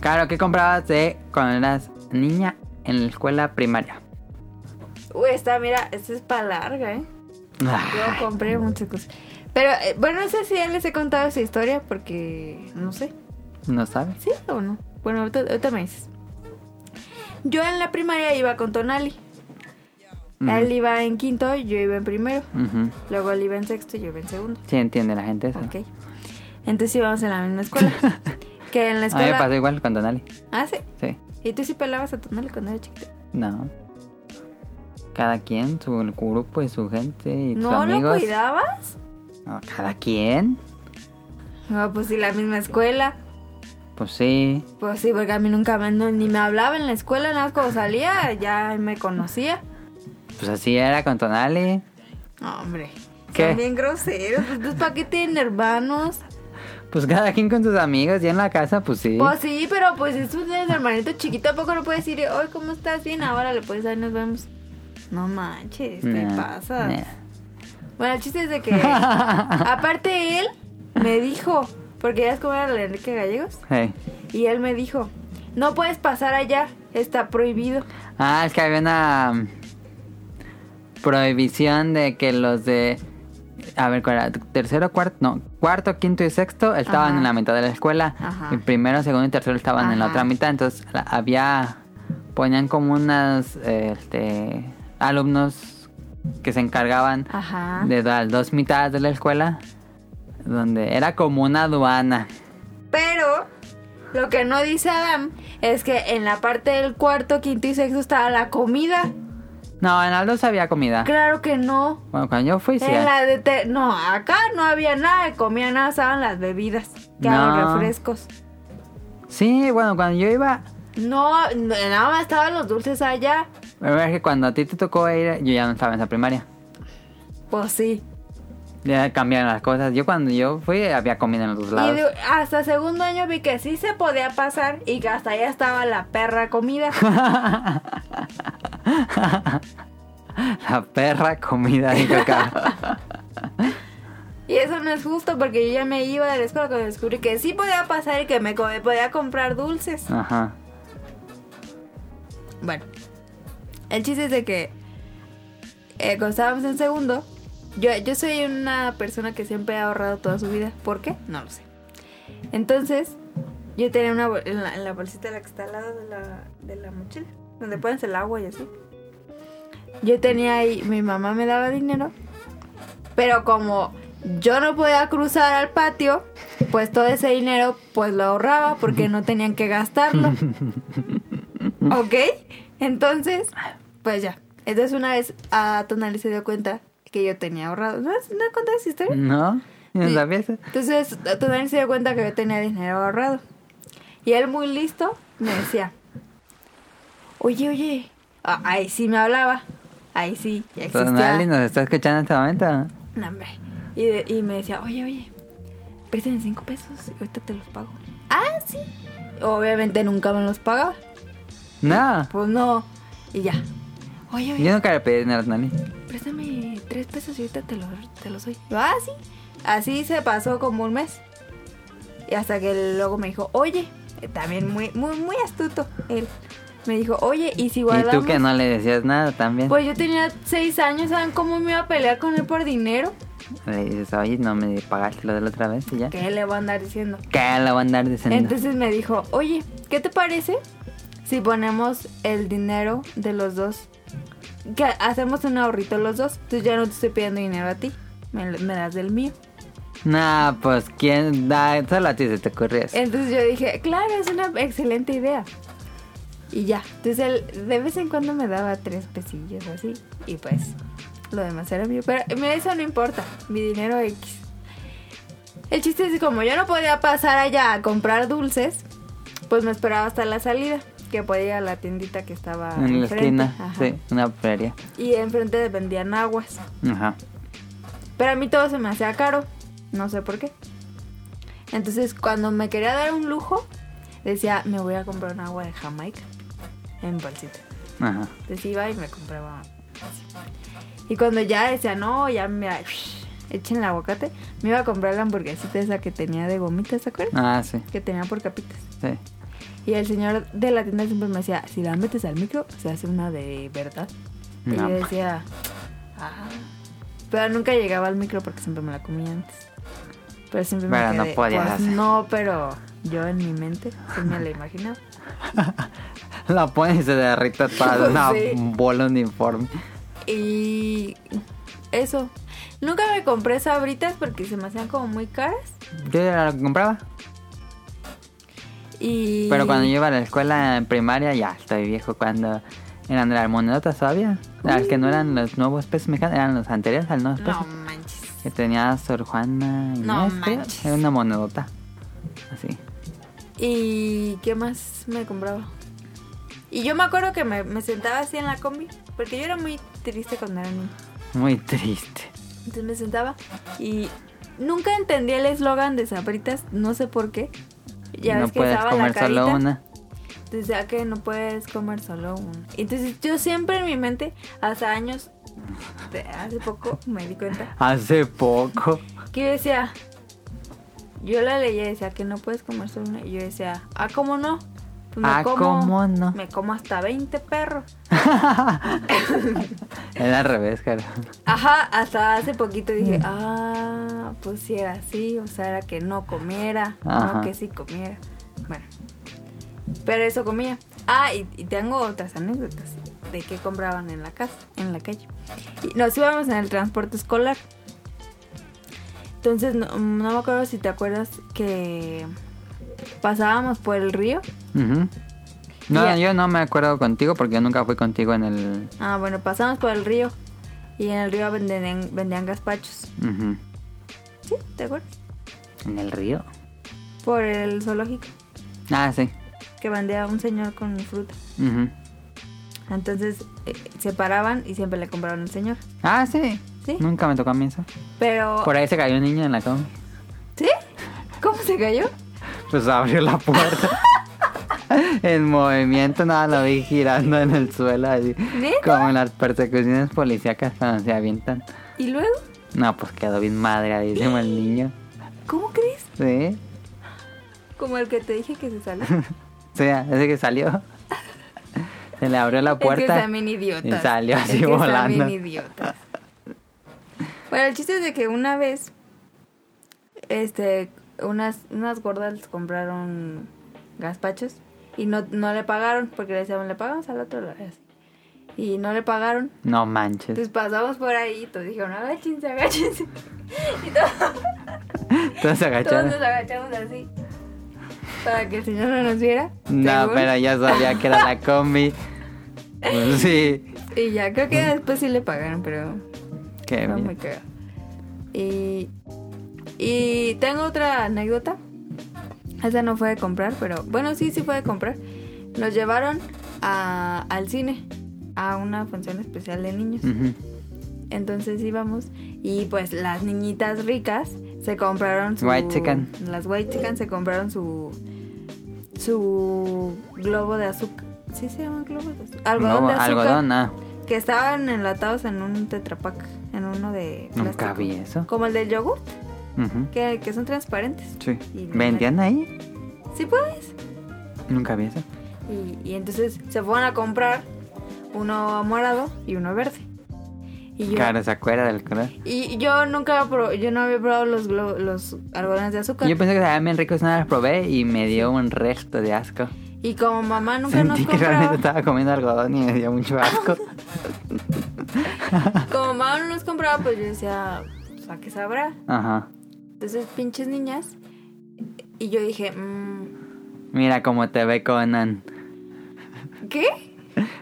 Speaker 2: Claro, ¿qué comprabas de cuando eras niña en la escuela primaria?
Speaker 1: Uy, esta, mira, esta es para larga, ¿eh? Yo
Speaker 2: Ay,
Speaker 1: compré muchas cosas. Pero, eh, bueno, no sé si ya les he contado esa historia porque no sé.
Speaker 2: ¿No sabes?
Speaker 1: ¿Sí o no? Bueno, ahorita, ahorita me dices. Yo en la primaria iba con Tonali. Él iba en quinto, yo iba en primero.
Speaker 2: Ujú.
Speaker 1: Luego él iba en sexto y yo iba en segundo.
Speaker 2: Sí, entiende la gente eso.
Speaker 1: Ok. Entonces íbamos en la misma escuela. Que en la
Speaker 2: A mí me
Speaker 1: escuela.
Speaker 2: pasó igual con Tonali.
Speaker 1: Ah, sí.
Speaker 2: Sí.
Speaker 1: ¿Y tú sí pelabas a tu madre cuando eras chiquito?
Speaker 2: No. Cada quien, su grupo y su gente y sus
Speaker 1: ¿No lo
Speaker 2: amigos.
Speaker 1: cuidabas?
Speaker 2: No, Cada quien.
Speaker 1: No, pues sí, la misma escuela.
Speaker 2: Pues sí.
Speaker 1: Pues sí, porque a mí nunca me, no, ni me hablaba en la escuela, nada más cuando salía ya me conocía.
Speaker 2: Pues así era con Tonali.
Speaker 1: No, hombre.
Speaker 2: ¿Qué?
Speaker 1: Son bien groseros. Pues, ¿Entonces para qué tienen hermanos?
Speaker 2: Pues cada quien con sus amigos y en la casa, pues sí.
Speaker 1: Pues sí, pero pues es un hermanito chiquito, ¿a poco no puedes decir, hoy ¿cómo estás? Bien, ahora le puedes ahí nos vemos. No manches, ¿qué
Speaker 2: Nah,
Speaker 1: pasa?
Speaker 2: nah.
Speaker 1: Bueno, el chiste es de que, aparte él me dijo, porque ya es como era el Enrique Gallegos,
Speaker 2: Hey.
Speaker 1: y él me dijo, no puedes pasar allá, está prohibido.
Speaker 2: Ah, es que había una mm, prohibición de que los de... A ver, ¿cuál era? Tercero, cuarto... No, cuarto, quinto y sexto estaban
Speaker 1: Ajá.
Speaker 2: en la mitad de la escuela.
Speaker 1: Ajá.
Speaker 2: Y primero, segundo y tercero estaban en la
Speaker 1: Ajá.
Speaker 2: otra mitad. Entonces la- había... Ponían como unas... eh, Este, alumnos que se encargaban
Speaker 1: Ajá.
Speaker 2: de las dos mitades de la escuela. Donde era como una aduana.
Speaker 1: Pero lo que no dice Adam es que en la parte del cuarto, quinto y sexto estaba la comida.
Speaker 2: No, en las dos había comida.
Speaker 1: Claro que no.
Speaker 2: Bueno, cuando yo fui, sí.
Speaker 1: En la de te- no, acá no había nada de comida, nada, estaban las bebidas, que eran
Speaker 2: No.
Speaker 1: los refrescos.
Speaker 2: Sí, bueno, cuando yo iba...
Speaker 1: No, no, nada más estaban los dulces allá.
Speaker 2: La verdad es que cuando a ti te tocó ir, yo ya no estaba en esa primaria.
Speaker 1: Pues sí.
Speaker 2: Ya cambiaron las cosas. Yo cuando yo fui había comida en los dos
Speaker 1: Y
Speaker 2: lados.
Speaker 1: de- hasta segundo año vi que sí se podía pasar y que hasta allá estaba la perra comida.
Speaker 2: La perra comida dijo acá.
Speaker 1: Y eso no es justo porque yo ya me iba de la escuela cuando descubrí que sí podía pasar y que me co- podía comprar dulces.
Speaker 2: Ajá.
Speaker 1: Bueno, el chiste es de que eh, cuando estábamos en segundo, yo, yo soy una persona que siempre ha ahorrado toda su vida. ¿Por qué? No lo sé. Entonces, yo tenía una bol- en la, en la bolsita la que está al lado de la, de la mochila, donde pones el agua y así. Yo tenía ahí, mi mamá me daba dinero, pero como yo no podía cruzar al patio, pues todo ese dinero pues lo ahorraba porque no tenían que gastarlo. ¿Ok? Entonces, pues ya. Entonces una vez a Tonali se dio cuenta que yo tenía ahorrado. ¿No, has- no has contado esa historia?
Speaker 2: ¿No? ¿No
Speaker 1: Sí.
Speaker 2: sabías?
Speaker 1: Entonces Tonali se dio cuenta que yo tenía dinero ahorrado. Y él muy listo me decía, oye, oye. Ah, ahí sí me hablaba. Ahí sí, ya existía.
Speaker 2: Tonali Pues, nos está escuchando en este momento.
Speaker 1: No, hombre. Y, de- y me decía, oye, oye, préstame cinco pesos y ahorita te los pago. Ah, sí. Obviamente nunca me los pagaba.
Speaker 2: No.
Speaker 1: Pues no. Y ya. Oye, oye.
Speaker 2: Yo nunca le pedí dinero a Tonali.
Speaker 1: Préstame tres pesos y ahorita te los te los doy. Y yo, ah, sí. Así se pasó como un mes. Y hasta que luego me dijo, oye, eh, también muy, muy, muy astuto él. Me dijo, oye, y si
Speaker 2: Y
Speaker 1: guardamos.
Speaker 2: tú que no le decías nada también.
Speaker 1: Pues yo tenía seis años, ¿saben cómo me iba a pelear con él por dinero?
Speaker 2: Le dices, oye, no me pagaste lo de la otra vez y ya. ¿Qué?
Speaker 1: ¿Qué le voy a andar diciendo?
Speaker 2: le va a andar diciendo?
Speaker 1: Entonces me dijo, oye, ¿qué te parece si ponemos el dinero de los dos? Que hacemos un ahorrito los dos. Entonces ya no te estoy pidiendo dinero a ti. Me, lo- me das del mío.
Speaker 2: No, pues quién da, solo a ti se te ocurrió eso.
Speaker 1: Entonces yo dije, claro, es una excelente idea. Y ya. Entonces él de vez en cuando me daba tres pesillos así. Y pues lo demás era mío. Pero mira, eso no importa. Mi dinero X. El chiste es que como yo no podía pasar allá a comprar dulces, pues me esperaba hasta la salida. Que podía ir a la tiendita que estaba
Speaker 2: En la
Speaker 1: enfrente.
Speaker 2: esquina,
Speaker 1: Ajá.
Speaker 2: sí, una feria.
Speaker 1: Y enfrente vendían aguas.
Speaker 2: Ajá.
Speaker 1: Pero a mí todo se me hacía caro. No sé por qué. Entonces, cuando me quería dar un lujo, decía, me voy a comprar un agua de Jamaica en bolsita.
Speaker 2: Ajá.
Speaker 1: Entonces iba y me compraba. así. Y cuando ya decía, no, ya me echen el aguacate, me iba a comprar la hamburguesita esa que tenía de gomitas, ¿se acuerdan?
Speaker 2: Ah, sí,
Speaker 1: Que tenía por capitas.
Speaker 2: sí.
Speaker 1: Y el señor de la tienda siempre me decía, si la metes al micro, se hace una de verdad. Y
Speaker 2: No.
Speaker 1: yo decía, ah. Pero nunca llegaba al micro porque siempre me la comía antes. Pero siempre
Speaker 2: Pero
Speaker 1: me
Speaker 2: no
Speaker 1: quedé,
Speaker 2: podías
Speaker 1: "Pues
Speaker 2: hacer".
Speaker 1: No, pero yo en mi mente sí me la imaginaba.
Speaker 2: La pones y se derrita toda una
Speaker 1: Sí.
Speaker 2: bola uniforme.
Speaker 1: Y eso. Nunca me compré sabritas porque se me hacían como muy caras.
Speaker 2: Yo ya la compraba.
Speaker 1: Y...
Speaker 2: Pero cuando yo iba a la escuela en primaria, ya estoy viejo. Cuando eran las monedotas todavía, las que no
Speaker 1: Uh.
Speaker 2: eran los nuevos pesos mexicanos, eran los anteriores al nuevos
Speaker 5: No
Speaker 2: pesos.
Speaker 5: manches.
Speaker 2: Que tenía Sor Juana y
Speaker 5: No
Speaker 2: Inés, creo.
Speaker 5: manches.
Speaker 2: Era una monedota. Así.
Speaker 1: ¿Y qué más me compraba? Y yo me acuerdo que me, me sentaba así en la combi, porque yo era muy triste cuando era niña.
Speaker 2: Muy triste.
Speaker 1: Entonces me sentaba y nunca entendí el eslogan de Sabritas, no sé por qué. Ya
Speaker 2: no
Speaker 1: ves que
Speaker 2: puedes
Speaker 1: estaba la
Speaker 2: comer
Speaker 1: carita.
Speaker 2: solo una.
Speaker 1: Decía que no puedes comer solo uno. Entonces yo siempre en mi mente, hace años, de- hace poco me di cuenta,
Speaker 2: Hace poco.
Speaker 1: que yo decía, yo la leía y decía que no puedes comer solo uno. Y yo decía, ah, ¿cómo no? Pues
Speaker 2: Ah, ¿cómo no?
Speaker 1: Me como hasta 20 perros.
Speaker 2: Era al revés, cara.
Speaker 1: Ajá, hasta hace poquito dije, ah, pues si era así, o sea, era que no comiera,
Speaker 2: Ajá.
Speaker 1: no que sí comiera. Bueno, pero eso comía. Ah, y, y tengo otras anécdotas de qué compraban en la casa, en la calle. Y nos íbamos en el transporte escolar. Entonces, no, no me acuerdo si te acuerdas que pasábamos por el río.
Speaker 2: Ujú. No,
Speaker 1: Ya.
Speaker 2: yo no me acuerdo contigo porque yo nunca fui contigo en el.
Speaker 1: Ah, bueno, pasamos por el río. Y en el río vendían, vendían gazpachos.
Speaker 2: Ujú.
Speaker 1: ¿Sí? ¿Te acuerdas?
Speaker 2: ¿En el río?
Speaker 1: Por el zoológico.
Speaker 2: Ah, sí.
Speaker 1: que vendía un señor con fruta.
Speaker 2: Ujú.
Speaker 1: Entonces eh, se paraban y siempre le compraban al señor.
Speaker 2: Ah, sí.
Speaker 1: Sí. Oh.
Speaker 2: Nunca me tocó a mí eso.
Speaker 1: Pero.
Speaker 2: Por ahí se cayó un niño en la cama.
Speaker 1: ¿Sí? ¿Cómo se cayó?
Speaker 2: Pues abrió la puerta. en movimiento, nada, lo vi girando en el suelo. Así,
Speaker 1: ¿Neta?
Speaker 2: como en las persecuciones policíacas cuando se avientan.
Speaker 1: ¿Y luego?
Speaker 2: No, pues quedó bien madreadísimo el niño.
Speaker 1: ¿Cómo crees?
Speaker 2: Sí.
Speaker 1: Como el que te dije que se salió.
Speaker 2: Sí, ese que salió. Se le abrió la
Speaker 1: Es que
Speaker 2: puerta.
Speaker 1: también
Speaker 2: y
Speaker 1: idiotas.
Speaker 2: salió así
Speaker 1: es que
Speaker 2: volando.
Speaker 1: También idiotas. Bueno, el chiste es de que una vez. Este. Unas, unas gordas les compraron gazpachos y no, no le pagaron porque le decían, le pagamos al otro lado. así. Y no le pagaron.
Speaker 2: No manches.
Speaker 1: Entonces pasamos por ahí y todos dijeron, agáchense, agáchense. Y todos,
Speaker 2: Todos
Speaker 1: todos
Speaker 2: agachados.
Speaker 1: nos agachamos así. Para que el señor no nos viera.
Speaker 2: No,
Speaker 1: según.
Speaker 2: pero ya sabía que era la combi. Pues sí.
Speaker 1: Y ya, creo que después sí le pagaron, pero
Speaker 2: Qué
Speaker 1: no me
Speaker 2: bien.
Speaker 1: cagado. Y, y tengo otra anécdota. Esa no fue de comprar, pero bueno, sí, sí fue de comprar. Nos llevaron a- al cine, a una función especial de niños.
Speaker 2: Ujú.
Speaker 1: Entonces íbamos y pues las niñitas ricas se compraron su...
Speaker 2: White chicken.
Speaker 1: Las white chicken se compraron su... Su globo de azúcar. ¿Sí se llaman globos de azúcar? Algodón
Speaker 2: Luego,
Speaker 1: de azúcar.
Speaker 2: algodón, ah.
Speaker 1: Que estaban enlatados en un tetrapack, en uno de
Speaker 2: Nunca
Speaker 1: plástico.
Speaker 2: vi eso.
Speaker 1: Como el del yogur,
Speaker 2: Ujú.
Speaker 1: que, que son transparentes.
Speaker 2: Sí.
Speaker 1: Y-
Speaker 2: ¿Vendían ahí?
Speaker 1: Sí puedes.
Speaker 2: Nunca vi eso.
Speaker 1: Y, y entonces se fueron a comprar uno morado y uno verde. Y yo,
Speaker 2: Claro, se acuerda del color.
Speaker 1: Y yo nunca, pro- yo no había probado los, glo- los algodones de azúcar.
Speaker 2: Yo pensé que sabían bien ricos, nada, los probé y me dio un resto de asco.
Speaker 1: Y como mamá nunca
Speaker 2: Sentí
Speaker 1: nos
Speaker 2: que realmente
Speaker 1: compraba,
Speaker 2: estaba comiendo algodón y me dio mucho asco.
Speaker 1: como mamá no nos compraba, pues yo decía, pues, ¿a qué sabrá?
Speaker 2: Ajá.
Speaker 1: Entonces, pinches niñas. Y yo dije, mm,
Speaker 2: Mira cómo te ve Conan.
Speaker 1: ¿qué?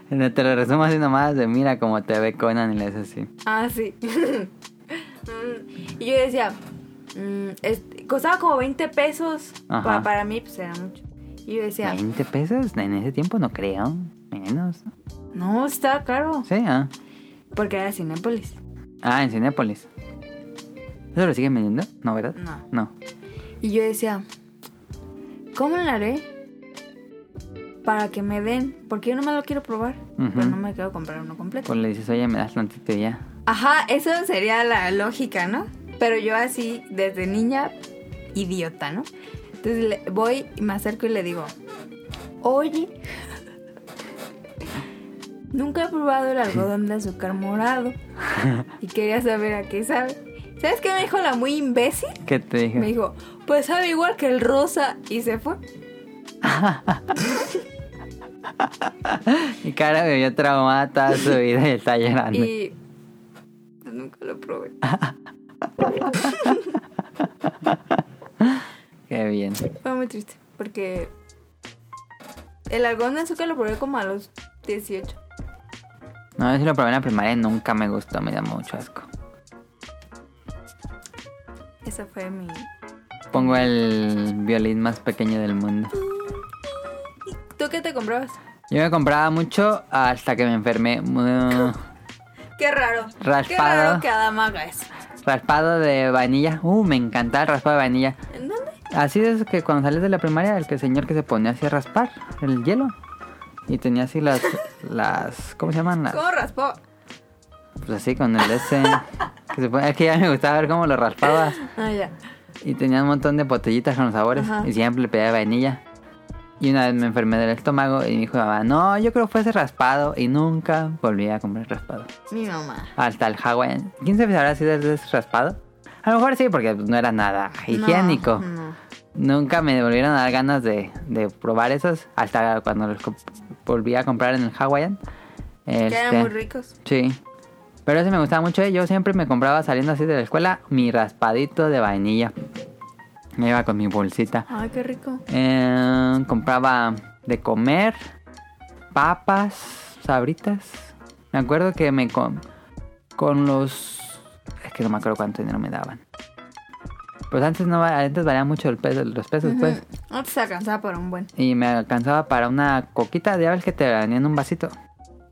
Speaker 2: Te lo resumo así nomás de mira cómo te ve Conan y le haces así.
Speaker 1: Ah, sí. Mm, y yo decía, mm, este, costaba como 20 pesos.
Speaker 2: Ajá.
Speaker 1: Pa- para mí, pues era mucho. Y yo decía,
Speaker 2: ¿20 pesos? En ese tiempo no creo. Menos.
Speaker 1: no, está caro.
Speaker 2: Sí, ah.
Speaker 1: Porque era Cinépolis.
Speaker 2: Ah, en Cinépolis. ¿Eso lo siguen vendiendo? No, ¿verdad?
Speaker 1: No.
Speaker 2: No.
Speaker 1: Y yo decía, ¿cómo lo haré para que me den? Porque yo no me lo quiero probar,
Speaker 2: Ujú.
Speaker 1: pero no me quiero comprar uno completo.
Speaker 2: Pues le dices, oye, me das tantito y ya.
Speaker 1: Ajá, eso sería la lógica, ¿no? Pero yo así, desde niña, idiota, ¿no? Entonces le- voy, y me acerco y le digo, oye, nunca he probado el algodón de azúcar morado y quería saber a qué sabe. ¿Sabes qué me dijo la muy imbécil?
Speaker 2: ¿Qué te dije?
Speaker 1: Me dijo, pues sabe igual que el rosa. Y se fue.
Speaker 2: Y cara me vio traumada toda su vida y está llorando.
Speaker 1: Y pues, nunca lo probé.
Speaker 2: Qué bien.
Speaker 1: Fue muy triste. Porque El algodón de azúcar lo probé como a los 18.
Speaker 2: No, yo sí lo probé en la primaria y nunca me gustó, me da mucho asco.
Speaker 1: Esa fue mi.
Speaker 2: Pongo el violín más pequeño del mundo.
Speaker 1: ¿Tú qué te comprabas?
Speaker 2: Yo me compraba mucho hasta que me enfermé. Uh,
Speaker 1: Qué raro. Qué
Speaker 2: Raspado.
Speaker 1: raro que Adam haga eso.
Speaker 2: raspado de vainilla. Uh, me encantaba el raspado de vainilla.
Speaker 1: ¿En dónde?
Speaker 2: Así es que cuando sales de la primaria, el que señor que se ponía así a raspar el hielo. Y tenía así las. las ¿Cómo se llaman? Las,
Speaker 1: ¿Cómo raspó?
Speaker 2: pues así, con el ese. que se pone- es que ya me gustaba ver cómo lo raspabas.
Speaker 1: Ah, ya.
Speaker 2: Y tenía un montón de botellitas con los sabores.
Speaker 1: Ajá.
Speaker 2: Y siempre le pedía vainilla. Y una vez me enfermé del estómago y me dijo mi mamá, no, yo creo que fue ese raspado. Y nunca volví a comprar raspado.
Speaker 1: Mi mamá.
Speaker 2: Hasta el Hawaiian. ¿Quién sabe si habrá sido ese raspado? A lo mejor sí, porque no era nada higiénico.
Speaker 1: No, no.
Speaker 2: Nunca me volvieron a dar ganas de, de probar esos. Hasta cuando los comp- volví a comprar en el Hawaiian.
Speaker 1: Que
Speaker 2: Este,
Speaker 1: eran muy ricos.
Speaker 2: Sí. Pero ese me gustaba mucho. ¿eh? Yo siempre me compraba saliendo así de la escuela mi raspadito de vainilla. Me iba con mi bolsita.
Speaker 1: Ay, qué rico.
Speaker 2: Eh, compraba de comer, papas, sabritas. Me acuerdo que me con, con los... Es que no me acuerdo cuánto dinero me daban. Pues antes no va- antes valía mucho el peso, los pesos, pues.
Speaker 1: Ujú. No te alcanzaba por un buen.
Speaker 2: Y me alcanzaba para una coquita. Ya ves que te la vendían en un vasito.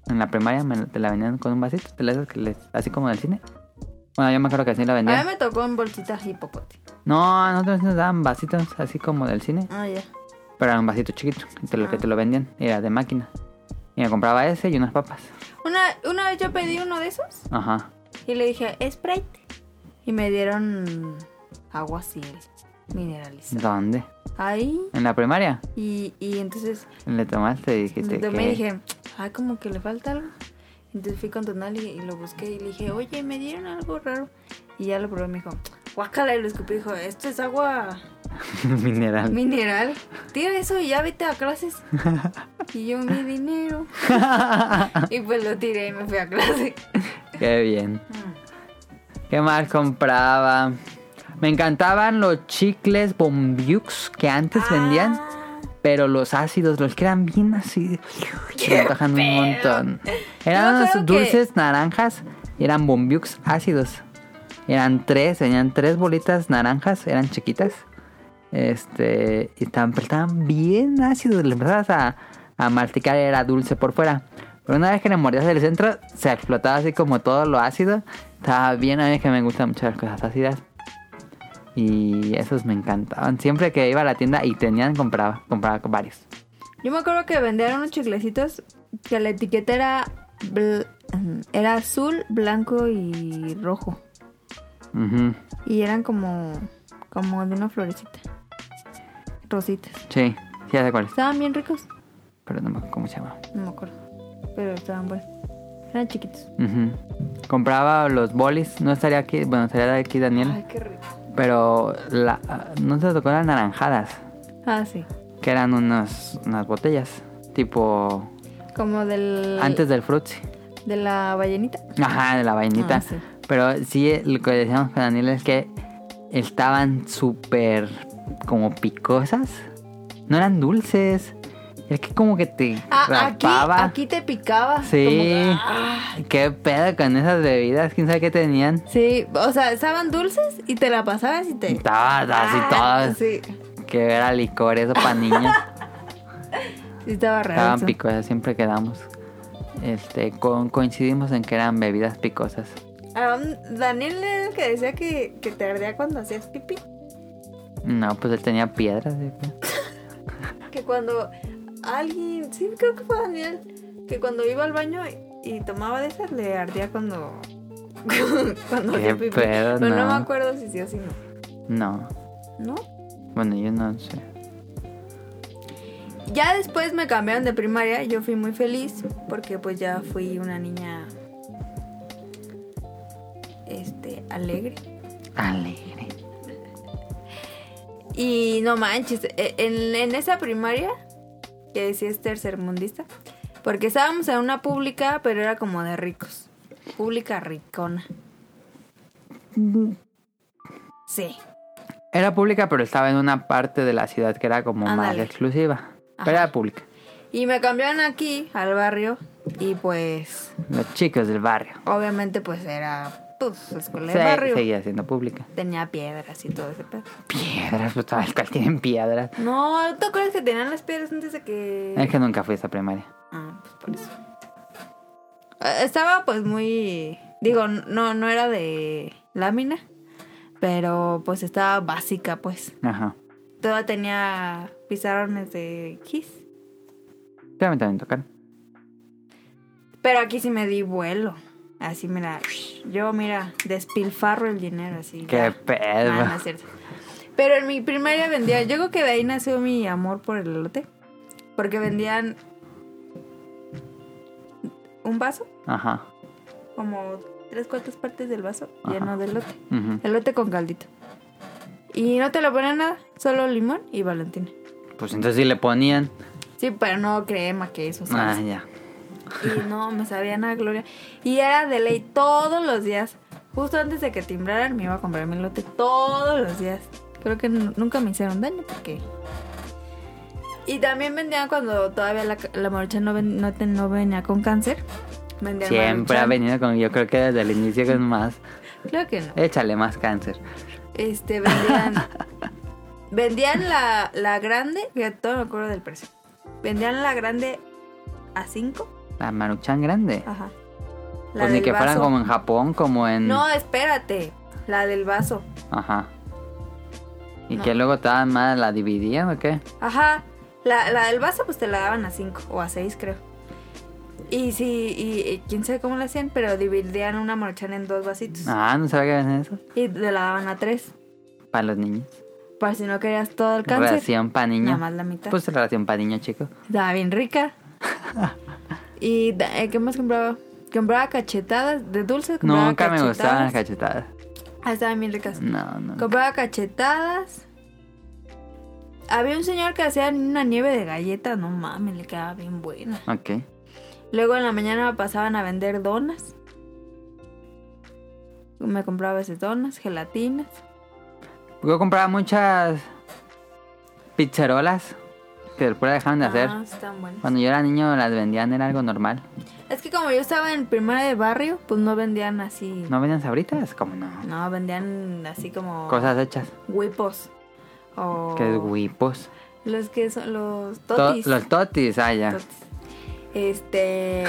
Speaker 2: En la primaria me, la- te la vendían con un vasito. Te la esas que les- así como en el cine. Bueno, yo me acuerdo que así la
Speaker 1: A
Speaker 2: vendían.
Speaker 1: mí me tocó en bolsitas hipopote.
Speaker 2: No, nosotros nos daban vasitos así como del cine.
Speaker 1: Ah, ya.
Speaker 2: Pero era un vasito chiquito, y te lo, que te lo vendían, era de máquina. Y me compraba ese y unas papas.
Speaker 1: Una, una vez yo pedí uno de esos
Speaker 2: Ajá.
Speaker 1: y le dije, Sprite. Y me dieron agua así, mineralizada.
Speaker 2: ¿Dónde?
Speaker 1: Ahí.
Speaker 2: ¿En la primaria?
Speaker 1: Y, y entonces
Speaker 2: Le tomaste y dijiste
Speaker 1: Entonces me
Speaker 2: que...
Speaker 1: dije, ay, como que le falta algo. Entonces fui con Tonal y, y lo busqué y le dije, oye, me dieron algo raro. Y ya lo probé, me dijo, guácala, y lo escupí, dijo, esto es agua
Speaker 2: Mineral.
Speaker 1: mineral. Tira eso y ya vete a clases. Y yo, mi dinero. Y pues lo tiré y me fui a clase.
Speaker 2: Qué bien. ¿Qué más compraba? Me encantaban los chicles Bombiux que antes
Speaker 1: Ah.
Speaker 2: vendían, pero los ácidos, los que eran bien así, se antojan un montón.
Speaker 1: Yo
Speaker 2: Eran
Speaker 1: me acuerdo
Speaker 2: unos dulces naranjas, eran Bombiux ácidos. Eran tres, tenían tres bolitas naranjas, eran chiquitas. Este, y estaban, pero estaban bien ácidos, le empezabas a, a masticar, era dulce por fuera. Pero una vez que le mordías el centro, se explotaba así como todo lo ácido. Estaba bien, a mí es que me gustan mucho las cosas ácidas. Y esos me encantaban. Siempre que iba a la tienda y tenían, compraba, compraba varios.
Speaker 1: Yo me acuerdo que vendían unos chiclecitos que la etiqueta era, bl- era azul, blanco y rojo.
Speaker 2: Ujú,
Speaker 1: Y eran como, como de una florecita. Rositas.
Speaker 2: Sí, sí, ya sé cuáles.
Speaker 1: Estaban bien ricos.
Speaker 2: Pero no me acuerdo cómo se llama.
Speaker 1: No me acuerdo. Pero estaban buenos. Eran chiquitos.
Speaker 2: Ujú. Compraba los bolis. No estaría aquí, bueno, estaría de aquí Daniel.
Speaker 1: Ay, qué rico.
Speaker 2: Pero la, no se tocó las naranjadas,
Speaker 1: Ah, sí.
Speaker 2: que eran unas, unas botellas. Tipo,
Speaker 1: Como del.
Speaker 2: antes del frutzi.
Speaker 1: De la ballenita.
Speaker 2: Ajá, de la vainita.
Speaker 1: Ah, sí.
Speaker 2: Pero sí, eh, lo que decíamos con Daniel es que estaban súper como picosas. No eran dulces. Es que como que te
Speaker 1: Ah, aquí,
Speaker 2: raspaba.
Speaker 1: aquí te picaba.
Speaker 2: Sí.
Speaker 1: Como ah. que-
Speaker 2: Qué pedo con esas bebidas. Quién sabe qué tenían.
Speaker 1: Sí. O sea, estaban dulces y te la pasabas y te.
Speaker 2: Estaba así
Speaker 1: Ah,
Speaker 2: todo.
Speaker 1: Sí.
Speaker 2: Que era licor, eso para niños.
Speaker 1: Sí, estaba raro.
Speaker 2: Estaban
Speaker 1: eso.
Speaker 2: picosas, siempre quedamos. Este, con- coincidimos en que eran bebidas picosas.
Speaker 1: Ah, Daniel era el que decía que, que te ardía cuando hacías pipí.
Speaker 2: No, pues él tenía piedras. yo creo.
Speaker 1: que cuando alguien, sí, creo que fue Daniel, que cuando iba al baño y tomaba de esas le ardía cuando. cuando
Speaker 2: Qué
Speaker 1: hacía pipí.
Speaker 2: pedo,
Speaker 1: Pero no
Speaker 2: no.
Speaker 1: me acuerdo si sí o si no.
Speaker 2: No,
Speaker 1: ¿No?
Speaker 2: bueno, yo no sé.
Speaker 1: Ya después me cambiaron de primaria, yo fui muy feliz porque pues ya fui una niña. Este, alegre.
Speaker 2: Alegre.
Speaker 1: Y no manches, e- en, en esa primaria, que decía es tercermundista, porque estábamos en una pública, pero era como de ricos. Pública ricona. Sí.
Speaker 2: Era pública, pero estaba en una parte de la ciudad que era como más
Speaker 1: Ándale.
Speaker 2: exclusiva.
Speaker 1: Ajá.
Speaker 2: Pero era pública.
Speaker 1: Y me cambiaron aquí al barrio y pues
Speaker 2: Los chicos del barrio.
Speaker 1: obviamente pues era pues escuela de
Speaker 2: Se,
Speaker 1: barrio.
Speaker 2: seguía siendo pública.
Speaker 1: Tenía piedras y todo ese pedo.
Speaker 2: Piedras, pues tal cual tienen piedras.
Speaker 1: No, ¿tú crees que tenían las piedras antes de que...?
Speaker 2: Es que nunca fui a esa primaria.
Speaker 1: Ah, pues por eso. Eh, Estaba pues muy... Digo, no, no era de lámina, pero pues estaba básica pues.
Speaker 2: Ajá.
Speaker 1: Toda tenía pizarrones de Kiss.
Speaker 2: Pero a mí también tocaron.
Speaker 1: Pero aquí sí me di vuelo. Así, mira, yo, mira, despilfarro el dinero así.
Speaker 2: Qué pedo.
Speaker 1: Ah, no es cierto. Pero en mi primaria vendía, yo creo que de ahí nació mi amor por el elote. Porque vendían un vaso,
Speaker 2: Ajá.
Speaker 1: como tres cuartas partes del vaso,
Speaker 2: Ajá.
Speaker 1: lleno de elote.
Speaker 2: Ujú.
Speaker 1: Elote con caldito. Y no te lo ponían nada, solo limón y valentina.
Speaker 2: Pues entonces sí le ponían.
Speaker 1: Sí, pero no crema que eso, ¿sabes?
Speaker 2: Ah, ya.
Speaker 1: Y no, me sabían a gloria. Y era de ley todos los días. Justo antes de que timbraran, me iba a comprar mi lote todos los días. Creo que nu- nunca me hicieron daño porque... Y también vendían cuando todavía la, la marucha no, ven- no, te- no venía con cáncer. Vendían
Speaker 2: Siempre ha
Speaker 1: maruchan.
Speaker 2: venido con, yo creo que desde el inicio con más.
Speaker 1: Creo que no.
Speaker 2: Échale más cáncer.
Speaker 1: Este, vendían... vendían la, la grande, que todo me acuerdo del precio. Vendían la grande a 5.
Speaker 2: La maruchan grande.
Speaker 1: Ajá. La
Speaker 2: Pues ni
Speaker 1: del
Speaker 2: que fueran
Speaker 1: vaso.
Speaker 2: como en Japón, como en...
Speaker 1: No, espérate. La del vaso.
Speaker 2: Ajá. ¿Y
Speaker 1: No.
Speaker 2: que luego estaban más la dividían o qué?
Speaker 1: Ajá. La, la del vaso, pues te la daban a 5 o a 6, creo. Y sí, y, y quién sabe cómo la hacían, pero dividían una maruchana en dos vasitos.
Speaker 2: Ah, no sabía que hacían eso.
Speaker 1: Y te la daban a 3.
Speaker 2: Para los niños.
Speaker 1: Para si no querías todo el cáncer.
Speaker 2: Ración para niños.
Speaker 1: Nada más la mitad.
Speaker 2: Pues ración para niños, chicos.
Speaker 1: Estaba bien rica. ¿Y da- eh, qué más compraba? Compraba cachetadas de dulces. compraba
Speaker 2: Nunca me gustaban las Mm.
Speaker 1: cachetadas.
Speaker 2: cachetadas.
Speaker 1: Ah, estaban bien ricas.
Speaker 2: No, no.
Speaker 1: Compraba cachetadas. Había un señor que hacía una nieve de galletas. No mames, le quedaba bien buena.
Speaker 2: Ok.
Speaker 1: Luego en la mañana pasaban a vender donas. Me compraba esas donas, gelatinas.
Speaker 2: Yo compraba muchas pizzerolas que después dejaron de hacer.
Speaker 1: Ah, están buenas.
Speaker 2: Cuando yo era niño las vendían, era algo normal.
Speaker 1: Es que como yo estaba en primaria de barrio, pues no vendían así. No,
Speaker 2: ¿No vendían sabritas? como no?
Speaker 1: vendían así como
Speaker 2: Cosas hechas.
Speaker 1: huipos. O
Speaker 2: Que es guipos.
Speaker 1: los que son los
Speaker 2: To-
Speaker 1: totis.
Speaker 2: los totis, ah, ya.
Speaker 1: Totis. Este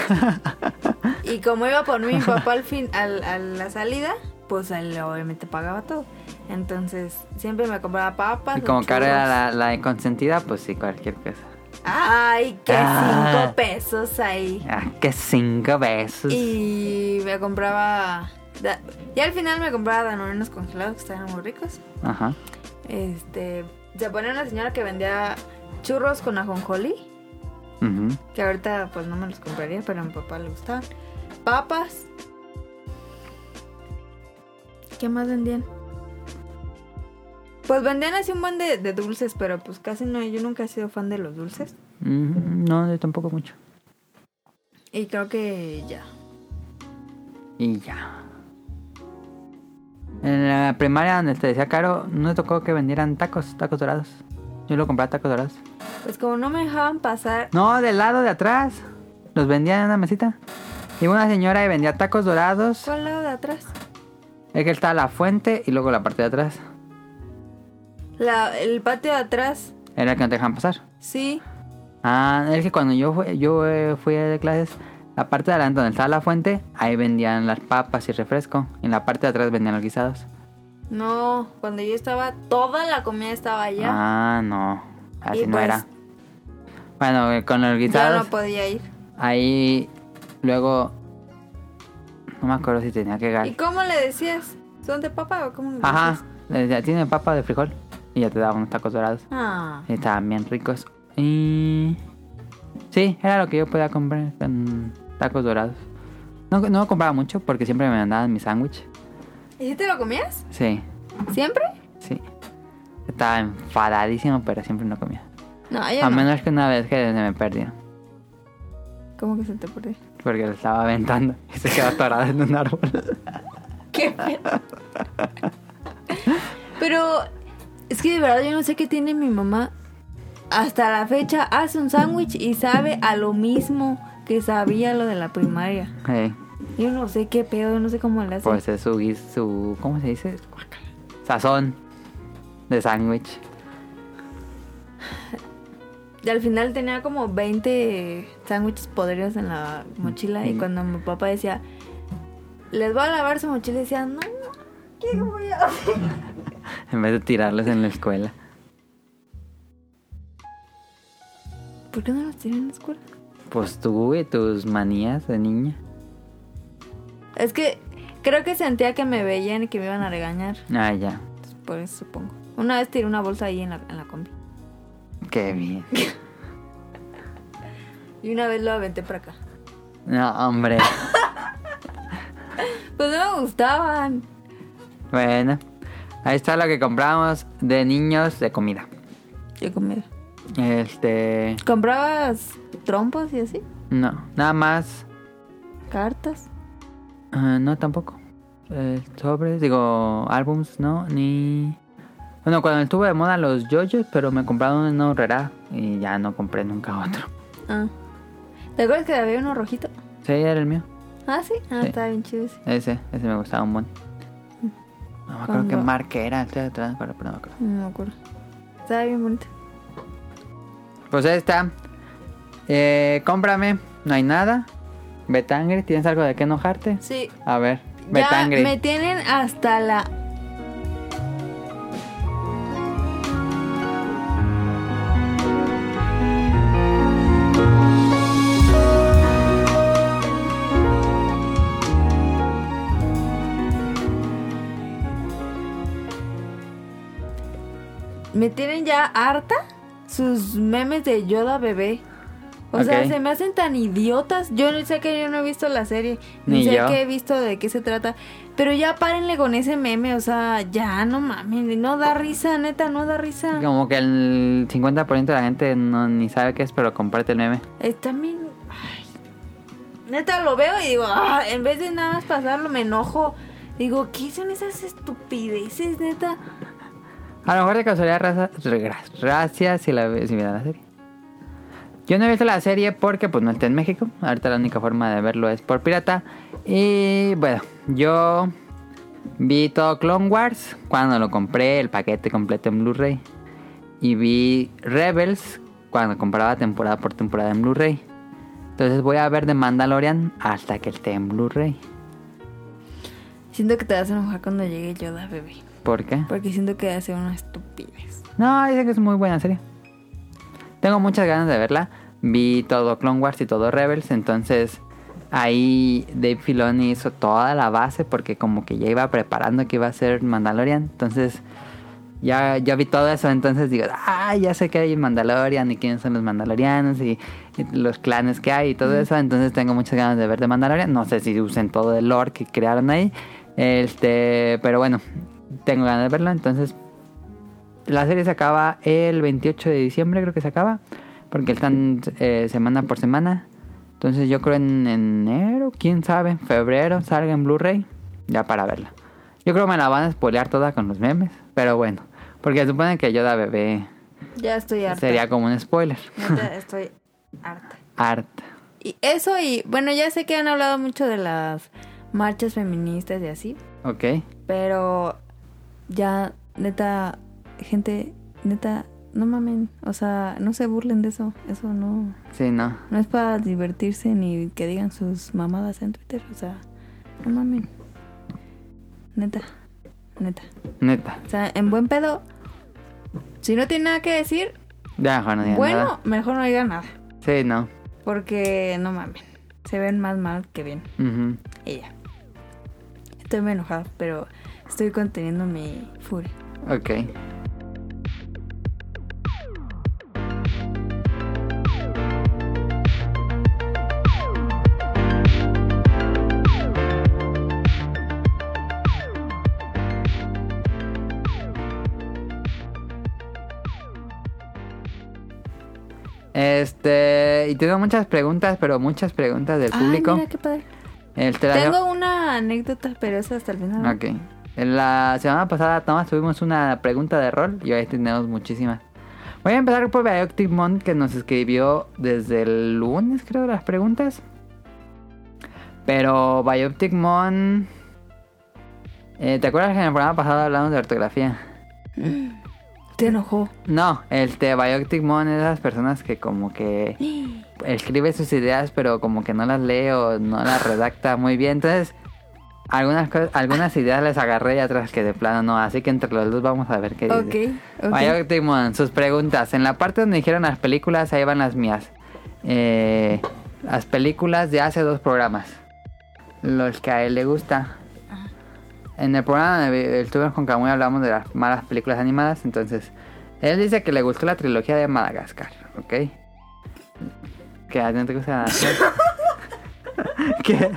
Speaker 1: y como iba por mi papá al fin al- a la salida, pues él obviamente pagaba todo. Entonces, siempre me compraba papas.
Speaker 2: Y como
Speaker 1: los
Speaker 2: que ahora
Speaker 1: churros.
Speaker 2: era la, la consentida, pues sí, cualquier cosa.
Speaker 1: Ay, que
Speaker 2: Ah. Pues
Speaker 1: cinco pesos ahí.
Speaker 2: Ah, que cinco besos.
Speaker 1: Y me compraba. da- Y al final me compraba danones congelados que estaban muy ricos.
Speaker 2: Ajá.
Speaker 1: Este. Se ponía una señora que vendía churros con ajonjolí.
Speaker 2: Ujú.
Speaker 1: Que ahorita pues no me los compraría, pero a mi papá le gustaban. Papas. ¿Qué más vendían? Pues vendían así un buen de, de dulces, pero pues casi no. Yo nunca he sido fan de los dulces.
Speaker 2: Ujú, Mm, No, yo tampoco mucho.
Speaker 1: Y creo que ya.
Speaker 2: Y ya. En la primaria donde te decía Caro, no tocó que vendieran tacos, tacos dorados. Yo lo compraba tacos dorados.
Speaker 1: Pues como no me dejaban pasar,
Speaker 2: No, del lado de atrás. Los vendían en una mesita. Iba una señora y vendía tacos dorados.
Speaker 1: ¿cuál lado de atrás?
Speaker 2: Es que está la fuente y luego la parte de atrás.
Speaker 1: La, el patio de atrás,
Speaker 2: Era el que no te dejan pasar.
Speaker 1: sí.
Speaker 2: Ah, es que cuando yo fui, yo eh, fui de clases, la parte de adelante donde estaba la fuente, ahí vendían las papas y refresco. Y en la parte de atrás vendían los guisados.
Speaker 1: No, cuando yo estaba, toda la comida estaba allá.
Speaker 2: Ah, no. Así
Speaker 1: Y
Speaker 2: no
Speaker 1: pues-
Speaker 2: era. Bueno, eh, con los
Speaker 1: ya
Speaker 2: guisados,
Speaker 1: no podía ir.
Speaker 2: ahí luego... No me acuerdo si tenía que
Speaker 1: ¿Y
Speaker 2: ganar.
Speaker 1: cómo le decías? ¿Son de papa o cómo le
Speaker 2: Ajá,
Speaker 1: decías?
Speaker 2: le decía, tiene papa de frijol. Y ya te daban unos tacos dorados.
Speaker 1: Ah,
Speaker 2: Y estaban bien ricos. Y... Sí, era lo que yo podía comprar con tacos dorados. No, no compraba mucho porque siempre me mandaban mi sándwich.
Speaker 1: ¿y si te lo comías?
Speaker 2: Sí,
Speaker 1: ¿Siempre?
Speaker 2: sí. Estaba enfadadísimo, pero siempre no comía.
Speaker 1: No, yo
Speaker 2: A
Speaker 1: no.
Speaker 2: menos que una vez que se me perdió.
Speaker 1: ¿Cómo que se te perdió?
Speaker 2: Porque lo estaba aventando y se quedó atorado en un árbol.
Speaker 1: ¿Qué? pedo? Pero es que de verdad yo no sé qué tiene mi mamá hasta la fecha hace un sándwich y sabe a lo mismo que sabía lo de la primaria.
Speaker 2: Eh,
Speaker 1: Yo no sé qué pedo, yo no sé cómo le hace.
Speaker 2: pues es su, guis- su. ¿Cómo se dice? Sazón de sándwich.
Speaker 1: Y al final tenía como 20 sándwiches podridos en la mochila
Speaker 2: Mm.
Speaker 1: y cuando mi papá decía, les voy a lavar su mochila, decía, no, ¿qué voy a hacer?"
Speaker 2: En vez de tirarlos en la escuela.
Speaker 1: ¿Por qué no los tiré en la escuela?
Speaker 2: Pues tú y tus manías de niña.
Speaker 1: Es que creo que sentía que me veían y que me iban a regañar,
Speaker 2: Ah, ya.
Speaker 1: Entonces, por eso supongo. Una vez tiré una bolsa ahí en la, en la combi
Speaker 2: Qué bien.
Speaker 1: y una vez lo aventé para acá.
Speaker 2: No, hombre.
Speaker 1: Pues no me gustaban.
Speaker 2: Bueno, ahí está lo que compramos de niños de comida.
Speaker 1: Yo comía.
Speaker 2: Este.
Speaker 1: ¿Comprabas trompos y así?
Speaker 2: No, nada más.
Speaker 1: ¿Cartas?
Speaker 2: Ah, no, tampoco. Eh, sobres, digo, álbums, no, ni. Bueno, cuando estuvo de moda los yoyos, pero me compraron una horrera y ya no compré nunca otro.
Speaker 1: Ah. ¿Te acuerdas que había uno rojito?
Speaker 2: Sí, era el mío.
Speaker 1: Ah, sí. Ah,
Speaker 2: Sí.
Speaker 1: estaba bien chido ese.
Speaker 2: Ese, ese me gustaba un buen. No me acuerdo qué
Speaker 1: Cuando-
Speaker 2: marca era, estoy atrás, pero pero no me acuerdo.
Speaker 1: No me acuerdo. Estaba bien bonito.
Speaker 2: Pues ahí está. Eh, cómprame, no hay nada. Betangre, ¿tienes algo de qué enojarte?
Speaker 1: Sí.
Speaker 2: A ver,
Speaker 1: Ya
Speaker 2: Betangre.
Speaker 1: me tienen hasta la. Me tienen ya harta sus memes de Yoda bebé. O sea,
Speaker 2: Ok.
Speaker 1: se me hacen tan idiotas. Yo no sé que yo no he visto la serie.
Speaker 2: Ni
Speaker 1: Ni sé
Speaker 2: yo.
Speaker 1: que he visto de qué se trata. Pero ya párenle con ese meme, o sea, ya no mames, no da risa, neta, no da risa.
Speaker 2: Como que el 50% de la gente no, ni sabe qué es, pero comparte el meme.
Speaker 1: Eh, también, ay, neta lo veo y digo, "Ah", en vez de nada más pasarlo, me enojo. Digo, ¿qué son esas estupideces, neta?
Speaker 2: A lo mejor de casualidad, raza, gra- gracias si, la, si vieron la serie. Yo no he visto la serie porque pues no está en México. Ahorita la única forma de verlo es por pirata. Y bueno, yo vi todo Clone Wars cuando lo compré, el paquete completo en Blu-ray. Y vi Rebels cuando compraba temporada por temporada en Blu-ray. Entonces voy a ver The Mandalorian hasta que esté en Blu-ray.
Speaker 1: Siento que te vas a enojar cuando llegue Yoda, bebé.
Speaker 2: ¿Por qué?
Speaker 1: Porque siento que hace una estupidez.
Speaker 2: No, dice que es muy buena serie. Tengo muchas ganas de verla. Vi todo Clone Wars y todo Rebels, entonces ahí Dave Filoni hizo toda la base porque como que ya iba preparando que iba a ser Mandalorian, entonces ya, ya vi todo eso, entonces digo, ah, ya sé que hay Mandalorian y quiénes son los Mandalorianos y, y los clanes que hay y todo eso, entonces tengo muchas ganas de ver de Mandalorian, no sé si usen todo el lore que crearon ahí, este, pero bueno, tengo ganas de verlo, entonces la serie se acaba el 28 de diciembre, creo que se acaba. Porque están eh, semana por semana. Entonces yo creo en enero, quién sabe, en febrero salga en Blu-ray. Ya para verla. Yo creo que me la van a spoilear toda con los memes. Pero bueno, porque se supone que Yoda bebé
Speaker 1: Ya estoy harta.
Speaker 2: sería como un spoiler.
Speaker 1: Neta, estoy harta.
Speaker 2: Art.
Speaker 1: Y eso y, bueno, ya sé que han hablado mucho de las marchas feministas y así.
Speaker 2: Ok.
Speaker 1: Pero ya, neta, gente, neta, no mamen. O sea, no se burlen de eso. Eso no,
Speaker 2: Sí, no.
Speaker 1: no es para divertirse ni que digan sus mamadas en Twitter. O sea, no mamen. Neta, neta.
Speaker 2: Neta.
Speaker 1: O sea, en buen pedo, si no tiene nada que decir,
Speaker 2: Ya, mejor no digan
Speaker 1: bueno,
Speaker 2: nada.
Speaker 1: mejor no digan nada.
Speaker 2: Sí, no.
Speaker 1: Porque no mamen. Se ven más mal que bien.
Speaker 2: Ujú.
Speaker 1: Ella. Estoy muy enojada, pero estoy conteniendo mi furia.
Speaker 2: Ok. Este, y tengo muchas preguntas, pero muchas preguntas del público.
Speaker 1: mira qué padre.
Speaker 2: Este, la-
Speaker 1: Tengo una anécdota, pero esa hasta el final.
Speaker 2: Ok. En la semana pasada nada más tuvimos una pregunta de rol y hoy tenemos muchísimas. Voy a empezar por Biotic Mon, que nos escribió desde el lunes, creo, las preguntas. Pero Biotic Mon... eh, ¿Te acuerdas que en el programa pasado hablamos de ortografía?
Speaker 1: Te enojó.
Speaker 2: No, el Biotic Mon es las personas que como que escribe sus ideas pero como que no las lee o no las redacta muy bien. Entonces, algunas cos- algunas ideas les agarré y otras que de plano no. Así que entre los dos vamos a ver qué
Speaker 1: Ok,
Speaker 2: dice.
Speaker 1: ok.
Speaker 2: Biotic Mon, sus preguntas. En la parte donde dijeron las películas, ahí van las mías. Eh, las películas de hace dos programas. Los que a él le gusta. En el programa de El Tuber con Camuy hablamos de las malas películas animadas, entonces él dice que le gustó la trilogía de Madagascar, ¿ok? Que a ti no te gusta Madagascar. ¿Qué?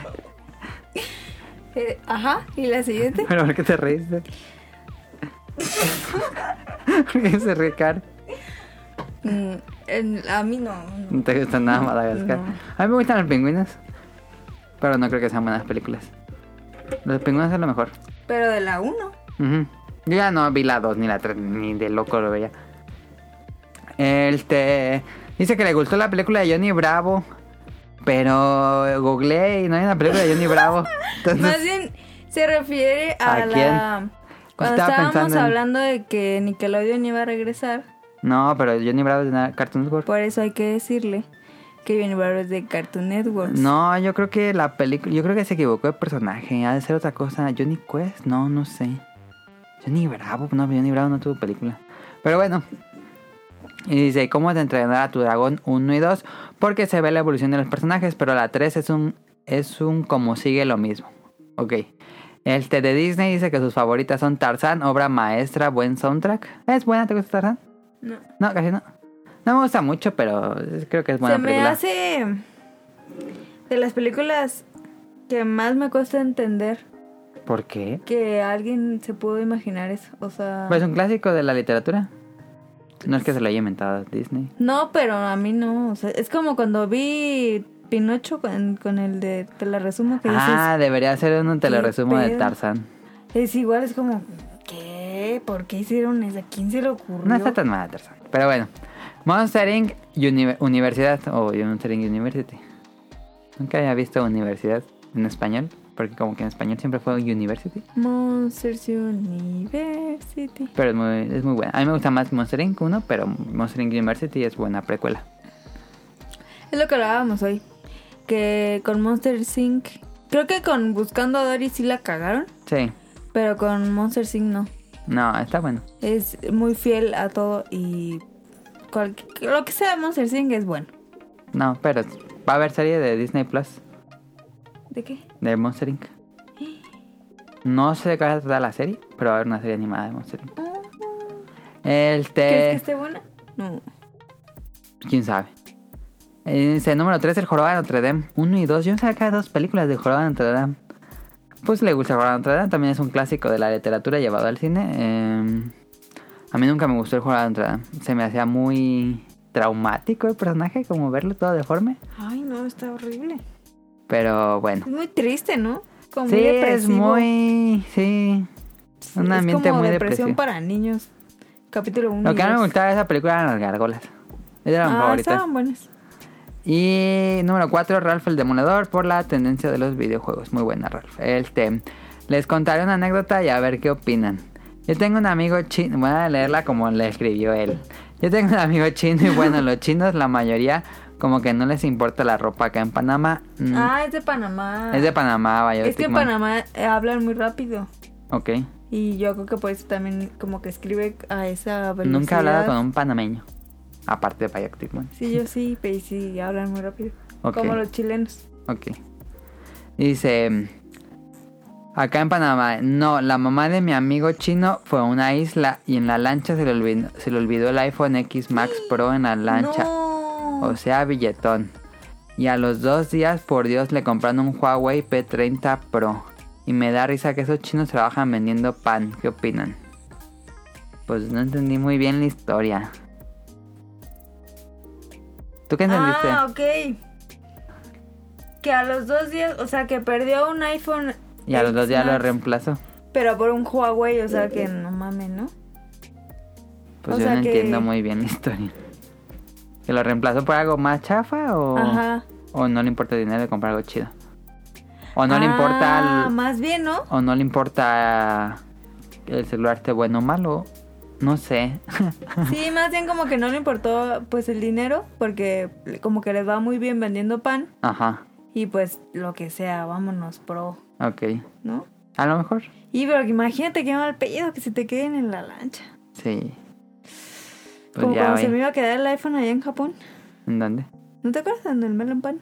Speaker 1: Eh, ajá, ¿y la siguiente?
Speaker 2: ¿Pero por qué te reíste? ¿Por qué se ríe, Car?
Speaker 1: Mm, en- a mí no.
Speaker 2: No te gusta nada Madagascar. A mí me gustan los pingüinos, pero no creo que sean buenas películas. Los pingüinos es lo mejor.
Speaker 1: Pero de la 1.
Speaker 2: Ujú. Yo ya no vi la 2 ni la 3, ni de loco lo veía. Este. Dice que le gustó la película de Johnny Bravo. Pero googleé y no hay una película de Johnny Bravo.
Speaker 1: Más
Speaker 2: Entonces,
Speaker 1: bien se refiere a,
Speaker 2: ¿A
Speaker 1: la. Cuando
Speaker 2: Estaba
Speaker 1: estábamos
Speaker 2: pensando en-
Speaker 1: hablando de que Nickelodeon iba a regresar,
Speaker 2: no, pero Johnny Bravo es de Cartoon Network.
Speaker 1: por eso hay que decirle que Johnny Bravo es de Cartoon Network.
Speaker 2: No, yo creo que la película. Yo creo que se equivocó de personaje. Ha de ser otra cosa. Johnny Quest, no, no sé. Johnny Bravo, no, Johnny Bravo no tuvo película. Pero bueno. Y dice, ¿cómo te entrenar a tu dragón 1 y 2? Porque se ve la evolución de los personajes, pero la 3 es un, es un como sigue lo mismo. Ok. Este de Disney dice que sus favoritas son Tarzán, obra maestra, buen soundtrack. ¿Es buena? ¿Te gusta Tarzán?
Speaker 5: No.
Speaker 2: No, casi no. No me gusta mucho, pero creo que es buena
Speaker 1: se me
Speaker 2: película.
Speaker 1: hace de las películas que más me cuesta entender
Speaker 2: ¿Por qué?
Speaker 1: que alguien se pudo imaginar eso. O sea,
Speaker 2: Pues un clásico de la literatura. No es que se lo haya inventado Disney.
Speaker 1: no, pero a mí no. O sea, es como cuando vi Pinocho con, con el de Te la resumo que dices.
Speaker 2: Ah, debería ser un
Speaker 1: ¿qué
Speaker 2: teleresumo de
Speaker 1: pedo?
Speaker 2: Tarzan.
Speaker 1: Es igual, es como, ¿qué? ¿Por qué hicieron eso? ¿A quién se le ocurrió?
Speaker 2: No está tan mala Tarzan. Pero bueno. Monster Inc. Uni- Universidad o Monster Inc. University. Nunca había visto universidad en español. Porque como que en español siempre fue University.
Speaker 1: Monsters University.
Speaker 2: Pero es muy, es muy buena. A mí me gusta más Monster Inc. 1, pero Monster Inc. University es buena precuela.
Speaker 1: Es lo que hablábamos hoy. Que con Monster Inc. Creo que con Buscando a Dory sí la cagaron.
Speaker 2: Sí.
Speaker 1: Pero con Monster Inc. no.
Speaker 2: No, está bueno.
Speaker 1: Es muy fiel a todo y. cual- lo que sea de Monster Inc. es bueno.
Speaker 2: No, pero va a haber serie de Disney Plus.
Speaker 1: ¿De qué?
Speaker 2: de Monster Inc. No sé de qué va a tratar la serie, pero va a haber una serie animada de Monster Inc.
Speaker 1: Ah. ¿Crees que
Speaker 2: Este,
Speaker 1: esté buena? No.
Speaker 2: quién sabe. Eh, Dice, número 3, el Jorobado de Notre Dame. 1 y 2, yo no sé acá dos películas de Jorobado de Notre Dame. Pues le gusta el Jorobado de Notre Dame, también es un clásico de la literatura llevado al cine. Eh, a mí nunca me gustó el Jorobado de Notre Dame. Se me hacía muy traumático el personaje, como verlo todo deforme.
Speaker 5: Ay, no, está horrible.
Speaker 2: Pero bueno.
Speaker 1: Es muy triste, ¿no? Como
Speaker 2: Sí,
Speaker 1: muy
Speaker 2: es
Speaker 1: depresivo.
Speaker 2: muy... Sí, un
Speaker 1: Es
Speaker 2: ambiente
Speaker 1: como
Speaker 2: muy
Speaker 1: depresión
Speaker 2: depresivo.
Speaker 1: para niños. Capítulo 1.
Speaker 2: Lo que más me gustaba de esa película eran las gargolas. Esas eran mis
Speaker 1: Ah,
Speaker 2: favoritas.
Speaker 1: estaban buenas.
Speaker 2: Y número 4, Ralph el Demoledor por la tendencia de los videojuegos. Muy buena, Ralph. Este, les contaré una anécdota y a ver qué opinan. Yo tengo un amigo chino, voy a leerla como le escribió él. Yo tengo un amigo chino y bueno, los chinos, la mayoría, como que no les importa la ropa acá en Panamá. mm,
Speaker 1: Ah, es de Panamá.
Speaker 2: es de Panamá, vaya.
Speaker 1: Es que en
Speaker 2: Stigman.
Speaker 1: Panamá eh, hablan muy rápido.
Speaker 2: Ok.
Speaker 1: Y yo creo que por eso también como que escribe a esa velocidad.
Speaker 2: Nunca he hablado con un panameño. Aparte de Payak Tigman.
Speaker 1: Sí, yo sí, pero sí hablan muy rápido.
Speaker 2: Ok.
Speaker 1: Como los chilenos.
Speaker 2: Ok. Dice, acá en Panamá, no, la mamá de mi amigo chino fue a una isla y en la lancha se le olvidó, se le olvidó el iPhone X Max Pro en la lancha,
Speaker 1: No.
Speaker 2: o sea, billetón. Y a los dos días, por Dios, le compraron un Huawei P30 Pro. Y me da risa que esos chinos trabajan vendiendo pan. ¿Qué opinan? Pues no entendí muy bien la historia. ¿Tú qué entendiste?
Speaker 1: ah, ok. Que a los dos días, o sea, que perdió un iPhone.
Speaker 2: y a los dos días lo
Speaker 1: X Max,
Speaker 2: reemplazo.
Speaker 1: Pero por un Huawei, o sea, que no mames, ¿no?
Speaker 2: Pues
Speaker 1: O
Speaker 2: yo
Speaker 1: sea
Speaker 2: no
Speaker 1: que-
Speaker 2: entiendo muy bien la historia. ¿Que lo reemplazó por algo más chafa o,
Speaker 1: Ajá.
Speaker 2: o no le importa el dinero de comprar algo chido? ¿O no le
Speaker 1: Ah,
Speaker 2: importa el-
Speaker 1: Más bien, ¿no?
Speaker 2: o no le importa que el celular esté bueno o malo? No sé.
Speaker 1: Sí, más bien como que no le importó pues el dinero porque como que les va muy bien vendiendo pan
Speaker 2: Ajá.
Speaker 1: y pues lo que sea, vámonos, pro,
Speaker 2: Ok.
Speaker 1: ¿no?
Speaker 2: A lo mejor.
Speaker 1: Y pero que imagínate qué mal pedido que se te queden en la lancha.
Speaker 2: Sí. Pues
Speaker 1: como
Speaker 2: ya
Speaker 1: cuando
Speaker 2: ve.
Speaker 1: se me iba a quedar el iPhone allá en Japón.
Speaker 2: ¿En dónde?
Speaker 1: ¿No te acuerdas en el melon pan?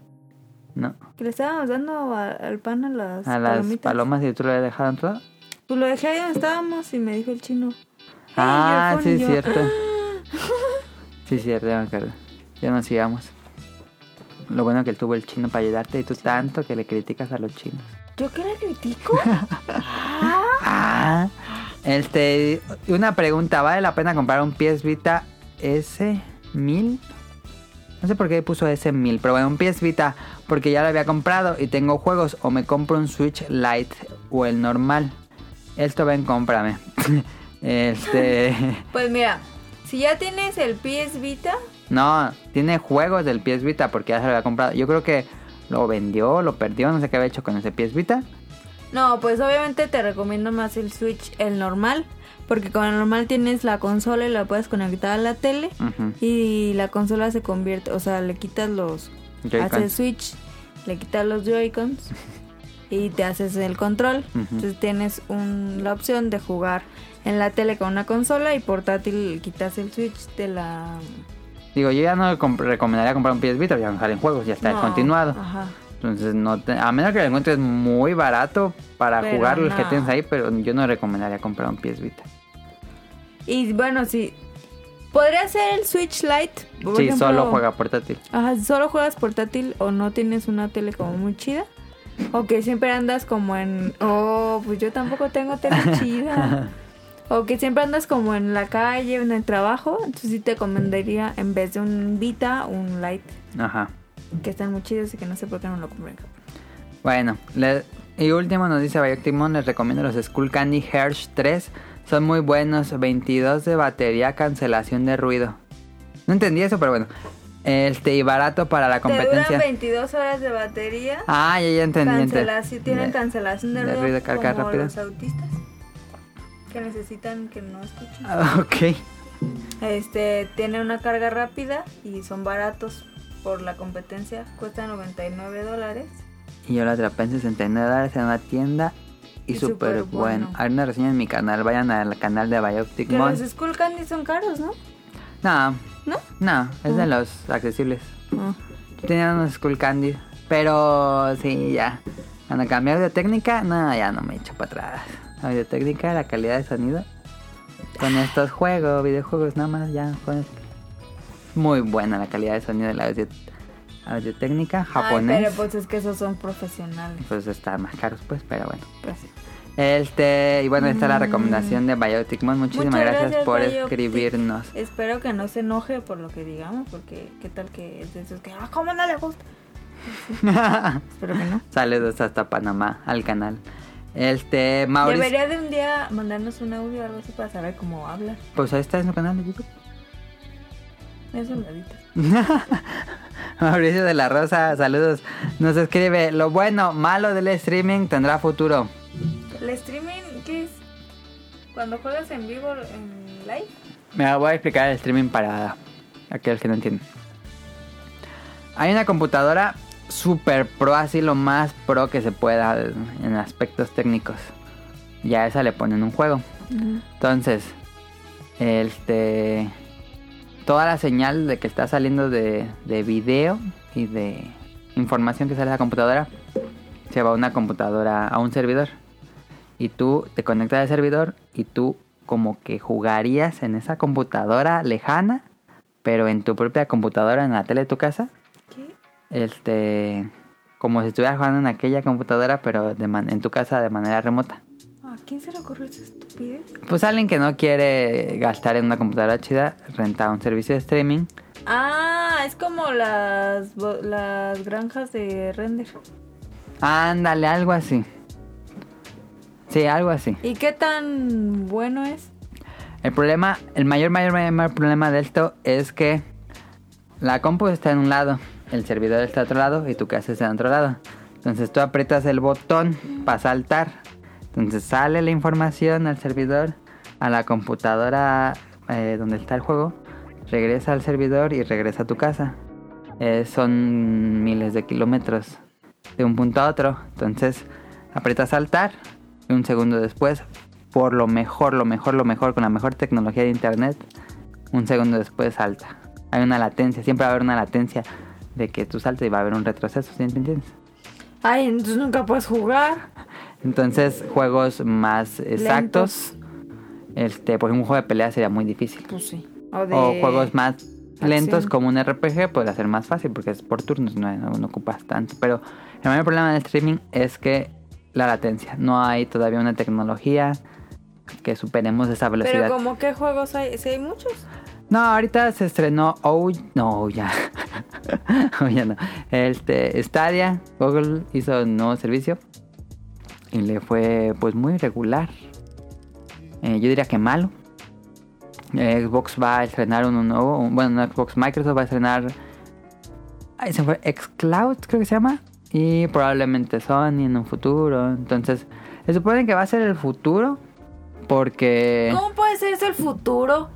Speaker 2: No.
Speaker 1: Que le estábamos dando a- al pan a las
Speaker 2: A las
Speaker 1: palomitas.
Speaker 2: palomas y tú lo habías dejado en todo.
Speaker 1: Pues lo dejé ahí donde estábamos y me dijo el chino. "Hey,
Speaker 2: Ah,
Speaker 1: iPhone",
Speaker 2: sí,
Speaker 1: y yo,
Speaker 2: cierto. Sí, cierto, ya me acuerdo. Ya nos sigamos. Lo bueno que él tuvo el chino para ayudarte y tú tanto que le criticas a los chinos.
Speaker 1: ¿Yo qué le critico?
Speaker 2: Ah, este, una pregunta, ¿vale la pena comprar un PS Vita S1000? No sé por qué puso S1000, pero bueno, un PS Vita porque ya lo había comprado y tengo juegos o me compro un Switch Lite o el normal. Esto ven, cómprame. este,
Speaker 1: pues mira, si ya tienes el PS Vita,
Speaker 2: no, tiene juegos del PS Vita porque ya se lo había comprado. Yo creo que lo vendió, lo perdió, no sé qué había hecho con ese PS Vita.
Speaker 1: No, pues obviamente te recomiendo más el Switch, el normal, porque con el normal tienes la consola y la puedes conectar a la tele
Speaker 2: Ujú.
Speaker 1: y la consola se convierte, o sea, le quitas los...
Speaker 2: Joy-Cons.
Speaker 1: Haces Switch, le quitas los Joy-Cons y te haces el control.
Speaker 2: Ujú.
Speaker 1: Entonces tienes un- la opción de jugar en la tele con una consola y portátil quitas el Switch de la...
Speaker 2: Digo, yo ya no comp- recomendaría comprar un PS Vita, ya no salen juegos, ya está
Speaker 1: No, Ah.
Speaker 2: descontinuado.
Speaker 1: Ajá.
Speaker 2: Entonces, no te- a menos que lo encuentres muy barato para
Speaker 1: Pero
Speaker 2: jugar los que
Speaker 1: no.
Speaker 2: tienes ahí, pero yo no recomendaría comprar un PS Vita.
Speaker 1: Y bueno, sí. Podría ser el Switch Lite. por
Speaker 2: sí,
Speaker 1: ejemplo,
Speaker 2: solo juega portátil.
Speaker 1: Ajá, si solo juegas portátil o no tienes una tele como muy chida. O que siempre andas como en... Oh, pues yo tampoco tengo tele chida. O que siempre andas como en la calle, en el trabajo. Entonces sí te recomendaría, en vez de un Vita, un Light.
Speaker 2: Ajá.
Speaker 1: Que están muy chidos y que no sé por qué no lo compré. en Japón.
Speaker 2: Bueno, le- y último nos dice Bayok Timon, les recomiendo los Skull Candy Hersh 3. Son muy buenos, 22 de batería, cancelación de ruido. No entendí eso, pero bueno. Este, y barato para la
Speaker 1: Te duran
Speaker 2: competencia.
Speaker 1: 22 horas de batería.
Speaker 2: Ah, ya, ya entendí. ya entendí.
Speaker 1: Cancelación, tienen
Speaker 2: De-
Speaker 1: cancelación de
Speaker 2: de
Speaker 1: ruido,
Speaker 2: ruido, carga
Speaker 1: como
Speaker 2: rápida.
Speaker 1: los autistas que necesitan que no escuchen.
Speaker 2: Ah, Ok.
Speaker 1: Este, tiene una carga rápida y son baratos por la competencia. Cuesta 99 dólares.
Speaker 2: Y yo la atrapé en 69 dólares en una tienda. Y,
Speaker 1: Y
Speaker 2: súper
Speaker 1: súper
Speaker 2: bueno.
Speaker 1: bueno.
Speaker 2: Hay una reseña en mi canal. Vayan al canal de Bioptic
Speaker 1: Que
Speaker 2: Mon.
Speaker 1: los Skull Candy son caros, ¿no?
Speaker 2: No,
Speaker 1: ¿No?
Speaker 2: no, es de los accesibles. Tenían unos Skull Candy. Pero sí, ya. Cuando cambié audio técnica, no, ya no me echo para atrás. Audio técnica, la calidad de sonido. Con estos juegos, videojuegos, nada más, ya. Con... Muy buena la calidad de sonido de la audio, audio técnica japonés.
Speaker 1: Ay, pero pues es que esos son profesionales.
Speaker 2: pues están más caros, pues, pero bueno.
Speaker 1: pues.
Speaker 2: Este, y bueno, esta es la recomendación de Biotic Mon. Muchísimas
Speaker 1: Mm. Muchas
Speaker 2: gracias,
Speaker 1: gracias,
Speaker 2: por
Speaker 1: Biotic.
Speaker 2: escribirnos.
Speaker 1: Espero que no se enoje por lo que digamos, porque qué tal que es de esos que, ah, ¿cómo no le gusta? Espero que no.
Speaker 2: Saludos hasta Panamá, al canal. Este, Mauricio.
Speaker 1: Debería de un día mandarnos un audio o algo así para saber cómo habla.
Speaker 2: Pues ahí está en su canal de YouTube.
Speaker 1: Es un ladito.
Speaker 2: Mauricio de la Rosa, saludos. Nos escribe: Lo bueno, malo del streaming tendrá futuro.
Speaker 1: ¿El streaming qué es? Cuando juegas en vivo, en live.
Speaker 2: Me voy a explicar el streaming para aquellos que no entienden. Hay una computadora super pro, así lo más pro que se pueda en aspectos técnicos. Y a esa le ponen un juego. Entonces, este. Toda la señal de que está saliendo de, de video y de información que sale de la computadora se va a una computadora, a un servidor y tú te conectas al servidor y tú como que jugarías en esa computadora lejana, pero en tu propia computadora, en la tele de tu casa. Este, como si estuvieras jugando en aquella computadora, pero de man- en tu casa de manera remota.
Speaker 1: ¿A Ah, quién se le ocurrió esa estupidez?
Speaker 2: Pues alguien que no quiere gastar en una computadora chida, renta un servicio de streaming.
Speaker 1: Ah, es como las, bo- las granjas de render.
Speaker 2: Ándale, algo así. Sí, algo así.
Speaker 1: ¿Y qué tan bueno es?
Speaker 2: El problema, el mayor, mayor, mayor, mayor problema de esto es que la compu está en un lado, el servidor está a otro lado y tu casa está en otro lado. Entonces tú aprietas el botón para saltar. Entonces sale la información al servidor, a la computadora eh, donde está el juego, regresa al servidor y regresa a tu casa. Eh, son miles de kilómetros de un punto a otro. Entonces aprietas saltar y un segundo después, por lo mejor, lo mejor, lo mejor, con la mejor tecnología de internet, un segundo después salta. Hay una latencia, siempre va a haber una latencia de que tú saltes y va a haber un retroceso, ¿sí me entiendes?
Speaker 1: Ay, entonces nunca puedes jugar.
Speaker 2: Entonces, juegos más exactos. Este, por ejemplo, un juego de pelea sería muy difícil.
Speaker 1: Pues sí. O, de...
Speaker 2: O juegos más lentos
Speaker 1: acción.
Speaker 2: como un RPG podría ser más fácil porque es por turnos, no, no- no ocupas tanto. Pero el mayor problema del streaming es que la latencia. No hay todavía una tecnología que superemos esa velocidad.
Speaker 5: Pero como qué juegos hay, si hay muchos.
Speaker 2: No, ahorita se estrenó Oh, no, ya. Oh, ya no. Este, Stadia, Google hizo un nuevo servicio y le fue pues muy regular. Eh, yo diría que malo. Eh, Xbox va a estrenar uno nuevo, un- bueno, no Xbox, Microsoft va a estrenar Ay, se fue Xcloud, creo que se llama. Y probablemente Sony en un futuro. Entonces, se supone que va a ser el futuro. Porque.
Speaker 1: ¿Cómo puede ser eso el futuro?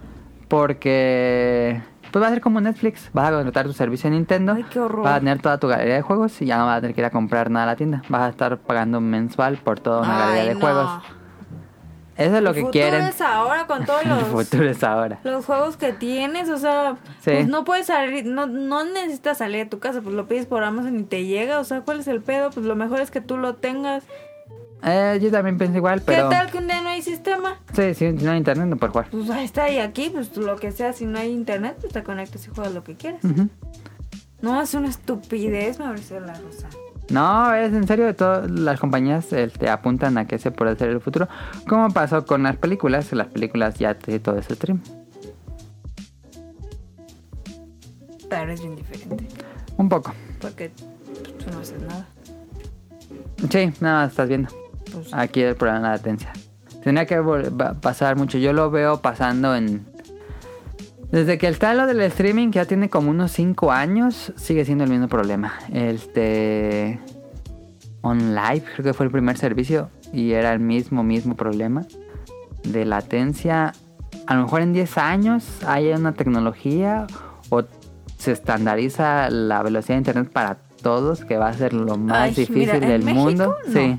Speaker 2: Porque pues va a ser como Netflix. Vas a contratar tu servicio de Nintendo.
Speaker 1: Ay, qué horror.
Speaker 2: Vas a tener toda tu galería de juegos y ya no vas a tener que ir a comprar nada a la tienda. Vas a estar pagando mensual por toda una
Speaker 1: Ay,
Speaker 2: galería de
Speaker 1: no.
Speaker 2: juegos. Eso es lo
Speaker 1: El
Speaker 2: que
Speaker 1: futuro
Speaker 2: quieren.
Speaker 1: es ahora con todos
Speaker 2: El
Speaker 1: los,
Speaker 2: futuro es ahora.
Speaker 1: los juegos que tienes, o sea,
Speaker 2: Sí.
Speaker 1: pues no puedes salir, no, no necesitas salir de tu casa, pues lo pides por Amazon y te llega, o sea, ¿cuál es el pedo? Pues lo mejor es que tú lo tengas.
Speaker 2: Eh, yo también pienso igual, pero.
Speaker 1: ¿Qué tal que un día no hay sistema?
Speaker 2: Sí, sí, no hay internet no puedes jugar.
Speaker 1: Pues ahí está, y aquí, pues lo que sea, si no hay internet, pues te conectas y juegas lo que quieras.
Speaker 2: Ujú.
Speaker 1: No, es una estupidez, Mauricio de la Rosa.
Speaker 2: No, es en serio, todas las compañías este, apuntan a que ese puede ser el futuro. Como pasó con las películas, las películas ya te todo ese stream.
Speaker 1: Pero es bien diferente,
Speaker 2: Un poco.
Speaker 1: porque pues, tú no haces nada.
Speaker 2: Sí, nada, más estás viendo.
Speaker 1: Pues,
Speaker 2: Aquí el problema de la latencia. Tendría que vol- va- pasar mucho. Yo lo veo pasando en. Desde que está lo del streaming, que ya tiene como unos 5 años, sigue siendo el mismo problema. Este. OnLive, creo que fue el primer servicio. Y era el mismo, mismo problema. De latencia. A lo mejor en 10 años hay una tecnología o se estandariza la velocidad de internet para todos, que va a ser lo más
Speaker 1: Ay,
Speaker 2: difícil
Speaker 1: mira, ¿en
Speaker 2: del
Speaker 1: México?
Speaker 2: mundo.
Speaker 1: No.
Speaker 2: Sí.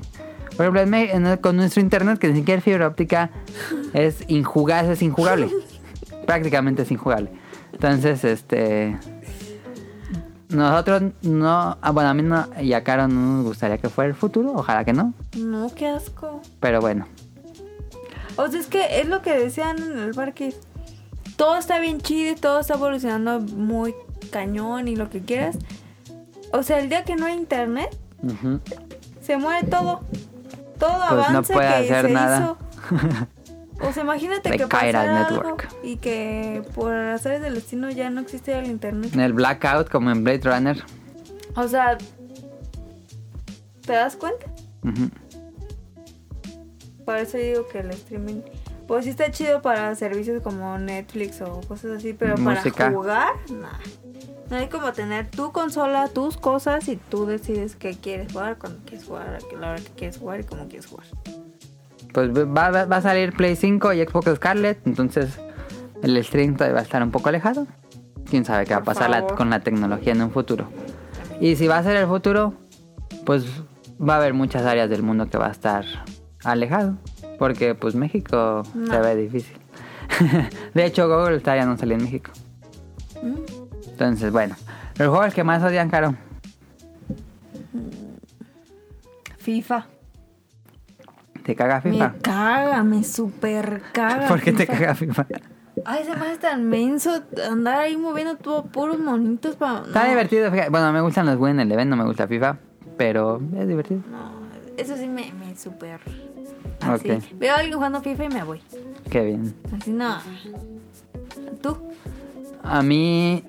Speaker 2: Por ejemplo, en Me- en- con nuestro internet, que ni siquiera es fibra óptica, es injugable, es injugable. Prácticamente es injugable. Entonces, este. Nosotros no. ah, Bueno, a mí no, y a Caro no nos gustaría que fuera el futuro, ojalá que no.
Speaker 1: no, qué asco.
Speaker 2: Pero bueno,
Speaker 1: O sea, es que es lo que decían en el parque. Todo está bien chido y todo está evolucionando muy cañón y lo que quieras. O sea, el día que no hay internet,
Speaker 2: ujú,
Speaker 1: se muere todo. Todo
Speaker 2: pues
Speaker 1: avance
Speaker 2: no puede
Speaker 1: que
Speaker 2: hacer
Speaker 1: se
Speaker 2: nada.
Speaker 1: hizo. O sea, imagínate
Speaker 2: Te
Speaker 1: que
Speaker 2: cae el
Speaker 1: pasara algo
Speaker 2: network.
Speaker 1: y que por azares del destino ya no existe el internet.
Speaker 2: El blackout, como en Blade Runner.
Speaker 1: O sea, ¿te das cuenta?
Speaker 2: ujú.
Speaker 1: Por eso digo que el streaming, pues sí está chido para servicios como Netflix o cosas así, pero
Speaker 2: Música.
Speaker 1: para jugar, nada. No hay como tener tu consola, tus cosas y tú decides qué quieres jugar, cuándo quieres jugar, a qué- la hora que quieres jugar y cómo quieres jugar.
Speaker 2: Pues va, va- va a salir Play 5 y Xbox Scarlett, entonces el stream todavía va a estar un poco alejado. Quién sabe qué va a
Speaker 1: Por
Speaker 2: pasar la-
Speaker 1: favor.
Speaker 2: con la tecnología en un futuro. Y si va a ser el futuro, pues va a haber muchas áreas del mundo que va a estar alejado, porque pues México se
Speaker 1: No.
Speaker 2: ve difícil. De hecho, Google todavía no salió en México.
Speaker 1: Mm.
Speaker 2: Entonces, bueno, los juegos que más odian, Caro.
Speaker 1: FIFA.
Speaker 2: ¿Te caga FIFA?
Speaker 1: Me caga, me super caga.
Speaker 2: ¿Por qué te
Speaker 1: FIFA.
Speaker 2: caga FIFA?
Speaker 1: Ay, se me hace tan menso andar ahí moviendo todo puros monitos para.
Speaker 2: Está divertido, fíjate. Bueno, me gustan los Win Eleven, no me gusta FIFA, pero es divertido.
Speaker 1: No, eso sí me, me super. Así.
Speaker 2: Ok.
Speaker 1: Veo a alguien jugando FIFA y me voy.
Speaker 2: Qué bien.
Speaker 1: Así no. ¿Tú?
Speaker 2: A mí,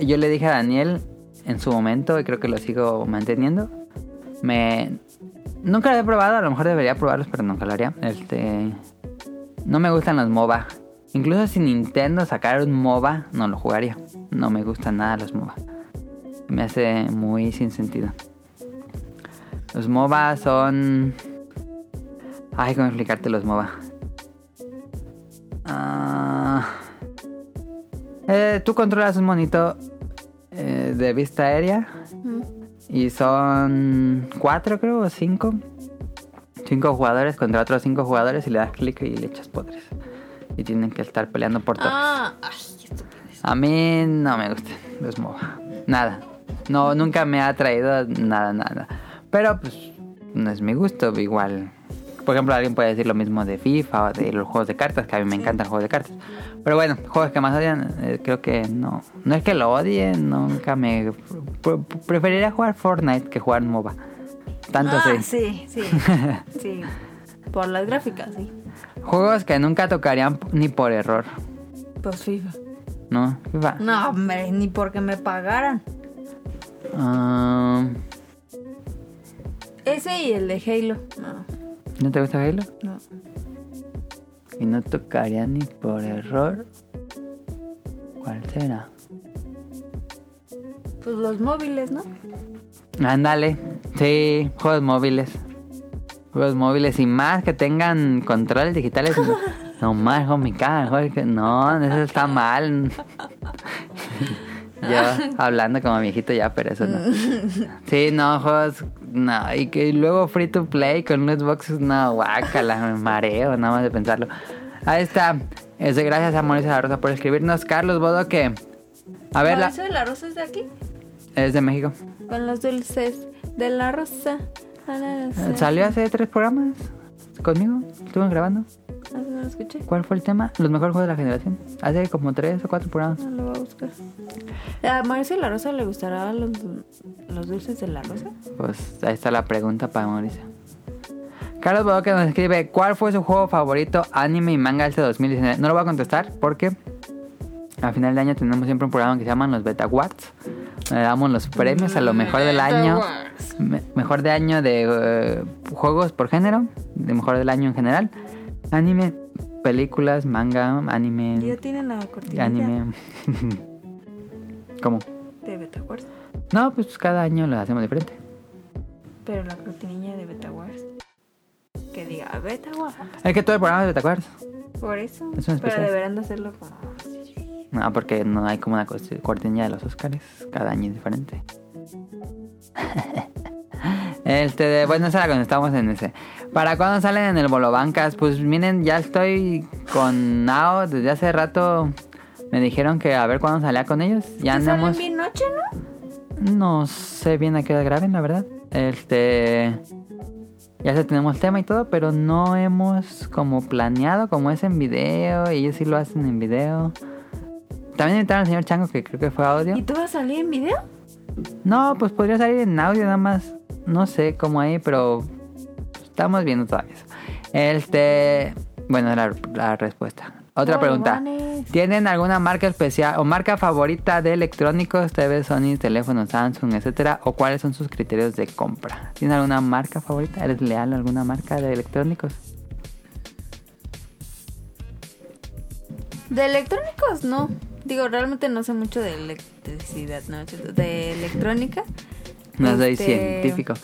Speaker 2: yo le dije a Daniel en su momento, y creo que lo sigo manteniendo. Me. Nunca lo he probado, a lo mejor debería probarlos, pero nunca lo haría. Este. No me gustan los MOBA. Incluso si Nintendo sacara un MOBA, no lo jugaría. No me gustan nada los MOBA. Me hace muy sin sentido. Los MOBA son... Ay, ¿cómo explicarte los MOBA? Ah. Eh, tú controlas un monito eh, de vista aérea. Y son cuatro, creo, o cinco. Cinco jugadores contra otros cinco jugadores y le das clic y le echas poderes. Y tienen que estar peleando por torres.
Speaker 1: Ah, ay, qué estupidez.
Speaker 2: A mí no me gustan los MOBA. Nada. No, nunca me ha atraído nada, nada. Pero pues no es mi gusto, igual. Por ejemplo, alguien puede decir lo mismo de FIFA o de los juegos de cartas, que a mí me encantan los juegos de cartas. Pero bueno, juegos que más odian, eh, creo que no. No es que lo odie, nunca me... pre- preferiría jugar Fortnite que jugar MOBA. Tanto
Speaker 1: Ah,
Speaker 2: sí.
Speaker 1: sí, sí. Sí. Por las gráficas, sí.
Speaker 2: Juegos que nunca tocarían ni por error,
Speaker 1: Pues FIFA.
Speaker 2: ¿no? FIFA.
Speaker 1: No, hombre, ni porque me pagaran.
Speaker 2: Ah,
Speaker 1: Ese y el de Halo. No,
Speaker 2: ¿No te gusta Halo?
Speaker 1: no.
Speaker 2: Y no tocaría ni por error. ¿Cuál será?
Speaker 1: Pues los móviles, ¿no?
Speaker 2: Ándale. Sí, juegos móviles. Juegos móviles y más que tengan controles digitales. no- no más, con mi cara. joder, que- No, eso está mal. Yo hablando como viejito ya, pero eso no. Sí, no, juegos. No, y que luego free to play con unos boxes. No, guácala, me mareo, nada más de pensarlo. Ahí está. Eso, gracias a Mauricio de la Rosa por escribirnos. Carlos Bodoque. A ver, la-
Speaker 1: ¿Eso de la rosa es de aquí?
Speaker 2: es de México.
Speaker 1: Con los dulces de la rosa. Ah, no, no sé.
Speaker 2: Salió hace tres programas conmigo. Estuve grabando.
Speaker 1: No, Ah, no lo escuché.
Speaker 2: ¿Cuál fue el tema? Los mejores juegos de la generación. Hace como tres o cuatro programas.
Speaker 1: No lo voy a buscar. ¿A Mauricio de la Rosa le gustará los, dul- los dulces de la rosa?
Speaker 2: Pues ahí está la pregunta para Mauricio. Carlos Bodoque nos escribe: ¿Cuál fue su juego favorito, anime y manga este 2019? No lo voy a contestar porque a final de año tenemos siempre un programa que se llaman los Beta Watts. Le damos los premios a lo mejor del año. Me- mejor de año de eh, juegos por género. De mejor del año en general. Anime, películas, manga, anime.
Speaker 5: Ya tienen la cortinilla
Speaker 2: Anime. ¿Cómo?
Speaker 5: de Betawars.
Speaker 2: No, pues cada año lo hacemos diferente.
Speaker 5: Pero la cortinilla de Betawars.
Speaker 1: Que diga Betawars.
Speaker 2: Es que todo el programa es de acuerdas?
Speaker 1: Por eso.
Speaker 2: Es un
Speaker 1: Pero
Speaker 2: especial.
Speaker 1: deberán de hacerlo como.
Speaker 2: No, porque no hay como una costi- cortinilla de los Oscars. Cada año es diferente. Este de, bueno, esa la contestamos en ese. ¿Para cuándo salen en el Bolobancas? Pues miren, ya estoy con Nao desde hace rato. Me dijeron que a ver cuándo salía con ellos. Ya
Speaker 1: ¿Te salen
Speaker 2: andamos.
Speaker 1: bien noche, no?
Speaker 2: No sé bien a qué hora graben, la verdad. Este. Ya se tenemos tema y todo, pero no hemos como planeado como es en video. Y ellos sí lo hacen en video. También invitaron al señor Chango, que creo que fue audio.
Speaker 1: ¿Y tú vas a salir en video?
Speaker 2: No, pues podría salir en audio nada más. No sé cómo ahí, pero estamos viendo todavía eso. Este. Bueno, la, la respuesta. Otra pregunta.
Speaker 1: Bolovanes.
Speaker 2: ¿Tienen alguna marca especial o marca favorita de electrónicos, TV, Sony, teléfonos, Samsung, etcétera? ¿O cuáles son sus criterios de compra? ¿Tienen alguna marca favorita? ¿Eres leal a alguna marca de electrónicos?
Speaker 1: De electrónicos, no. Digo, realmente no sé mucho de electricidad, no, es cierto, de electrónica.
Speaker 2: No soy
Speaker 1: Este,
Speaker 2: científico.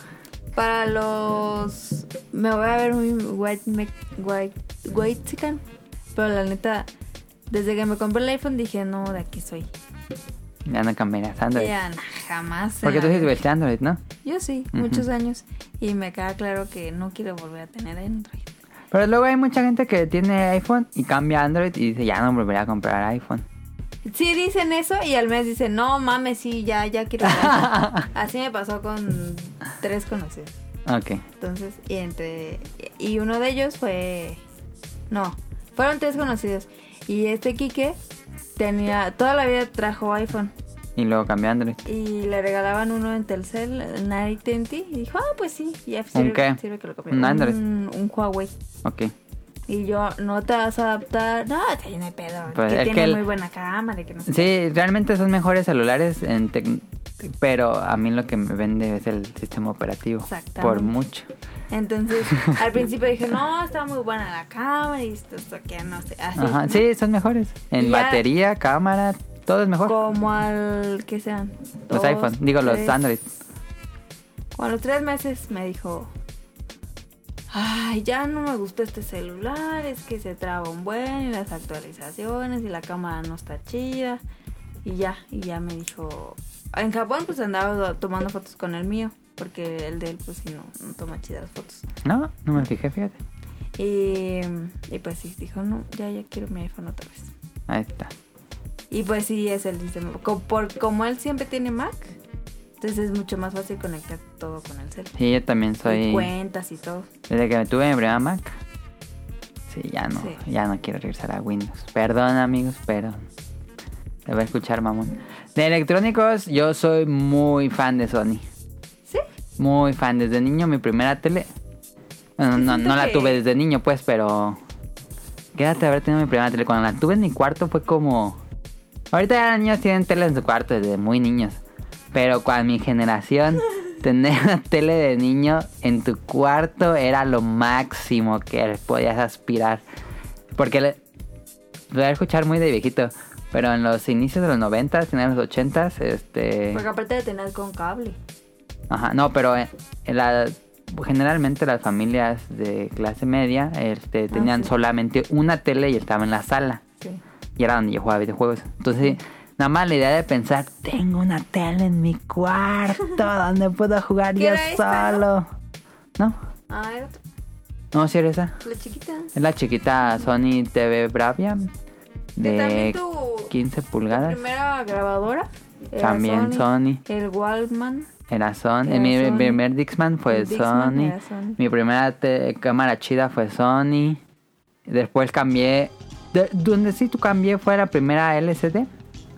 Speaker 1: Para los... Me voy a ver muy white, me, white, white chican. Pero la neta, desde que me compré el iPhone dije, no, de aquí soy.
Speaker 2: Ya no cambiarías Android.
Speaker 1: Ya, na- jamás. en
Speaker 2: Porque
Speaker 1: la
Speaker 2: tú
Speaker 1: vida.
Speaker 2: eres de Android, ¿no?
Speaker 1: Yo sí,
Speaker 2: Ujú.
Speaker 1: muchos años. Y me queda claro que no quiero volver a tener Android.
Speaker 2: Pero luego hay mucha gente que tiene iPhone y cambia a Android y dice, ya no volveré a comprar iPhone.
Speaker 1: Sí dicen eso y al mes dicen, no mames, sí, ya, ya quiero. el iPhone". Así me pasó con tres conocidos.
Speaker 2: Ok.
Speaker 1: Entonces, y entre. Y uno de ellos fue. No, fueron tres conocidos. Y este Quique tenía. Toda la vida trajo iPhone.
Speaker 2: Y luego cambió a Android.
Speaker 1: Y le regalaban uno en Telcel, en AT&T. Y dijo, ah, pues sí. Y ya
Speaker 2: ¿Un
Speaker 1: sirve,
Speaker 2: qué?
Speaker 1: sirve que lo compré.
Speaker 2: ¿Un Android?
Speaker 1: Un, un Huawei.
Speaker 2: Ok.
Speaker 1: Y yo, no te vas a adaptar. No, te llena de pedo.
Speaker 2: Pues
Speaker 1: que
Speaker 2: es
Speaker 1: tiene
Speaker 2: que el-
Speaker 1: muy buena cámara. y Que no sé.
Speaker 2: Sí, realmente son mejores celulares en tec- Pero a mí lo que me vende es el sistema operativo.
Speaker 1: Exactamente.
Speaker 2: Por mucho.
Speaker 1: Entonces, al principio dije, no, está muy buena la cámara y esto, esto que no sé. Así.
Speaker 2: Ajá. Sí, son mejores. En
Speaker 1: Y ya-
Speaker 2: batería, cámara, todo es mejor.
Speaker 1: Como al que sean.
Speaker 2: los
Speaker 1: dos,
Speaker 2: iPhone, digo los
Speaker 1: tres.
Speaker 2: Android.
Speaker 1: O a los tres meses me dijo, ay, ya no me gustó este celular, es que se traba un buen y las actualizaciones y la cámara no está chida. Y ya, y ya me dijo, en Japón pues andaba tomando fotos con el mío, porque el de él pues sí no, no toma chidas fotos.
Speaker 2: No, no me fijé, fíjate.
Speaker 1: Y, y pues sí, dijo, no, ya, ya quiero mi iPhone otra vez.
Speaker 2: Ahí está.
Speaker 1: Y pues sí, es el sistema. Co- por- como él siempre tiene Mac, entonces es mucho más fácil conectar todo con el celular.
Speaker 2: Sí, yo también soy.
Speaker 1: Y cuentas y todo.
Speaker 2: Desde que me tuve mi primera Mac. Sí, ya no,
Speaker 1: Sí.
Speaker 2: ya no quiero regresar a Windows. Perdón, amigos, pero te voy a escuchar, mamón. De electrónicos, yo soy muy fan de Sony.
Speaker 1: ¿Sí?
Speaker 2: Muy fan. Desde niño, mi primera tele. Bueno, no,
Speaker 1: siento
Speaker 2: no la
Speaker 1: que-
Speaker 2: tuve desde niño, pues, pero. Quédate a haber tenido mi primera tele. Cuando la tuve en mi cuarto fue como. Ahorita ya los niños tienen tele en su cuarto desde muy niños. Pero cuando mi generación, tener una tele de niño en tu cuarto era lo máximo que podías aspirar. Porque le- lo voy a escuchar muy de viejito. Pero en los inicios de los 90s, finales de los 80s, este.
Speaker 1: Porque aparte de tener con cable.
Speaker 2: Ajá, no, pero eh, la- generalmente las familias de clase media este, tenían
Speaker 1: Ah, sí.
Speaker 2: solamente una tele y estaba en la sala.
Speaker 1: Sí.
Speaker 2: Y era donde yo jugaba videojuegos. Entonces, nada más la idea de pensar, tengo una tele en mi cuarto donde puedo jugar
Speaker 1: ¿Qué
Speaker 2: yo
Speaker 1: era esta,
Speaker 2: solo. ¿No?
Speaker 1: Ah, era otra,
Speaker 2: No, si era esa.
Speaker 1: la chiquita.
Speaker 2: Es la chiquita Sony TV Bravia
Speaker 1: Que
Speaker 2: de
Speaker 1: también tu
Speaker 2: 15 pulgadas.
Speaker 1: primera grabadora. era
Speaker 2: Ah. También Sony.
Speaker 1: El Wallman.
Speaker 2: Era Sony.
Speaker 1: Era
Speaker 2: mi
Speaker 1: Sony.
Speaker 2: primer Dixman fue
Speaker 1: El Dixman
Speaker 2: Sony.
Speaker 1: era Sony.
Speaker 2: Mi primera te- cámara chida fue Sony. Después cambié. de- donde sí tú cambié fue la primera LCD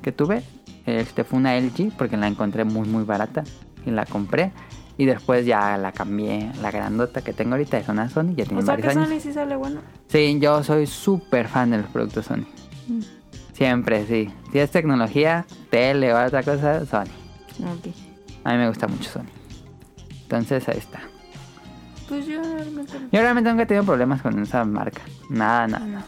Speaker 2: que tuve. Este fue una LG porque la encontré muy muy barata y la compré. Y después ya la cambié. La grandota que tengo ahorita es una Sony. Ya tiene
Speaker 1: O sea que
Speaker 2: varios años.
Speaker 1: Sony sí sale bueno.
Speaker 2: Sí, yo soy súper fan de los productos Sony.
Speaker 1: Mm.
Speaker 2: Siempre, sí. Si es tecnología, tele o otra cosa, Sony.
Speaker 1: Ok.
Speaker 2: A mí me gusta mucho Sony. Entonces ahí está.
Speaker 1: Pues yo realmente no.
Speaker 2: Yo realmente nunca he tenido problemas con esa marca. Nada, nada, nada.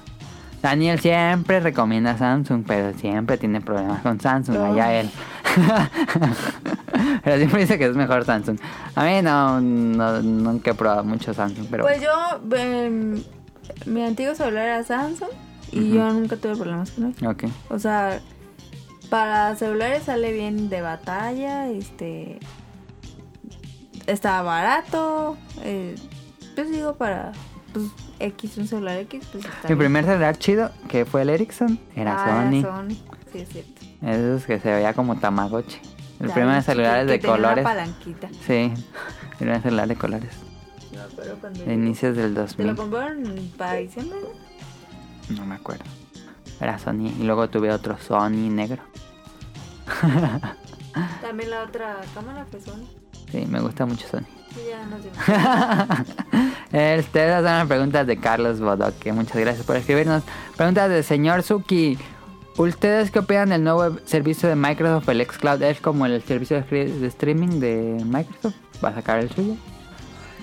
Speaker 2: Daniel siempre recomienda Samsung, pero siempre tiene problemas con Samsung.
Speaker 1: No.
Speaker 2: Allá él. pero siempre dice que es mejor Samsung. A mí no, no- nunca he probado mucho Samsung, pero
Speaker 1: Pues yo, em, mi antiguo celular era Samsung y yo nunca tuve problemas con él.
Speaker 2: ok.
Speaker 1: O sea, para celulares sale bien de batalla, este estaba barato, eh, pues digo para pues X un celular X, pues está
Speaker 2: Mi
Speaker 1: bien.
Speaker 2: primer celular chido, que fue el Ericsson, era
Speaker 1: Ah,
Speaker 2: Sony.
Speaker 1: Sí, es cierto.
Speaker 2: Esos que se veía como Tamagotchi. El
Speaker 1: Está
Speaker 2: primer
Speaker 1: bien
Speaker 2: celular
Speaker 1: chiquito,
Speaker 2: de
Speaker 1: que tenía
Speaker 2: colores.
Speaker 1: Una palanquita.
Speaker 2: Sí, el primer celular de colores.
Speaker 1: No, pero cuando
Speaker 2: De inicios del
Speaker 1: te
Speaker 2: 2000.
Speaker 1: lo compraron para diciembre, ¿no?
Speaker 2: No me acuerdo. Era Sony. Y luego tuve otro Sony negro.
Speaker 1: También la otra cámara fue Sony.
Speaker 2: Sí, me gusta mucho Sony.
Speaker 1: Sí, ya nos dimos.
Speaker 2: Este, esas son las preguntas de Carlos Bodoque. Muchas gracias por escribirnos. Preguntas de señor Suki. ¿Ustedes qué opinan del nuevo servicio de Microsoft, el xCloud? ¿Es como el servicio de scre- de streaming de Microsoft? ¿Va a sacar el suyo?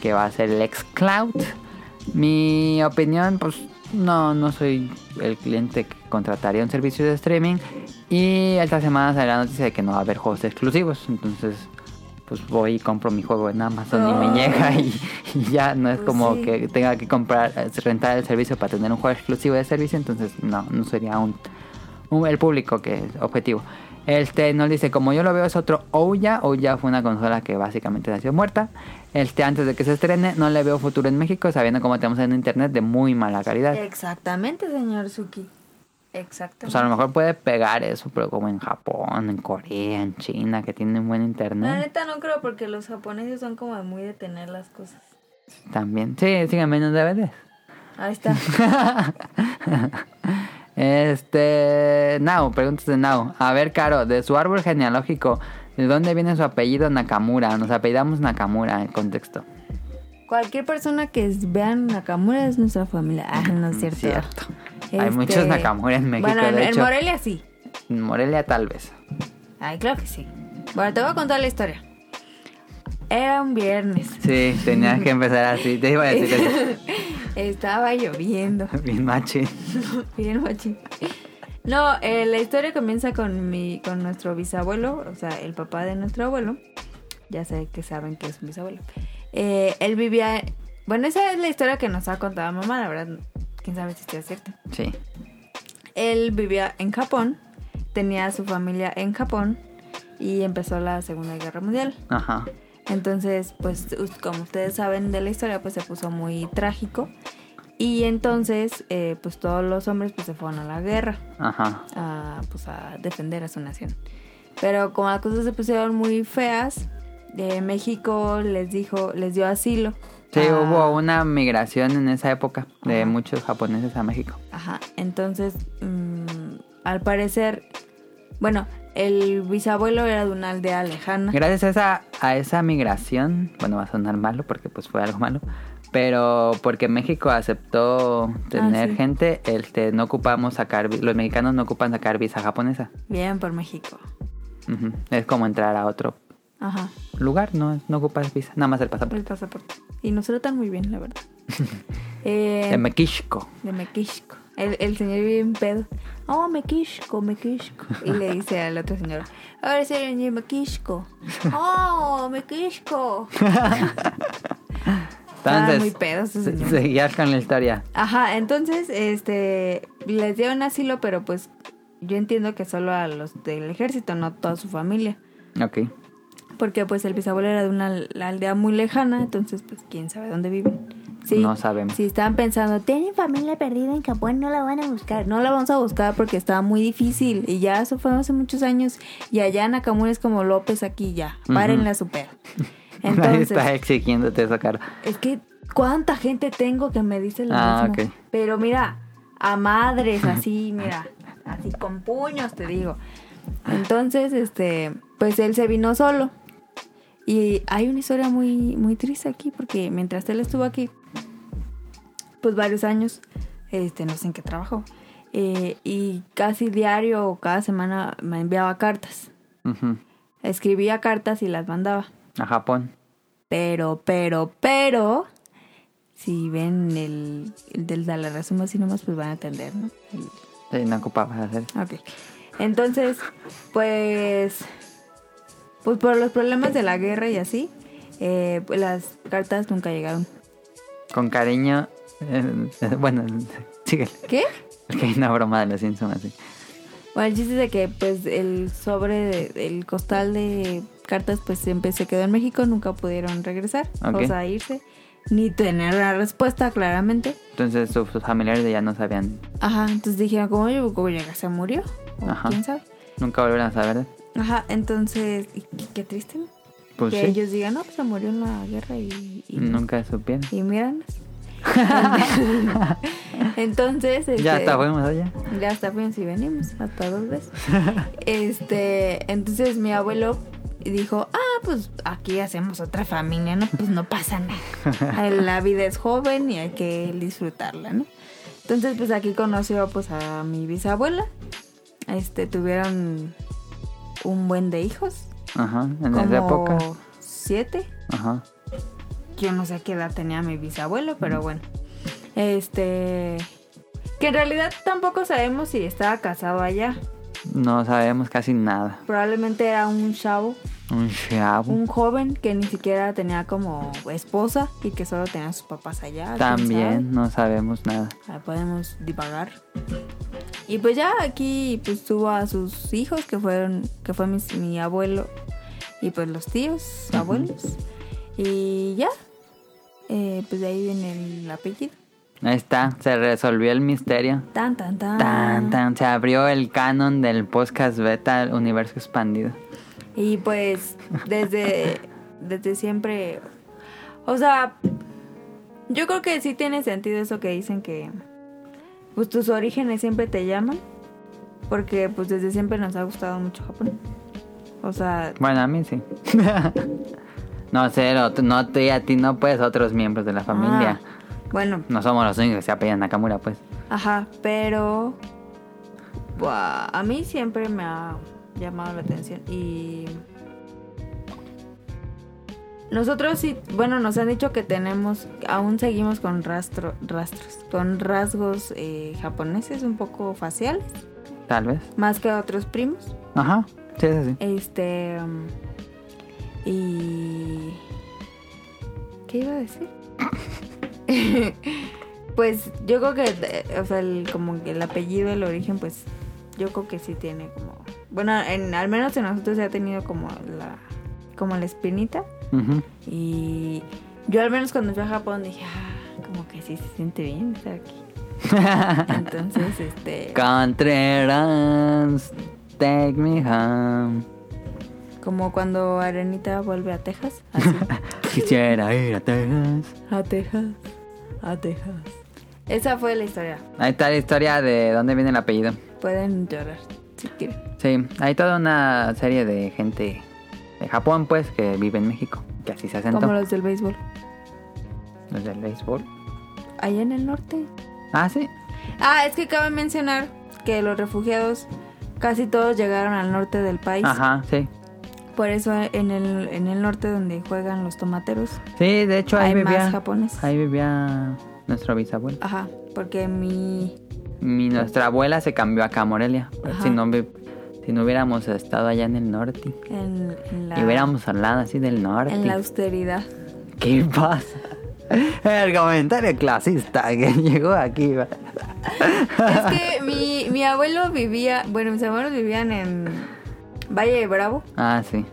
Speaker 2: Que va a ser el xCloud. Mi opinión, pues no, no soy el cliente que contrataría un servicio de streaming. Y esta semana salió la noticia de que no va a haber juegos exclusivos. Entonces, pues voy y compro mi juego en Amazon y me llega y, y ya no es
Speaker 1: Pues
Speaker 2: como
Speaker 1: sí.
Speaker 2: que tenga que comprar, eh, rentar el servicio para tener un juego exclusivo de servicio. Entonces, no, no sería un, un- el público que es objetivo. Este nos dice, como yo lo veo es otro Ouya. Ouya fue una consola que básicamente nació muerta. Este antes de que se estrene, no le veo futuro en México, sabiendo cómo tenemos en internet de muy mala calidad.
Speaker 1: Exactamente, señor Suki. Exactamente.
Speaker 2: O sea, Pues, a lo mejor puede pegar eso, pero como en Japón, en Corea, en China, que tienen buen
Speaker 1: La
Speaker 2: internet.
Speaker 1: neta no creo porque los japoneses son como de muy de tener las cosas.
Speaker 2: También. Sí, síganme en los DVDs.
Speaker 1: Ahí está.
Speaker 2: este. Now, preguntas de Now. A ver, Caro, de su árbol genealógico, ¿de dónde viene su apellido Nakamura? Nos apellidamos Nakamura, en contexto.
Speaker 1: Cualquier persona que es- vean Nakamura es nuestra familia. Ah, no es cierto. Este,
Speaker 2: Cierto. Hay muchos Nakamura en México,
Speaker 1: Bueno, en,
Speaker 2: de
Speaker 1: en
Speaker 2: hecho.
Speaker 1: Morelia sí.
Speaker 2: En Morelia, tal vez.
Speaker 1: Ay, claro que sí. Bueno, te voy a contar la historia. Era un viernes.
Speaker 2: Sí, tenías que empezar así. Te iba a decir eso.
Speaker 1: Estaba lloviendo.
Speaker 2: Bien machi.
Speaker 1: Bien machín. No, eh, la historia comienza con mi, con nuestro bisabuelo, o sea, el papá de nuestro abuelo. Ya sé que saben que es un bisabuelo. Eh, él vivía, bueno, esa es la historia que nos ha contado mamá, la verdad, quién sabe si es cierta.
Speaker 2: Sí.
Speaker 1: Él vivía en Japón, tenía a su familia en Japón y empezó la Segunda Guerra Mundial.
Speaker 2: Ajá.
Speaker 1: Entonces, pues us- como ustedes saben de la historia, pues se puso muy trágico. Y entonces, eh, pues todos los hombres pues se fueron a la guerra,
Speaker 2: Ajá.
Speaker 1: a, pues a defender a su nación. Pero como las cosas se pusieron muy feas, eh, México les dijo, les dio asilo.
Speaker 2: Sí,
Speaker 1: a-
Speaker 2: hubo una migración en esa época de
Speaker 1: Ah. Ajá.
Speaker 2: muchos japoneses a México.
Speaker 1: Ajá, entonces, mm, al parecer, bueno, el bisabuelo era de una aldea lejana.
Speaker 2: Gracias a esa, a esa migración, bueno, va a sonar malo porque pues fue algo malo, pero porque México aceptó tener
Speaker 1: Ah, sí.
Speaker 2: gente, este, no ocupamos sacar, vi- los mexicanos no ocupan sacar visa japonesa.
Speaker 1: Bien por México.
Speaker 2: Ujú. Es como entrar a otro
Speaker 1: Ajá.
Speaker 2: lugar, no, no ocupas visa, nada más el
Speaker 1: el
Speaker 2: pasaporte.
Speaker 1: pasaporte. Y nos tratan muy bien, la verdad. Eh,
Speaker 2: De Mequisco.
Speaker 1: de Mequisco. El, el señor vive en pedo. Oh, Mequisco, Mequisco. Y le dice al otro señor, ahora señor de Mequisco. Oh, Mequisco. Estaban muy
Speaker 2: Entonces,
Speaker 1: pedos esos
Speaker 2: se-
Speaker 1: señores.
Speaker 2: seguías con la historia.
Speaker 1: Ajá, entonces, este, les dieron asilo, pero pues yo entiendo que solo a los del ejército, no a toda su familia.
Speaker 2: Ok.
Speaker 1: Porque pues el bisabuelo era de una al- aldea muy lejana, entonces pues quién sabe dónde viven. Sí,
Speaker 2: No sabemos.
Speaker 1: Si estaban pensando,
Speaker 4: Tienen familia perdida en Japón, no la van a buscar.
Speaker 1: buscar. No la vamos a buscar porque estaba muy difícil. Y ya eso fue hace muchos años. Y allá Nakamura es como López aquí ya.
Speaker 2: Ujú.
Speaker 1: Párenla su pedo.
Speaker 2: Nadie
Speaker 1: Entonces,
Speaker 2: está exigiéndote sacar.
Speaker 1: es que cuánta gente tengo que me dice lo
Speaker 2: Ah,
Speaker 1: mismo.
Speaker 2: ok.
Speaker 1: Pero mira, a madres, así, mira, así con puños te digo. Entonces, este, pues él se vino solo. Y hay una historia muy, muy triste aquí, porque mientras él estuvo aquí, pues varios años, este, no sé en qué trabajó. eh, y casi diario o cada semana me enviaba cartas.
Speaker 2: Ujú.
Speaker 1: Escribía cartas y las mandaba.
Speaker 2: A Japón.
Speaker 1: Pero, pero, pero, si ven el, el del la resumo así nomás, pues van a entender, ¿no? El-
Speaker 2: Sí, no ocupabas hacer.
Speaker 1: ok. Entonces, pues, pues por los problemas de la guerra y así, eh, pues las cartas nunca llegaron.
Speaker 2: Con cariño. eh, eh, bueno, síguele.
Speaker 1: ¿Qué?
Speaker 2: Es que hay una broma de los Simpsons así.
Speaker 1: Bueno, el chiste es de que, pues, el sobre, de- el costal de cartas, pues, siempre se quedó en México, nunca pudieron regresar,
Speaker 2: Ok.
Speaker 1: o sea, irse, ni tener la respuesta, claramente.
Speaker 2: Entonces sus sus familiares ya no sabían.
Speaker 1: Ajá, entonces dijeron, ¿cómo llegó? ¿Se murió? ¿O
Speaker 2: Ajá.
Speaker 1: ¿Quién sabe?
Speaker 2: Nunca volvieron a saber.
Speaker 1: Ajá, entonces, y qué, qué triste, ¿no?
Speaker 2: Pues
Speaker 1: que
Speaker 2: sí.
Speaker 1: ellos digan, no, pues se murió en la guerra y... y
Speaker 2: Nunca supieron.
Speaker 1: Y míranos. entonces...
Speaker 2: Ya
Speaker 1: este,
Speaker 2: hasta fuimos allá.
Speaker 1: Ya hasta fuimos y venimos, hasta dos veces. este, entonces mi abuelo dijo, ah, pues aquí hacemos otra familia, ¿no? Pues no pasa nada. La vida es joven y hay que disfrutarla, ¿no? Entonces, pues aquí conoció pues a mi bisabuela. Este, tuvieron un buen de hijos.
Speaker 2: Ajá. En
Speaker 1: como
Speaker 2: esa época.
Speaker 1: siete.
Speaker 2: Ajá.
Speaker 1: Yo no sé qué edad tenía mi bisabuelo, pero bueno. Este. Que en realidad tampoco sabemos si estaba casado allá.
Speaker 2: No sabemos casi nada.
Speaker 1: Probablemente era un chavo,
Speaker 2: Un chavo.
Speaker 1: un joven que ni siquiera tenía como esposa y que solo tenía a sus papás allá. ¿quién
Speaker 2: También no sabemos nada.
Speaker 1: sabe? Ah, Podemos divagar. Y pues ya aquí pues tuvo a sus hijos que fueron, que fue mis- mi, abuelo y pues los tíos, abuelos. Y ya. Eh, pues de ahí viene el apellido.
Speaker 2: Ahí está. Se resolvió el misterio.
Speaker 1: Tan, tan, tan.
Speaker 2: Tan, tan. Se abrió el canon del podcast beta universo expandido.
Speaker 1: Y pues desde, desde siempre, o sea, yo creo que sí tiene sentido eso que dicen que pues tus orígenes siempre te llaman, porque pues desde siempre nos ha gustado mucho Japón. O sea,
Speaker 2: Bueno, a mí sí. no, cero. tú- No te, a ti no, pues otros miembros de la familia.
Speaker 1: ah, bueno,
Speaker 2: No somos los únicos que se apellan Nakamura, pues.
Speaker 1: ajá, pero buah, a mí siempre me ha llamado la atención y Nosotros sí, bueno, nos han dicho que tenemos, aún seguimos con rastro, rastros, con rasgos eh, japoneses un poco faciales,
Speaker 2: Tal vez.
Speaker 1: más que otros primos.
Speaker 2: Ajá. Sí, es así.
Speaker 1: Este. mm, Y. ¿Qué iba a decir? pues yo creo que, eh, o sea, el, como que el apellido, el origen, pues yo creo que sí tiene como. Bueno, en, al menos en nosotros se ha tenido como la, como la espinita.
Speaker 2: Ujú.
Speaker 1: Y yo al menos cuando fui a Japón dije, ah, como que sí se siente bien estar aquí. Entonces, este,
Speaker 2: Contreras, take me home.
Speaker 1: como cuando Arenita vuelve a Texas, así.
Speaker 2: Quisiera ir a Texas.
Speaker 1: A Texas. A Texas. Esa fue la historia.
Speaker 2: Ahí está la historia de dónde viene el apellido.
Speaker 1: Pueden llorar si quieren.
Speaker 2: Sí, hay toda una serie de gente de Japón, pues, que vive en México. Que así se asentó.
Speaker 1: Como
Speaker 2: Los...
Speaker 1: los del béisbol.
Speaker 2: del béisbol.
Speaker 1: Allá en el norte.
Speaker 2: Ah, sí.
Speaker 1: Ah, es que cabe mencionar que los refugiados casi todos llegaron al norte del país.
Speaker 2: Ajá, sí.
Speaker 1: Por eso en el, en el norte donde juegan los tomateros
Speaker 2: Sí, de hecho ahí
Speaker 1: hay
Speaker 2: vivía.
Speaker 1: más japoneses.
Speaker 2: Ahí vivía nuestro bisabuelo.
Speaker 1: Ajá, porque mi...
Speaker 2: Mi, nuestra abuela se cambió acá a Morelia. Pero
Speaker 1: Ajá.
Speaker 2: Si no, vi- si no hubiéramos estado allá en el norte.
Speaker 1: En, en la,
Speaker 2: Y hubiéramos hablado así del norte.
Speaker 1: en la austeridad.
Speaker 2: ¿Qué pasa? El comentario clasista que llegó aquí. va.
Speaker 1: Es que mi, mi abuelo vivía, bueno, mis abuelos vivían en Valle de Bravo,
Speaker 2: Ah, sí.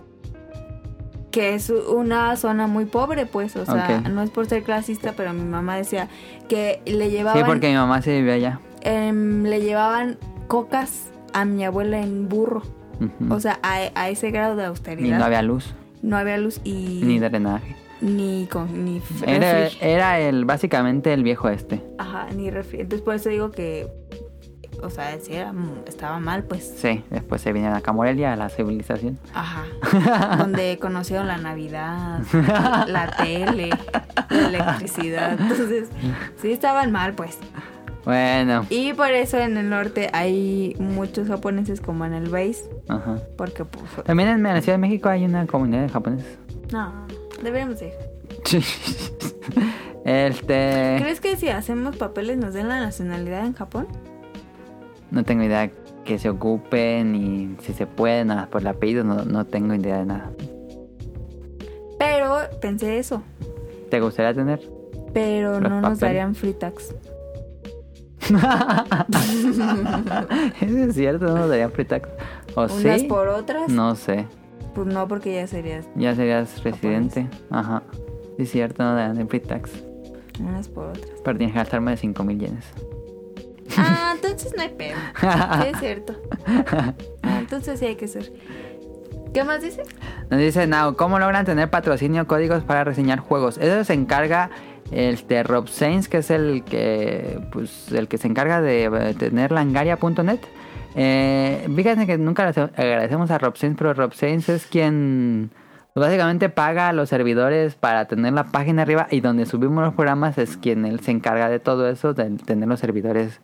Speaker 1: que es una zona muy pobre, pues, o sea,
Speaker 2: Ok.
Speaker 1: no es por ser clasista, pero mi mamá decía que le
Speaker 2: Sí,
Speaker 1: llevaban,
Speaker 2: porque mi mamá se vivió allá.
Speaker 1: em, le llevaban cocas a mi abuela en burro,
Speaker 2: Ujú.
Speaker 1: o sea, a, a ese grado de
Speaker 2: y
Speaker 1: austeridad.
Speaker 2: Mm. no había luz,
Speaker 1: No había luz y
Speaker 2: ni drenaje.
Speaker 1: ni con- ni refri.
Speaker 2: Era, era el básicamente el viejo este.
Speaker 1: Ajá, ni refri. Entonces por eso digo que, o sea, sí era- estaba mal, pues.
Speaker 2: Sí, después se vinieron acá a Morelia, a la civilización.
Speaker 1: Ajá. Donde conocieron la Navidad, la tele, la electricidad. Entonces, sí estaban mal, pues.
Speaker 2: Bueno,
Speaker 1: Y por eso en el norte hay muchos japoneses como en el base,
Speaker 2: ajá.
Speaker 1: porque pues...
Speaker 2: También en la Ciudad de México hay una comunidad de japoneses.
Speaker 1: No, deberíamos ir.
Speaker 2: Eh. Este.
Speaker 1: ¿Crees que si hacemos papeles nos den la nacionalidad en Japón?
Speaker 2: No tengo idea que se ocupen y si se puede, nada, por el apellido, no, no tengo idea de nada.
Speaker 1: Pero pensé eso.
Speaker 2: ¿Te gustaría tener?
Speaker 1: Pero
Speaker 2: Los
Speaker 1: no nos
Speaker 2: papeles.
Speaker 1: darían free tax.
Speaker 2: Eso es cierto, no nos darían free tax. ¿O
Speaker 1: Unas
Speaker 2: ¿Ah, sí?
Speaker 1: por otras.
Speaker 2: No sé.
Speaker 1: Pues no, porque ya serías
Speaker 2: Ya serías residente. Ajá. Sí, es cierto, no darían free tax.
Speaker 1: unas por otras.
Speaker 2: Pero tienes que gastar más de 5 mil yenes.
Speaker 1: Ah, entonces no hay pedo. Sí, es cierto. Ah, entonces sí hay que ser. ¿Qué más dice?
Speaker 2: Nos dice Now, ¿cómo logran tener patrocinio códigos para reseñar juegos? Eso se encarga este Rob Sainz, que es el que pues el que se encarga de eh, tener langaria.net. Eh, fíjense que nunca le hace- agradecemos a Rob Sainz, pero Rob Sainz es quien pues, básicamente paga a los servidores para tener la página arriba y donde subimos los programas es quien él se encarga de todo eso, de tener los servidores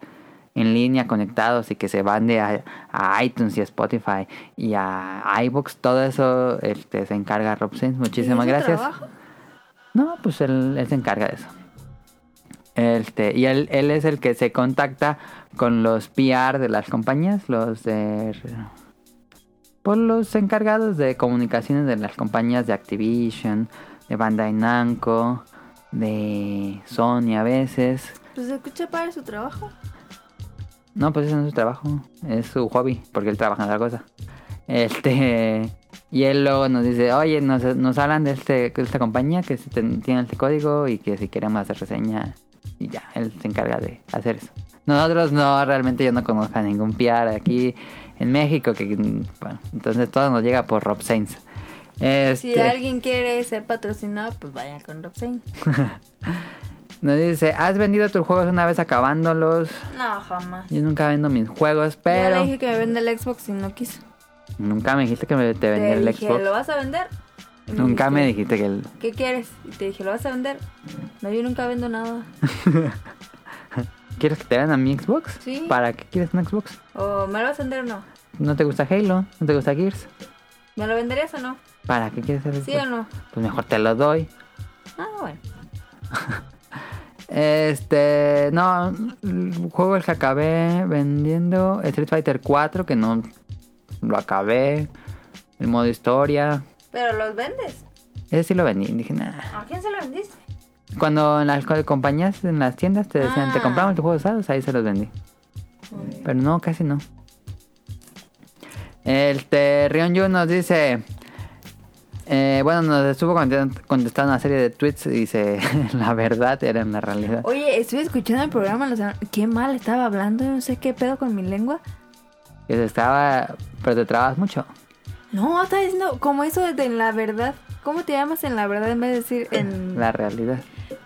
Speaker 2: en línea conectados y que se van de a, a iTunes y a Spotify y a iBox, todo eso este, se encarga Rob Sainz. Muchísimas
Speaker 1: ¿Y es su
Speaker 2: gracias.
Speaker 1: trabajo?
Speaker 2: No, pues él, él se encarga de eso. Este, y él, él es el que se contacta con los PR de las compañías, los de... Por los encargados de comunicaciones de las compañías de Activision, de Bandai Namco, de Sony a veces.
Speaker 1: Pues escucha para su trabajo.
Speaker 2: No, pues ese no es su trabajo, es su hobby, porque él trabaja en otra cosa. Este. Y él luego nos dice, oye, nos, nos hablan de, este, de esta compañía que si ten- tiene este código y que si queremos hacer reseña. Y ya, él se encarga de hacer eso. Nosotros no, realmente yo no conozco a ningún PR aquí en México. que bueno, Entonces todo nos llega por Rob Sainz.
Speaker 1: Si
Speaker 2: Este-
Speaker 1: alguien quiere ser patrocinado, pues vaya con Robsain.
Speaker 2: Nos dice, has vendido tus juegos una vez acabándolos.
Speaker 1: No, jamás.
Speaker 2: Yo nunca vendo mis juegos,
Speaker 1: Pero...
Speaker 2: pero...
Speaker 1: le dije que me venda el Xbox y no quiso.
Speaker 2: Nunca me dijiste que me, te vendí
Speaker 1: Te
Speaker 2: el
Speaker 1: dije,
Speaker 2: Xbox.
Speaker 1: ¿lo vas a vender? Y
Speaker 2: Nunca me
Speaker 1: dijiste,
Speaker 2: dijiste que el...
Speaker 1: ¿Qué quieres? Y te dije, ¿lo vas a vender? No, yo nunca vendo nada.
Speaker 2: ¿Quieres que te vendan mi Xbox?
Speaker 1: Sí.
Speaker 2: ¿Para qué quieres un Xbox?
Speaker 1: ¿O me lo vas a vender o no?
Speaker 2: ¿No te gusta Halo? ¿No te gusta Gears?
Speaker 1: ¿Me lo venderías o no?
Speaker 2: ¿Para qué quieres hacer
Speaker 1: ¿Sí
Speaker 2: esto?
Speaker 1: o no?
Speaker 2: Pues mejor te lo doy.
Speaker 1: Ah, bueno.
Speaker 2: Este, no, el juego el que acabé vendiendo, Street Fighter 4, que no lo acabé, el modo historia,
Speaker 1: Pero los vendes.
Speaker 2: ese sí lo vendí, dije nada.
Speaker 1: ¿A quién se lo vendiste?
Speaker 2: Cuando en las co- compañías, en las tiendas te decían, te
Speaker 1: Ah.
Speaker 2: compramos tu juego usados, ahí se los vendí. Pero no, casi no. Este, Rion Yu nos dice, eh, bueno, nos estuvo contestando contestando una serie de tweets y dice, la verdad era en la realidad.
Speaker 1: Oye, estuve escuchando el programa. la semana- Qué mal estaba hablando. No sé qué pedo con mi lengua.
Speaker 2: Que se estaba. Pero te trabas mucho.
Speaker 1: No, está diciendo como eso de en la verdad. ¿Cómo te llamas en la verdad en vez de decir en...
Speaker 2: La realidad.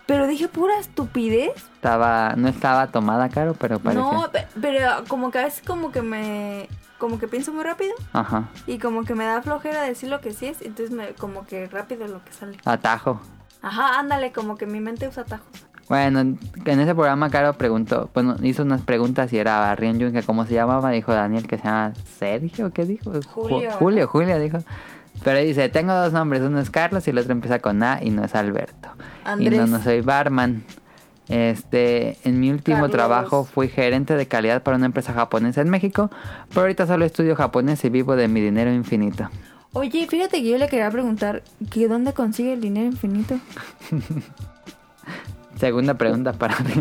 Speaker 1: Pero dije pura estupidez.
Speaker 2: Estaba. No estaba tomada, caro, pero parecía.
Speaker 1: No, pe- pero como que a veces como que me... Como que pienso muy rápido
Speaker 2: Ajá.
Speaker 1: y como que me da flojera decir lo que sí es. Entonces me, como que rápido lo que sale.
Speaker 2: Atajo.
Speaker 1: Ajá, ándale, como que mi mente usa atajos.
Speaker 2: Bueno, en ese programa Caro preguntó, bueno, hizo unas preguntas y era a Rion Jun que cómo se llamaba, dijo Daniel que se llama Sergio, ¿qué dijo? Ju-
Speaker 1: Julio.
Speaker 2: Julio, Julio dijo. Pero dice, tengo dos nombres, uno es Carlos y el otro empieza con A y no es Alberto. Y no,
Speaker 1: Andrés.
Speaker 2: no soy barman. Este, en mi último
Speaker 1: Carlos.
Speaker 2: trabajo fui gerente de calidad para una empresa japonesa en México, pero ahorita solo estudio japonés y vivo de mi dinero infinito.
Speaker 1: Oye, fíjate que yo le quería preguntar que dónde consigue el dinero infinito.
Speaker 2: Segunda pregunta para mí.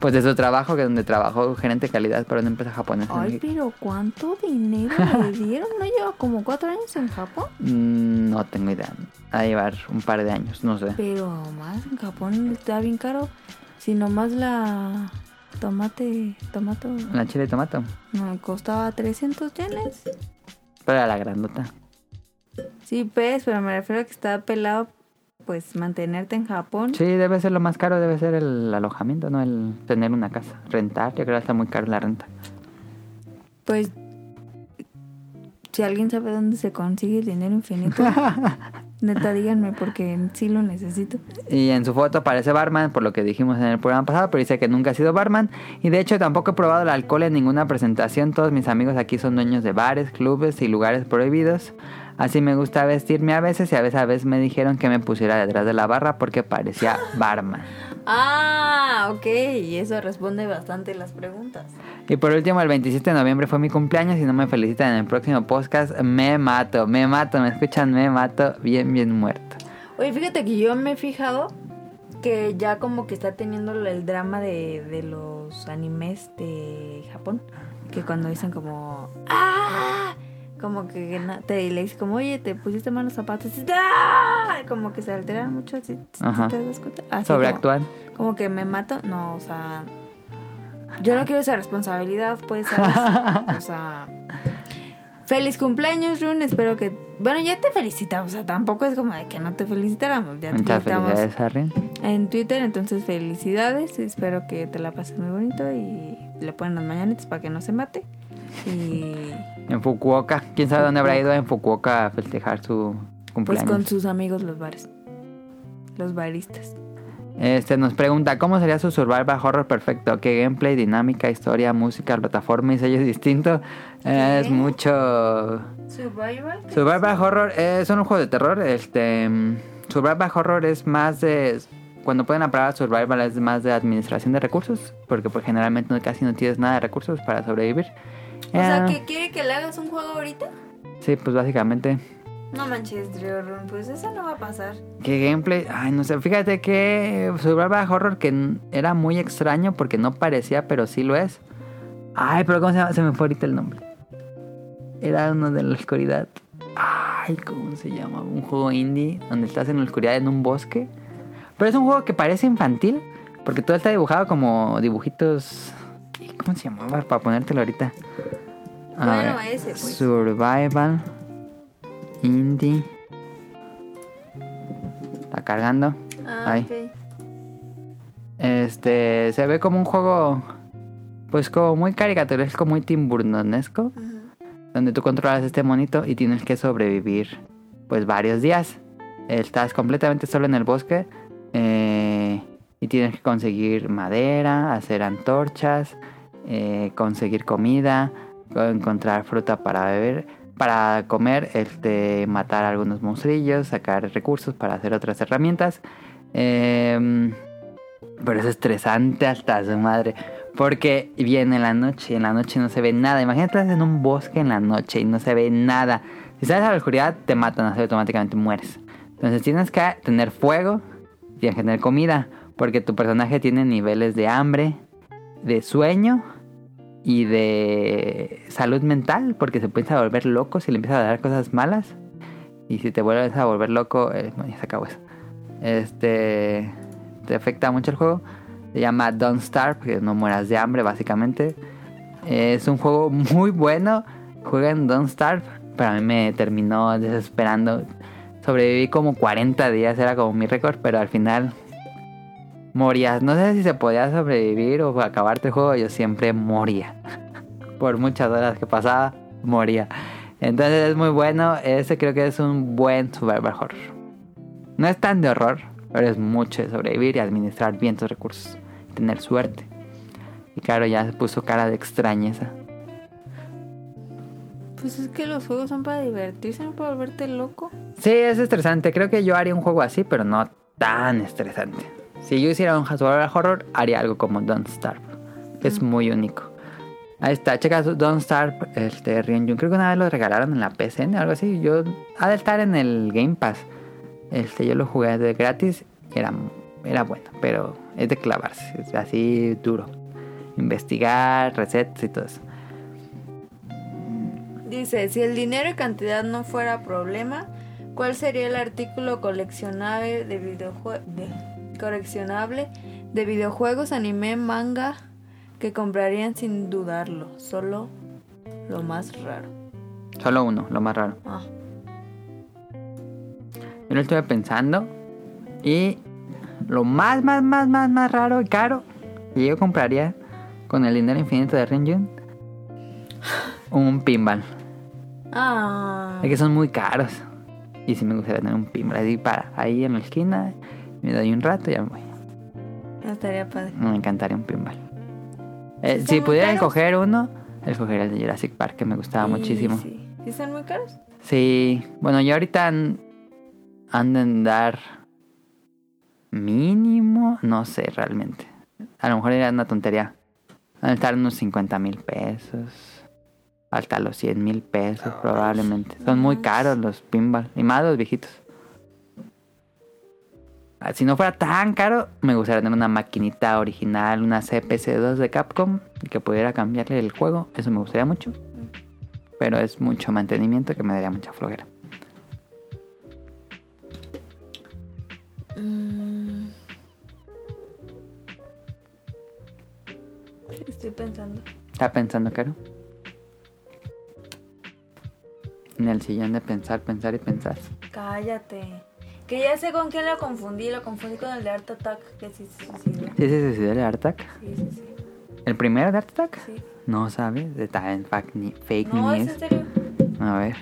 Speaker 2: Pues de su trabajo, que donde trabajó gerente de calidad para una empresa japonesa. en
Speaker 1: Ay,
Speaker 2: México.
Speaker 1: pero ¿cuánto dinero le dieron? ¿No lleva como cuatro años en Japón?
Speaker 2: Mm, No tengo idea. Ha de llevar un par de años, no sé.
Speaker 1: Pero más en Japón está bien caro. Si nomás la tomate, tomato,
Speaker 2: La chile de tomato.
Speaker 1: no, costaba 300 yenes.
Speaker 2: Pero era la grandota.
Speaker 1: Sí, pues, pero me refiero a que está pelado, pues, mantenerte en Japón.
Speaker 2: Sí, debe ser lo más caro, debe ser el alojamiento, no el tener una casa. Rentar, yo creo que está muy caro la renta.
Speaker 1: Pues, si alguien sabe dónde se consigue el dinero infinito, neta, díganme, porque sí lo necesito.
Speaker 2: Y en su foto aparece barman, por lo que dijimos en el programa pasado, pero dice que nunca ha sido barman. Y de hecho tampoco he probado el alcohol en ninguna presentación. Todos mis amigos aquí son dueños de bares, clubes y lugares prohibidos. Así me gusta vestirme a veces y a veces a veces me dijeron que me pusiera detrás de la barra porque parecía barman.
Speaker 1: Ah, ok, y eso responde bastante las preguntas.
Speaker 2: Y por último, el 27 de noviembre fue mi cumpleaños y no me felicitan en el próximo podcast. Me mato, me mato, me escuchan, me mato, bien, bien muerto.
Speaker 1: Oye, fíjate que yo me he fijado que ya como que está teniendo el drama de, de los animes de Japón. Que cuando dicen como... ¡Ah! Como que na- te le dices como, oye, te pusiste malos zapatos. Y, ¡Ah! Como que se alteran mucho. Así, ¿sí
Speaker 2: Ajá.
Speaker 1: ¿Te das cuenta? Así
Speaker 2: Sobreactuar.
Speaker 1: Como, como que me mato. No, o sea... Yo no quiero esa responsabilidad, pues, ¿sabes? O sea... Feliz cumpleaños, Run. Espero que. Bueno, ya te felicitamos. O sea, tampoco es como de que no te felicitáramos. Ya te
Speaker 2: Muchas
Speaker 1: felicitamos
Speaker 2: felicidades, Harry.
Speaker 1: en Twitter. Entonces, felicidades. Espero que te la pases muy bonito y le ponen las mañanitas para que no se mate. Y
Speaker 2: En Fukuoka. ¿Quién sabe dónde habrá ido en Fukuoka a festejar su
Speaker 1: pues
Speaker 2: cumpleaños?
Speaker 1: con sus amigos, los bares. Los baristas.
Speaker 2: Este nos pregunta, ¿cómo sería su survival horror perfecto? ¿Qué gameplay, dinámica, historia, música, plataforma y sellos distintos? Es mucho...
Speaker 1: ¿Survival?
Speaker 2: Survival Horror es un juego de terror. Este, mm, survival Horror es más de. Cuando pueden palabra Survival es más de administración de recursos. Porque pues, generalmente no- casi no tienes nada de recursos para sobrevivir.
Speaker 1: O sea,
Speaker 2: Eh,
Speaker 1: ¿que quiere que le hagas un juego ahorita?
Speaker 2: Sí, pues básicamente.
Speaker 1: No manches, Drew Run. Pues eso no va a pasar.
Speaker 2: ¿Qué gameplay? Ay, no sé. Fíjate que Survival Horror que n- era muy extraño porque no parecía, pero sí lo es. Ay, pero ¿cómo se llama? Se me fue ahorita el nombre. Era uno de la oscuridad. Ay, ¿cómo se llama? Un juego indie donde estás en la oscuridad en un bosque. Pero es un juego que parece infantil porque todo está dibujado como dibujitos. ¿Cómo se llamaba? Para ponértelo ahorita. A
Speaker 1: Bueno, ese, pues.
Speaker 2: Survival Indie. Está cargando.
Speaker 1: Ah,
Speaker 2: Ay.
Speaker 1: ok.
Speaker 2: Este, se ve como un juego, pues como muy caricaturesco, muy timburnonesco, donde tú controlas este monito y tienes que sobrevivir, pues varios días. Estás completamente solo en el bosque eh, y tienes que conseguir madera, hacer antorchas, eh, conseguir comida, encontrar fruta para beber. para comer, este, matar algunos monstrillos, sacar recursos para hacer otras herramientas. Em, pero es estresante hasta su madre. Porque viene en la noche, en la noche no se ve nada. Imagínate estás en un bosque en la noche y no se ve nada. Si sales a la oscuridad, te matan, así automáticamente mueres. Entonces tienes que tener fuego, tienes que tener comida. Porque tu personaje tiene niveles de hambre, de sueño y de salud mental. Porque se empieza a volver loco si le empiezas a dar cosas malas. Y si te vuelves a volver loco, eh, bueno, ya se acabó eso. Este. Te afecta mucho el juego. Se llama Don't Starve, porque no mueras de hambre, básicamente. Es un juego muy bueno. Jueguen Don't Starve. Pero a mí me terminó desesperando. Sobreviví como 40 días, era como mi récord, pero al final morías. No sé si se podía sobrevivir o acabarte el juego, yo siempre moría. Por muchas horas que pasaba, moría. Entonces es muy bueno. Ese creo que es un buen survival horror. No es tan de horror, pero es mucho de sobrevivir y administrar bien tus recursos. Tener suerte. Y claro, ya se puso cara de extrañeza.
Speaker 9: Pues es que los juegos son para divertirse, no para volverte loco.
Speaker 2: Sí, es estresante. Creo que yo haría un juego así, pero no tan estresante. Si yo hiciera un survival horror, haría algo como Don't Starve, que es muy único. Ahí está, checa su- Don't Starve, este Ryunjun. Creo que una vez lo regalaron en la PCN o algo así. Yo, ha de estar en el Game Pass. Este, yo lo jugué de gratis y era, era bueno, pero es de clavarse, es así duro. Investigar, recetas y todo eso.
Speaker 1: Dice, si el dinero y cantidad no fuera problema, ¿cuál sería el artículo coleccionable de, videojue- de- coleccionable de videojuegos, anime, manga que comprarían sin dudarlo? Solo lo más raro.
Speaker 2: Solo uno, lo más raro.
Speaker 1: Ah.
Speaker 2: Yo lo estuve pensando. Y lo más, más, más, más, más raro y caro que yo compraría con el dinero infinito de Renjun. Un pinball.
Speaker 1: Ah.
Speaker 2: Es que son muy caros. Y sí me gustaría tener un pinball así para ahí en la esquina. Me doy un rato y ya me voy.
Speaker 1: Estaría padre.
Speaker 2: Me encantaría un pinball.
Speaker 1: ¿Sí
Speaker 2: Eh, si
Speaker 1: están muy
Speaker 2: pudiera
Speaker 1: caros?
Speaker 2: escoger uno, escogería el de Jurassic Park, que me gustaba
Speaker 1: Sí,
Speaker 2: Ah, muchísimo.
Speaker 1: Sí. ¿Sí están muy caros?
Speaker 2: Sí, bueno, yo ahorita an- ando en dar mínimo, no sé realmente. A lo mejor era una tontería. Van a estar unos 50 mil pesos, hasta los 100 mil pesos probablemente. Son muy caros los pinball, y más los viejitos. Ah, Si no fuera tan caro, me gustaría tener una maquinita original, una CPC2 de Capcom, y que pudiera cambiarle el juego. Eso me gustaría mucho pero es mucho mantenimiento que me daría mucha flojera.
Speaker 1: Mm. Estoy pensando.
Speaker 2: ¿Está pensando, Caro? En el sillón de pensar, pensar y pensar.
Speaker 1: Cállate. Que ya sé con quién la confundí. La confundí con el de Art Attack, que sí se suicidó.
Speaker 2: ¿Sí se suicidó el de Art Attack?
Speaker 1: Sí, sí, sí.
Speaker 2: ¿El primero de Art Attack?
Speaker 1: Sí.
Speaker 2: No sabes, está en fac- ni- fake
Speaker 1: No, es en
Speaker 2: news.
Speaker 1: serio.
Speaker 2: A ver,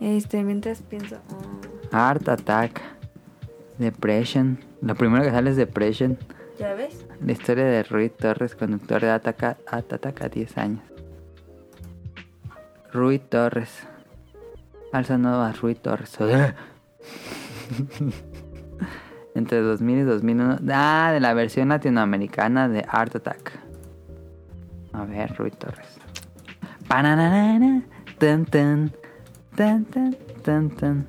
Speaker 1: Este, mientras pienso. ah,
Speaker 2: Art Attack, Depression. Lo primero que sale es Depression.
Speaker 1: ¿Ya ves?
Speaker 2: La historia de Rui Torres, conductor de Ataca, At Attack a 10 años. Rui Torres. Alza nueva Rui Torres. Entre 2000 y 2001. Ah, de la versión latinoamericana de Art Attack. A ver, Rui Torres. Pananana. Tan, tan. Tan, tan, tan, tan.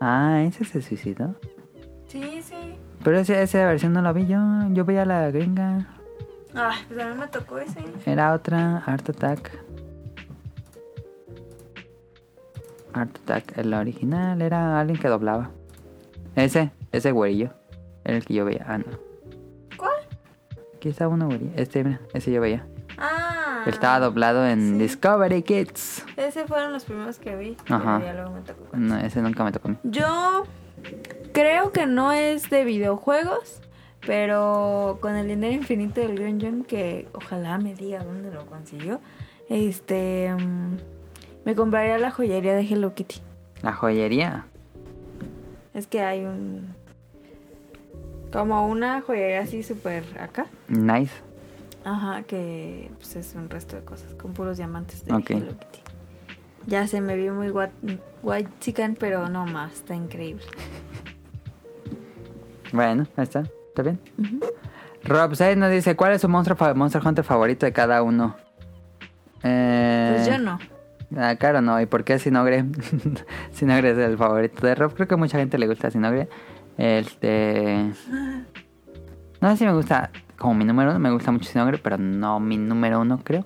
Speaker 2: Ah, ese se suicidó.
Speaker 1: Sí, sí.
Speaker 2: Pero ese- esa versión no la vi yo. Yo veía la gringa.
Speaker 1: Ay, pues a mí me tocó ese.
Speaker 2: Era otra, Art Attack. Art Attack, el original era alguien que doblaba. Ese, ese güerillo. Era el que yo veía. Ah, no.
Speaker 1: ¿Cuál?
Speaker 2: Aquí está uno güerillo. Este, mira, ese yo veía.
Speaker 1: Ah.
Speaker 2: Estaba doblado en
Speaker 1: sí.
Speaker 2: Discovery Kids.
Speaker 1: Ese fueron los primeros que vi.
Speaker 2: Ajá.
Speaker 1: Pero ya luego me tocó.
Speaker 2: No, ese nunca me tocó a mí.
Speaker 1: Yo creo que no es de videojuegos, pero con el dinero infinito del Green John, que ojalá me diga dónde lo consiguió, este mm, me compraría la joyería de Hello Kitty.
Speaker 2: La joyería.
Speaker 1: Es que hay un como una joyería así súper acá.
Speaker 2: Nice.
Speaker 1: Ajá, que pues, es un resto de cosas con puros diamantes de
Speaker 2: Ok.
Speaker 1: Hello Kitty. Ya se me vio muy white chican, pero no más, está increíble.
Speaker 2: Bueno, ahí está. ¿Está bien? Rob 6 nos dice, ¿cuál es su monstruo fa- Monster Hunter favorito de cada uno? Eh,
Speaker 1: Pues yo no.
Speaker 2: Ah, claro, no. ¿Y por qué Sinogre? Sinogre es el favorito de Rob. Creo que a mucha gente le gusta Sinogre. Este... No sé si me gusta... Como mi número uno, me gusta mucho Sinogre, pero no mi número uno, creo.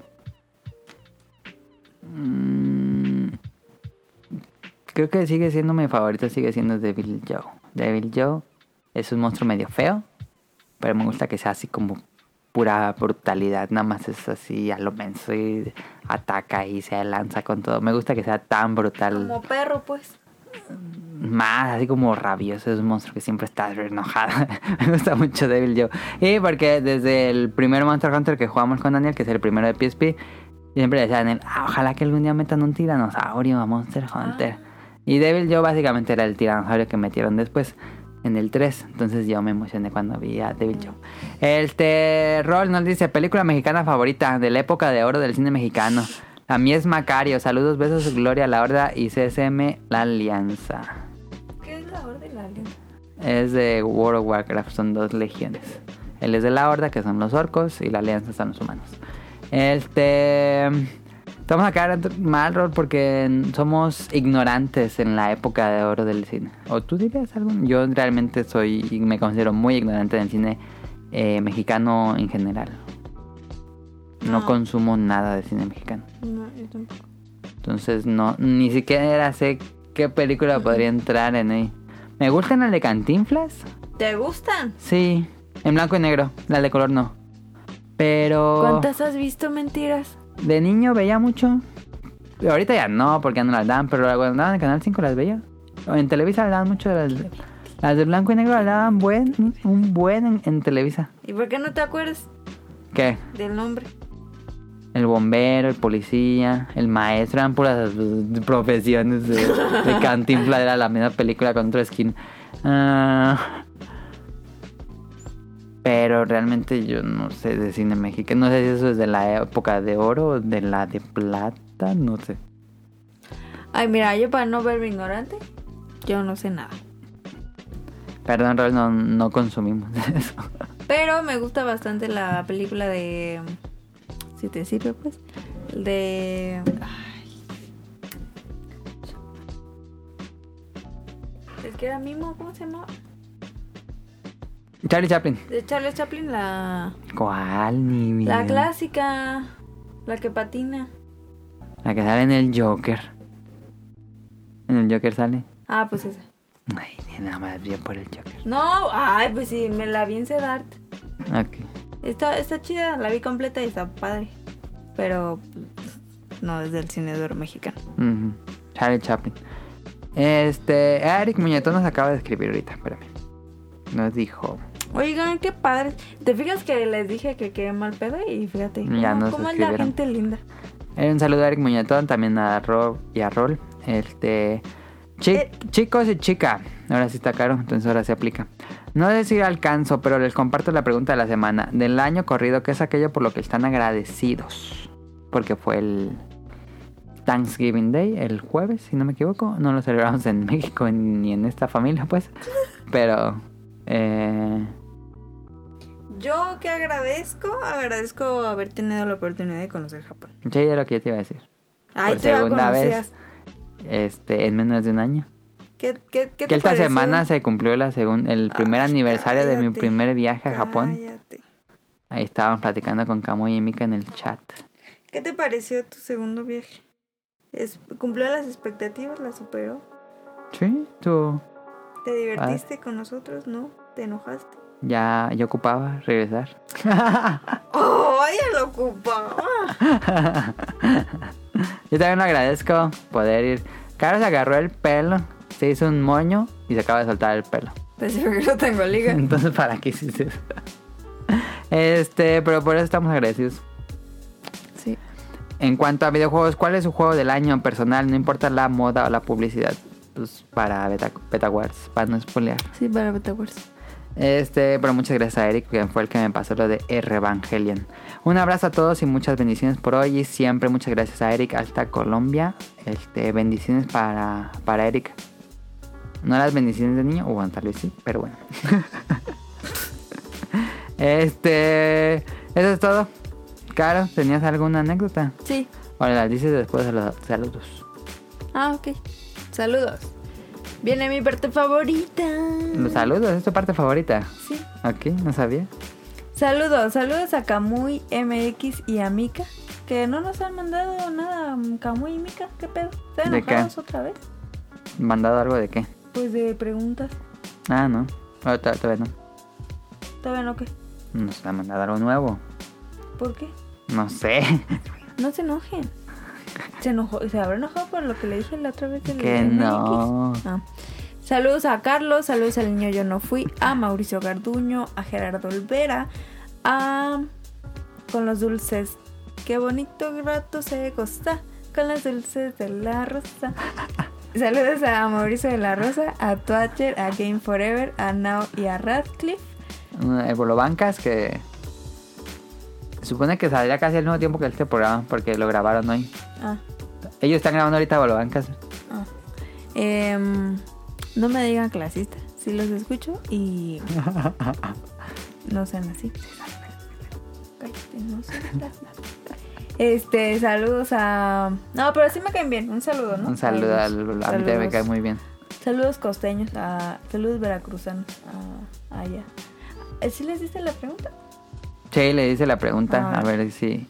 Speaker 2: Mm, Creo que sigue siendo mi favorito, sigue siendo Devil Joe. Devil Joe es un monstruo medio feo, pero me gusta que sea así como pura brutalidad, nada más es así a lo menso y ataca y se lanza con todo. Me gusta que sea tan brutal,
Speaker 1: Como perro, pues.
Speaker 2: más así como rabioso, es un monstruo que siempre está enojado. me gusta mucho Devil Joe. Y porque desde el primer Monster Hunter que jugamos con Daniel, que es el primero de PSP, siempre decía Daniel, "Ah, ojalá que algún día metan un tiranosaurio a Monster Hunter. Y Devil Joe básicamente era el tiranosaurio que metieron después en el 3. Entonces yo me emocioné cuando vi a Devil Joe. Este Roll nos dice, película mexicana favorita de la época de oro del cine mexicano. A mí es Macario. Saludos, besos, Gloria, la horda y CSM, la alianza.
Speaker 1: ¿Qué es la orden de la alianza?
Speaker 2: Es de World of Warcraft, son dos legiones. Él es de la Horda, que son los orcos, y la Alianza son los humanos. Este. Estamos acá mal, Rol, porque somos ignorantes en la época de oro del cine. ¿O tú dirías algo? Yo realmente soy, y me considero muy ignorante del cine eh, mexicano en general. No,
Speaker 1: No.
Speaker 2: consumo nada de cine mexicano.
Speaker 1: No, yo tampoco.
Speaker 2: Entonces, no, ni siquiera sé qué película podría entrar en ahí. Me gustan las de Cantinflas,
Speaker 1: ¿Te gustan?
Speaker 2: Sí, en blanco y negro, la de color no. Pero
Speaker 1: ¿Cuántas has visto mentiras?
Speaker 2: de niño veía mucho. Ahorita ya no, porque ya no las dan, pero cuando daban en Canal 5 las veía. O En Televisa las daban mucho de las, las de blanco y negro, las daban buen, un buen en, en Televisa.
Speaker 1: ¿Y por qué no te acuerdas
Speaker 2: ¿Qué?
Speaker 1: del nombre?
Speaker 2: El bombero, el policía, el maestro, eran puras eh, profesiones de, de Cantinflas, era la misma película con otro skin. Ah, pero realmente yo no sé de cine mexicano, no sé si eso es de la época de oro o de la de plata, no sé.
Speaker 1: Ay, mira, yo para no verme ignorante, yo no sé nada.
Speaker 2: Perdón, Raúl, no, no consumimos eso.
Speaker 1: Pero me gusta bastante la película de. Si te sirve, pues. De. ay. El que era Mimo, ¿cómo se llama?
Speaker 2: Charlie Chaplin.
Speaker 1: De Charles Chaplin, la.
Speaker 2: ¿Cuál? Ni mi
Speaker 1: La
Speaker 2: idea.
Speaker 1: clásica. La que patina.
Speaker 2: La que sale en el Joker. En el Joker sale.
Speaker 1: Ah, pues esa.
Speaker 2: Ay, ni nada más bien por el Joker.
Speaker 1: No, ay, pues sí, me la vi en Sedart.
Speaker 2: Ok.
Speaker 1: Está, está chida, la vi completa y está padre. Pero. pues, No, es del cine de oro mexicano.
Speaker 2: Ujú. Charlie Chaplin. Este, Eric Muñetón nos acaba de escribir ahorita, espérame. Nos dijo,
Speaker 1: Oigan, qué padre. ¿Te fijas que les dije que quedé mal pedo? Y fíjate,
Speaker 2: Ya
Speaker 1: cómo-
Speaker 2: nos
Speaker 1: cómo es la
Speaker 2: escribieron.
Speaker 1: gente linda.
Speaker 2: eh, un saludo a Eric Muñetón, también a Rob y a Rol. Este, chi- chicos y chica, ahora sí está caro, entonces ahora se aplica. No sé si alcanzo, pero les comparto la pregunta de la semana. Del año corrido, ¿qué es aquello por lo que están agradecidos? Porque fue el Thanksgiving Day, el jueves, si no me equivoco. No lo celebramos en México ni en esta familia, pues. Pero... Eh,
Speaker 1: Yo que agradezco, agradezco haber tenido la oportunidad de conocer Japón.
Speaker 2: Sí, era lo que yo te iba a decir.
Speaker 1: Ay,
Speaker 2: Por
Speaker 1: tú ya
Speaker 2: segunda vez.
Speaker 1: conocías.
Speaker 2: Este, en menos de un año.
Speaker 1: ¿Qué, qué, qué
Speaker 2: Que
Speaker 1: te
Speaker 2: esta
Speaker 1: pareció?
Speaker 2: semana se cumplió la segun- el primer
Speaker 1: Ay,
Speaker 2: aniversario de mi
Speaker 1: cállate.
Speaker 2: primer viaje a Japón.
Speaker 1: Cállate.
Speaker 2: Ahí estaban platicando con Camo y Mika en el chat.
Speaker 1: ¿Qué te pareció tu segundo viaje? Es- ¿Cumplió las expectativas? ¿La superó?
Speaker 2: Sí, tú.
Speaker 1: ¿Te
Speaker 2: Ah.
Speaker 1: divertiste con nosotros? ¿No? ¿Te enojaste?
Speaker 2: Ya, yo ocupaba regresar.
Speaker 1: ¡Ay, el ocupado!
Speaker 2: Yo también lo agradezco poder ir. Carlos agarró el pelo, se hizo un moño y se acaba de soltar el pelo.
Speaker 1: Pues yo no tengo liga.
Speaker 2: Entonces, ¿para qué hiciste eso? Este, pero por eso estamos agradecidos.
Speaker 10: Sí.
Speaker 2: En cuanto a videojuegos, ¿cuál es su juego del año personal? No importa la moda o la publicidad. Pues para Beta, Beta Wars, para no spoilear.
Speaker 10: Sí, para Beta Wars.
Speaker 2: Este, pero muchas gracias a Eric, que fue el que me pasó lo de R Evangelion. Un abrazo a todos y muchas bendiciones por hoy. Y siempre muchas gracias a Eric hasta Colombia. Este, bendiciones para, para Eric. No las bendiciones de niño, o bueno, tal vez sí, pero bueno. este, eso es todo. Caro, ¿tenías alguna anécdota?
Speaker 1: Sí.
Speaker 2: O las dices después de los saludos.
Speaker 1: Ah, ok. Saludos. Viene mi parte favorita.
Speaker 2: Los saludos, es tu parte favorita.
Speaker 1: Sí.
Speaker 2: Ok, no sabía.
Speaker 1: Saludos, saludos a Kamui, MX y a Mika. Que no nos han mandado nada mm, Kamui y Mika. ¿Qué pedo? ¿Están
Speaker 2: ¿De qué?
Speaker 1: enojados otra vez?
Speaker 2: ¿Mandado algo de qué?
Speaker 1: Pues de preguntas.
Speaker 2: Ah, no. Ahorita todavía no.
Speaker 1: ¿Todavía no qué?
Speaker 2: Nos ha mandado algo nuevo.
Speaker 1: ¿Por qué?
Speaker 2: No sé.
Speaker 1: No se enojen. Se enojó, se habrá enojado por lo que le dije la otra vez. del
Speaker 2: Que
Speaker 1: MX.
Speaker 2: no.
Speaker 1: Ah. Saludos a Carlos, saludos al niño Yo No Fui, a Mauricio Garduño, a Gerardo Olvera, a... Con los dulces. Qué bonito grato se costa con los dulces de la rosa. Saludos a Mauricio de la Rosa, a Twatcher, a Game Forever, a Now y a Radcliffe.
Speaker 2: Una de Bolobancas que. Se supone que saldría casi al mismo tiempo que este programa porque lo grabaron hoy.
Speaker 1: Ah,
Speaker 2: Ellos están grabando ahorita Bolobancas.
Speaker 1: ah. Em, no me digan clasista, si los escucho y no sean así. Cállate, no sean así. Este, saludos a. No, pero sí me caen bien. Un saludo, ¿no?
Speaker 2: Un saludo
Speaker 1: A
Speaker 2: al.
Speaker 1: ellos.
Speaker 2: A mí también me
Speaker 1: Saludos.
Speaker 2: cae muy bien.
Speaker 1: Saludos costeños, a, saludos veracruzanos, a, allá. Eh, ¿Sí les diste la pregunta?
Speaker 2: Che, le hice la pregunta.
Speaker 1: Ah.
Speaker 2: A ver si. Hay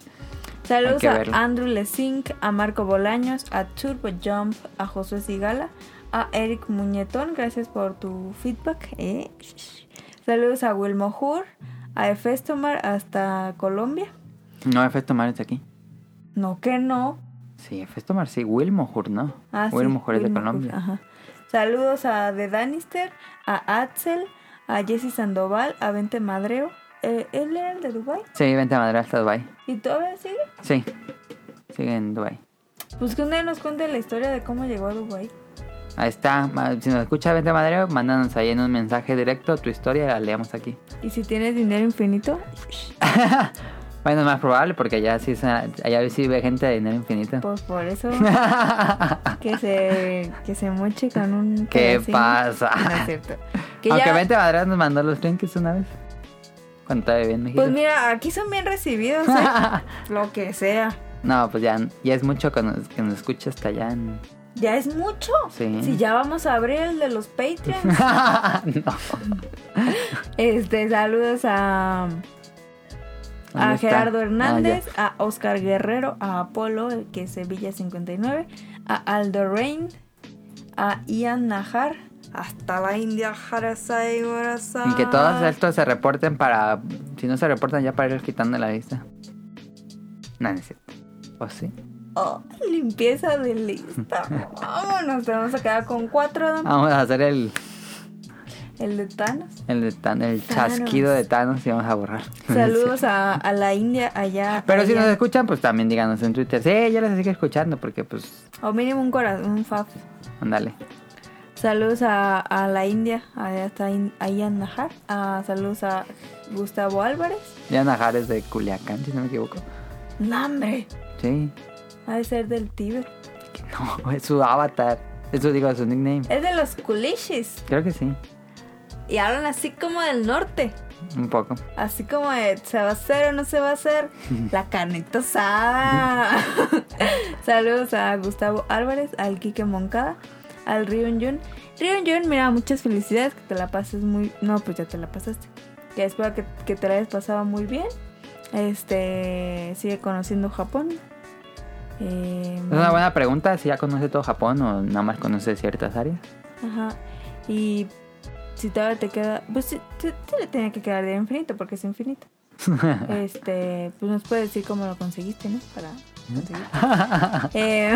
Speaker 1: Saludos
Speaker 2: que
Speaker 1: a
Speaker 2: verlo.
Speaker 1: Andrew Lesink, a Marco Bolaños, a Turbo Jump, a Josué Sigala, a Eric Muñetón, gracias por tu feedback. eh. Saludos a Wilmo Hur, a Efestomar hasta Colombia.
Speaker 2: No, Efecto Mar está aquí.
Speaker 1: No, que no.
Speaker 2: Sí, Efecto Mar, sí. Wilmohur, ¿no?
Speaker 1: Ah, sí,
Speaker 2: Wilmohur es de
Speaker 1: Wilmo Hur,
Speaker 2: Colombia.
Speaker 1: ajá. Saludos a The Danister, a Axel, a Jesse Sandoval, a Vente Madreo. Eh, ¿Él era el de Dubai?
Speaker 2: Sí, vente a Madrid hasta Dubai.
Speaker 1: ¿Y todavía sigue?
Speaker 2: Sí. Sigue en Dubai.
Speaker 1: Pues que un día nos cuente la historia de cómo llegó a Dubai.
Speaker 2: Ahí está. Ma- Si nos escucha Vente a Madrid, mándanos ahí en un mensaje directo tu historia y la leamos aquí.
Speaker 1: ¿Y si tienes dinero infinito?
Speaker 2: Bueno, es más probable porque allá sí, se- allá sí ve gente de dinero infinito.
Speaker 1: Pues por eso que se, que se moche con un...
Speaker 2: ¿Qué
Speaker 1: pedacín.
Speaker 2: pasa?
Speaker 1: No es cierto. Que
Speaker 2: Aunque
Speaker 1: ya-
Speaker 2: Vente a Madrid nos mandó los trinkets una vez. Cuando estaba viviendo en México.
Speaker 1: Pues mira, aquí son bien recibidos, ¿eh? Lo que sea.
Speaker 2: no, pues ya, ya es mucho que nos, que nos escucha hasta allá. en-
Speaker 1: Ya es mucho.
Speaker 2: Sí.
Speaker 1: Si ya vamos a abrir el de los Patreons.
Speaker 2: no.
Speaker 1: Este, saludos a,
Speaker 2: ¿Dónde
Speaker 1: a
Speaker 2: está?
Speaker 1: Gerardo
Speaker 2: Ah,
Speaker 1: Hernández, a Oscar Guerrero, a Apolo, el que es Sevilla 59, a Aldo Rain, a Ian Najar, hasta la India Harasai Warasai.
Speaker 2: Y que todos
Speaker 1: Ah.
Speaker 2: estos se reporten para. Si no se reportan, ya para ir quitando la lista. No, no es cierto. ¿O sí?
Speaker 1: Oh, limpieza de lista. Vámonos, te vamos a quedar con cuatro. Adam.
Speaker 2: Vamos a hacer el,
Speaker 1: El de Thanos.
Speaker 2: el, de Tan- el
Speaker 1: Thanos.
Speaker 2: chasquido de Thanos y vamos a borrar.
Speaker 1: Saludos a, a la India allá.
Speaker 2: Pero si
Speaker 1: allá.
Speaker 2: nos escuchan, pues también díganos en Twitter. Sí, yo les sigo escuchando porque, pues,
Speaker 1: O mínimo un corazón, un fab.
Speaker 2: ándale.
Speaker 1: Saludos a, a la India, allá está In- a Ian Najar. Ah, saludos a Gustavo Álvarez.
Speaker 2: Ya Najar es de Culiacán, si no me equivoco.
Speaker 1: ¡Nambre!
Speaker 2: Sí.
Speaker 1: Ha de ser del Tíber.
Speaker 2: Que No, es su avatar. Eso digo, su nickname.
Speaker 1: Es de los Kulishis.
Speaker 2: Creo que sí.
Speaker 1: Y hablan así como del norte.
Speaker 2: Un poco.
Speaker 1: Así como de, se va a hacer o no se va a hacer. La carnita asada. Saludos a Gustavo Álvarez, al Quique Moncada, al Ryun Jun. Ryun Jun, mira, muchas felicidades, que te la pases muy... No, pues ya te la pasaste. Que espero que, que te la hayas pasado muy bien. Este, sigue conociendo Japón. Eh,
Speaker 2: Es una buena pregunta si ya conoce todo Japón o nada más conoce ciertas áreas.
Speaker 1: Ajá. Y si todavía te queda. Pues sí, sí, sí le tenía que quedar de infinito porque es infinito. este, pues nos puedes decir cómo lo conseguiste, ¿no? Para conseguir. Eh,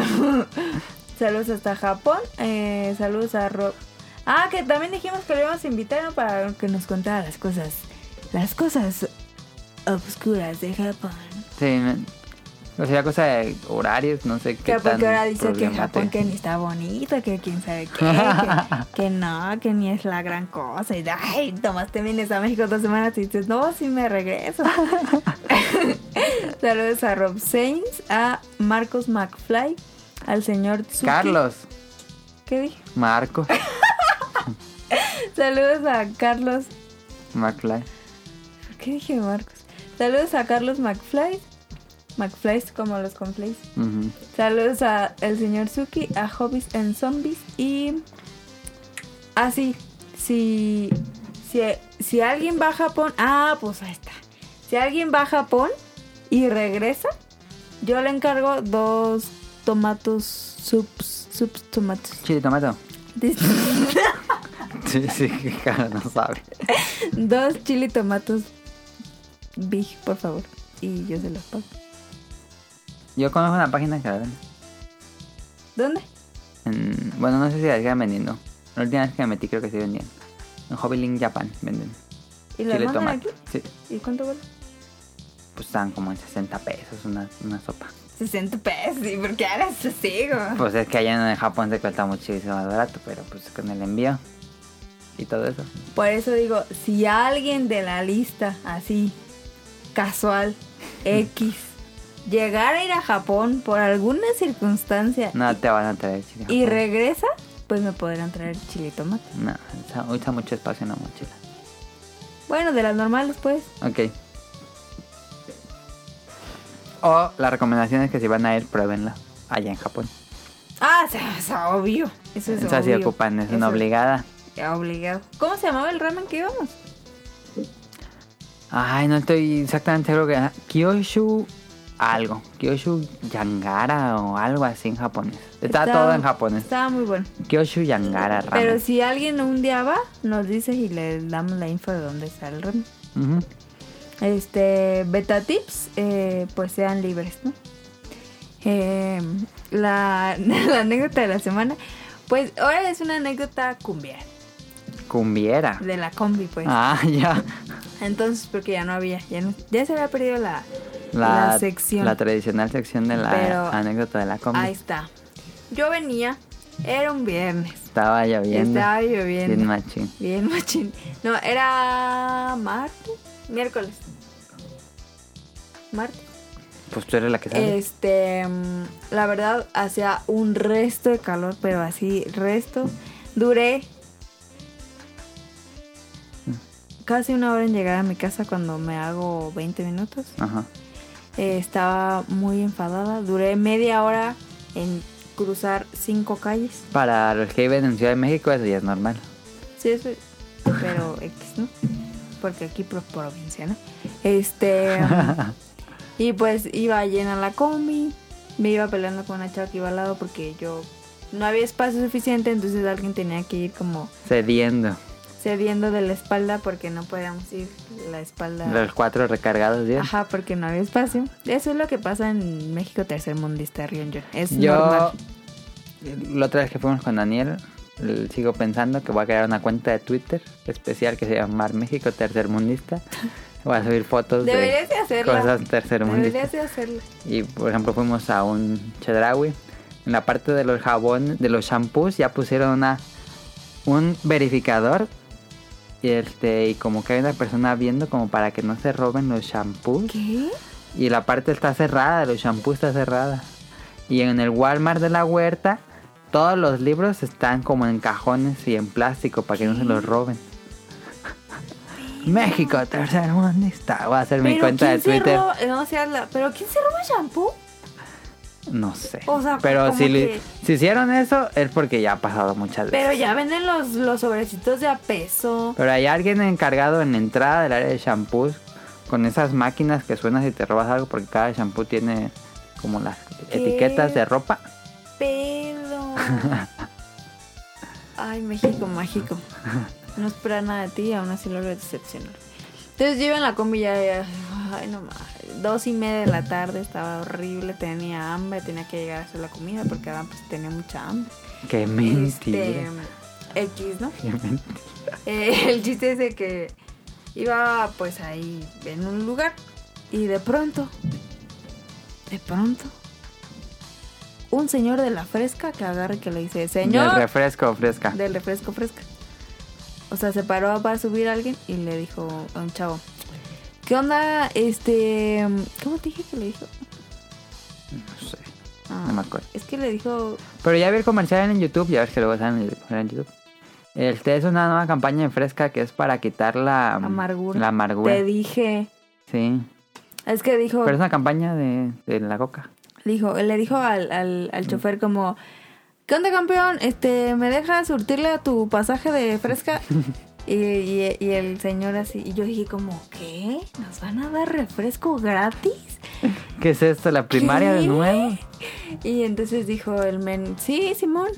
Speaker 1: saludos hasta Japón. Eh, saludos a Rob. Ah, que también dijimos que lo íbamos a invitar, ¿no? Para que nos contara las cosas. Las cosas obscuras de Japón.
Speaker 2: Sí, me- O sea, cosa de horarios, no sé qué
Speaker 1: Que
Speaker 2: tan
Speaker 1: porque ahora dice que
Speaker 2: problemate.
Speaker 1: Japón que ni está bonito, que quién sabe qué, que, que no, que ni es la gran cosa. Y ay, tomaste vienes a México dos semanas y dices, no, sí me regreso. Saludos a Rob Sainz, a Marcos McFly, al señor Tsuki.
Speaker 2: Carlos,
Speaker 1: ¿Qué dije?
Speaker 2: Marcos,
Speaker 1: Saludos a Carlos.
Speaker 2: McFly.
Speaker 1: ¿Por qué dije Marcos? Saludos a Carlos McFly. McFly como los conflays.
Speaker 2: Ujú.
Speaker 1: Saludos a el señor Suki, a Hobbies and Zombies y... Ah, sí. Si, si, si alguien va a Japón... Ah, pues ahí está. Si alguien va a Japón y regresa, yo le encargo dos tomatos subs, subs tomatos.
Speaker 2: Chile tomato.
Speaker 1: Dis-
Speaker 2: Sí, sí, que cara no sabe.
Speaker 1: dos chili tomatos big, por favor. Y yo se los pago.
Speaker 2: Yo conozco una página que la vende.
Speaker 1: ¿Dónde?
Speaker 2: En- Bueno, no sé si la sigan vendiendo. La última vez que me metí creo que sí vendían. En Hobby Link Japan venden.
Speaker 1: ¿Y la
Speaker 2: chile
Speaker 1: mandan
Speaker 2: tomate.
Speaker 1: aquí?
Speaker 2: Sí,
Speaker 1: ¿Y cuánto vale?
Speaker 2: pues están como en 60 pesos una, una sopa.
Speaker 1: 60 pesos. ¿Y por qué ahora se sigo?
Speaker 2: Pues es que allá en Japón se cuesta muchísimo más barato, pero pues con el envío y todo eso.
Speaker 1: Por eso digo, si alguien de la lista, así, casual,
Speaker 2: Mm.
Speaker 1: X, llegara a ir a Japón por alguna circunstancia
Speaker 2: No te van a traer chile.
Speaker 1: y
Speaker 2: Japón.
Speaker 1: regresa, pues me podrán traer chile y tomate.
Speaker 2: No, está, usa mucho espacio en la mochila.
Speaker 1: Bueno, de las normales, pues.
Speaker 2: Ok. O la recomendación es que si van a ir, pruébenla allá en Japón.
Speaker 1: Ah, eso es obvio. Eso es
Speaker 2: Esa sí
Speaker 1: obvio.
Speaker 2: ocupan, es
Speaker 1: Eso
Speaker 2: una obligada.
Speaker 1: Obligado. ¿Cómo se llamaba el ramen que íbamos?
Speaker 2: Ay, no estoy exactamente seguro que... Kyoshu algo. Kyoshu Yangara o algo así en japonés. Está, todo en japonés.
Speaker 1: Estaba muy bueno.
Speaker 2: Kyoshu Yangara ramen.
Speaker 1: Pero si alguien un día va, nos dices y le damos la info de dónde está el ramen.
Speaker 2: Ujú.
Speaker 1: este beta tips eh, pues sean libres ¿no? Eh, la, la anécdota de la semana pues ahora es una anécdota cumbia
Speaker 2: Cumbiera.
Speaker 1: de la combi pues
Speaker 2: Ah, ya.
Speaker 1: entonces porque ya no había ya, no- ya se había perdido la,
Speaker 2: La,
Speaker 1: la sección
Speaker 2: la tradicional sección de la
Speaker 1: Pero-
Speaker 2: anécdota de la combi.
Speaker 1: ahí está yo venía era un viernes
Speaker 2: Estaba lloviendo.
Speaker 1: estaba lloviendo
Speaker 2: Bien machín.
Speaker 1: Bien, machín. No, era martes, miércoles. Martes.
Speaker 2: Pues tú eres la que sabe.
Speaker 1: Este, mm, la verdad, hacía un resto de calor, pero así, resto. Duré casi una hora en llegar a mi casa cuando me hago 20 minutos.
Speaker 2: Ajá.
Speaker 1: Eh, estaba muy enfadada. Duré media hora en cruzar cinco calles.
Speaker 2: Para los que viven en Ciudad de México eso ya es normal.
Speaker 1: Sí, eso Pero X, ¿no? Porque aquí pro- provincia, ¿no? Este. y pues iba llena la combi. Me iba peleando con una chava que iba al lado porque yo no había espacio suficiente. Entonces alguien tenía que ir como
Speaker 2: Cediendo.
Speaker 1: cediendo de la espalda porque no podíamos ir la espalda.
Speaker 2: Los cuatro recargados, ¿sí?
Speaker 1: Ajá, porque no había espacio. Eso es lo que pasa en México tercermundista, Rion John. Es
Speaker 2: Yo,
Speaker 1: normal.
Speaker 2: la otra vez que fuimos con Daniel, l- sigo pensando que voy a crear una cuenta de Twitter especial que se llama México Tercermundista. Voy a subir fotos
Speaker 1: Deberías de
Speaker 2: de
Speaker 1: hacerla.
Speaker 2: cosas tercermundistas.
Speaker 1: Deberías de hacerla.
Speaker 2: Y por ejemplo fuimos a un chedraui. En la parte de los jabones, de los shampoos, ya pusieron una un verificador. Y este, y como que hay una persona viendo como para que no se roben los shampoos.
Speaker 1: ¿Qué?
Speaker 2: Y la parte está cerrada, los shampoos está cerrada. Y en el Walmart de la huerta, todos los libros están como en cajones y en plástico para que no se los roben. México, tercer está? Voy a hacer mi
Speaker 1: Pero
Speaker 2: cuenta de
Speaker 1: ¿quién se
Speaker 2: Twitter.
Speaker 1: roba- no, o sea, la- ¿Pero quién se roba shampoo?
Speaker 2: No sé.
Speaker 1: O sea,
Speaker 2: Pero
Speaker 1: como
Speaker 2: si, le-
Speaker 1: que-
Speaker 2: si hicieron eso, es porque ya ha pasado muchas veces.
Speaker 1: Pero ya venden los, los sobrecitos de a peso.
Speaker 2: Pero hay alguien encargado en la entrada del área de shampoos con esas máquinas que suenan si te robas algo porque cada shampoo tiene como las etiquetas de ropa.
Speaker 1: Pero. Ay, México mágico. No espera nada de ti y aún así logro decepcionar. Entonces yo iba en la combi ya. ya, Ay, no más. Dos y media de la tarde, estaba horrible, tenía hambre, tenía que llegar a hacer la comida porque Adam pues, tenía mucha hambre.
Speaker 2: Qué
Speaker 1: Este,
Speaker 2: mentira.
Speaker 1: X, ¿no?
Speaker 2: Qué mentira.
Speaker 1: Eh, el chiste es de que iba pues ahí en un lugar y de pronto De pronto, un señor de la fresca que agarra y que le dice,
Speaker 2: Del
Speaker 1: señor
Speaker 2: refresco, fresca.
Speaker 1: del refresco fresca. O sea, se paró para subir a alguien y le dijo a un chavo, ¿qué onda? Este, ¿cómo te dije que le dijo?
Speaker 2: No sé.
Speaker 1: Ah,
Speaker 2: No me acuerdo.
Speaker 1: Es que le dijo,
Speaker 2: Pero ya vi el comercial en YouTube, ya ves que lo vas a ver en YouTube. Este es una nueva campaña en fresca que es para quitar la
Speaker 1: Amargura.
Speaker 2: La amargura.
Speaker 1: te dije.
Speaker 2: Sí.
Speaker 1: Es que dijo,
Speaker 2: Pero es una campaña de, de la coca.
Speaker 1: dijo le dijo al, al, al chofer como, ¿qué onda campeón? Este, ¿me dejas surtirle a tu pasaje de fresca? Y, y- y el señor así, y yo dije como, ¿qué? ¿Nos van a dar refresco gratis?
Speaker 2: ¿Qué es esto? ¿La primaria de
Speaker 1: ¿Qué?
Speaker 2: nuevo?
Speaker 1: Y entonces dijo el men, sí, Simón.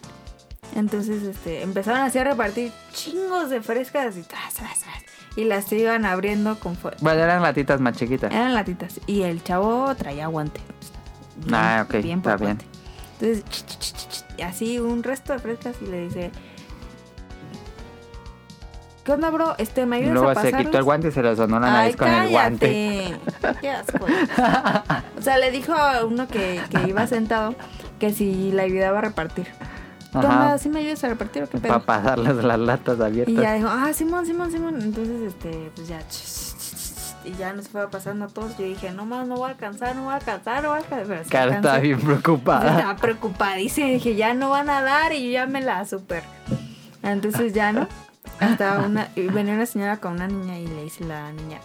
Speaker 1: Entonces este, empezaron así a repartir chingos de frescas y tras, tras, tras. Y las iban abriendo con fuerza.
Speaker 2: Bueno, eran latitas más chiquitas.
Speaker 1: Eran latitas. Y el chavo traía guante.
Speaker 2: ah, ok,
Speaker 1: bien
Speaker 2: está bien.
Speaker 1: potente. Entonces, ch, ch, ch, ch, ch, y así un resto de frescas y le dice... ¿Qué onda, bro? Este, ¿me ayudas a
Speaker 2: Luego se
Speaker 1: pasarlas?
Speaker 2: quitó el guante y se lo sonó la nariz con el guante.
Speaker 1: cállate. Qué asco. O sea, le dijo a uno que, que iba sentado que si le ayudaba a repartir. ¿Qué onda?
Speaker 2: Ajá.
Speaker 1: ¿Sí me ayudas a repartir o qué pedo?
Speaker 2: Para pasarles las latas
Speaker 1: Y ya
Speaker 2: abiertas.
Speaker 1: dijo, ah, Simón, Simón, Simón. Entonces, este, pues ya. ch, ch, ch, ch, Y ya nos fue pasando a todos. Yo dije, no más, no voy a alcanzar, no voy a alcanzar, no voy a alcanzar. Pero sí
Speaker 2: Cara estaba
Speaker 1: alcancé.
Speaker 2: bien preocupada.
Speaker 1: Estaba preocupadísima. Dije, ya no van a dar y yo ya me la super. Entonces ya no. Hasta una, y venía una señora con una niña y le dice la niña,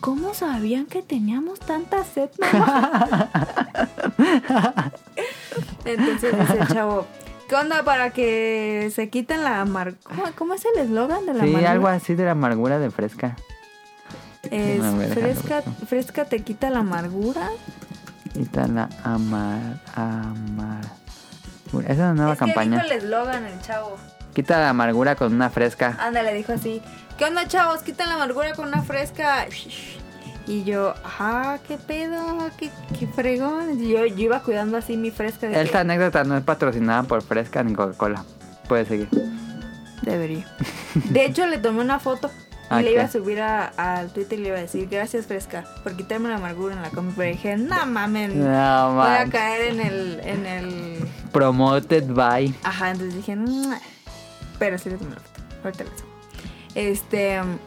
Speaker 1: ¿cómo sabían que teníamos tanta sed, mamá? Entonces dice el chavo, ¿qué onda para que se quiten la amargura? ¿Cómo, cómo es el eslogan de la
Speaker 2: Sí,
Speaker 1: amargura?
Speaker 2: algo así de la amargura de fresca.
Speaker 1: Es,
Speaker 2: No, a ver, déjalo
Speaker 1: fresca,
Speaker 2: busco.
Speaker 1: fresca te quita la amargura.
Speaker 2: Quita la amar. Amar. Esa es una nueva
Speaker 1: es
Speaker 2: campaña.
Speaker 1: que dijo el eslogan el chavo.
Speaker 2: Quita la amargura con una fresca.
Speaker 1: Anda, le dijo así, ¿qué onda chavos? Quitan la amargura con una fresca. Y yo, ah, qué pedo, qué, qué fregón. Y Yo, yo iba cuidando así mi fresca. De
Speaker 2: Esta anécdota no es patrocinada por fresca ni Coca-Cola. Puedes seguir.
Speaker 1: Debería. De hecho, le tomé una foto y
Speaker 2: Ah,
Speaker 1: le iba
Speaker 2: ¿qué?
Speaker 1: a subir a- al Twitter y le iba a decir, gracias fresca por quitarme la amargura en la comida. Pero dije, no mamen,
Speaker 2: No,
Speaker 1: voy a
Speaker 2: man.
Speaker 1: caer en el, en el...
Speaker 2: Promoted by.
Speaker 1: Ajá, entonces dije, "Mua". pero sí le tomé la foto. Ahorita la subo. Este, mm,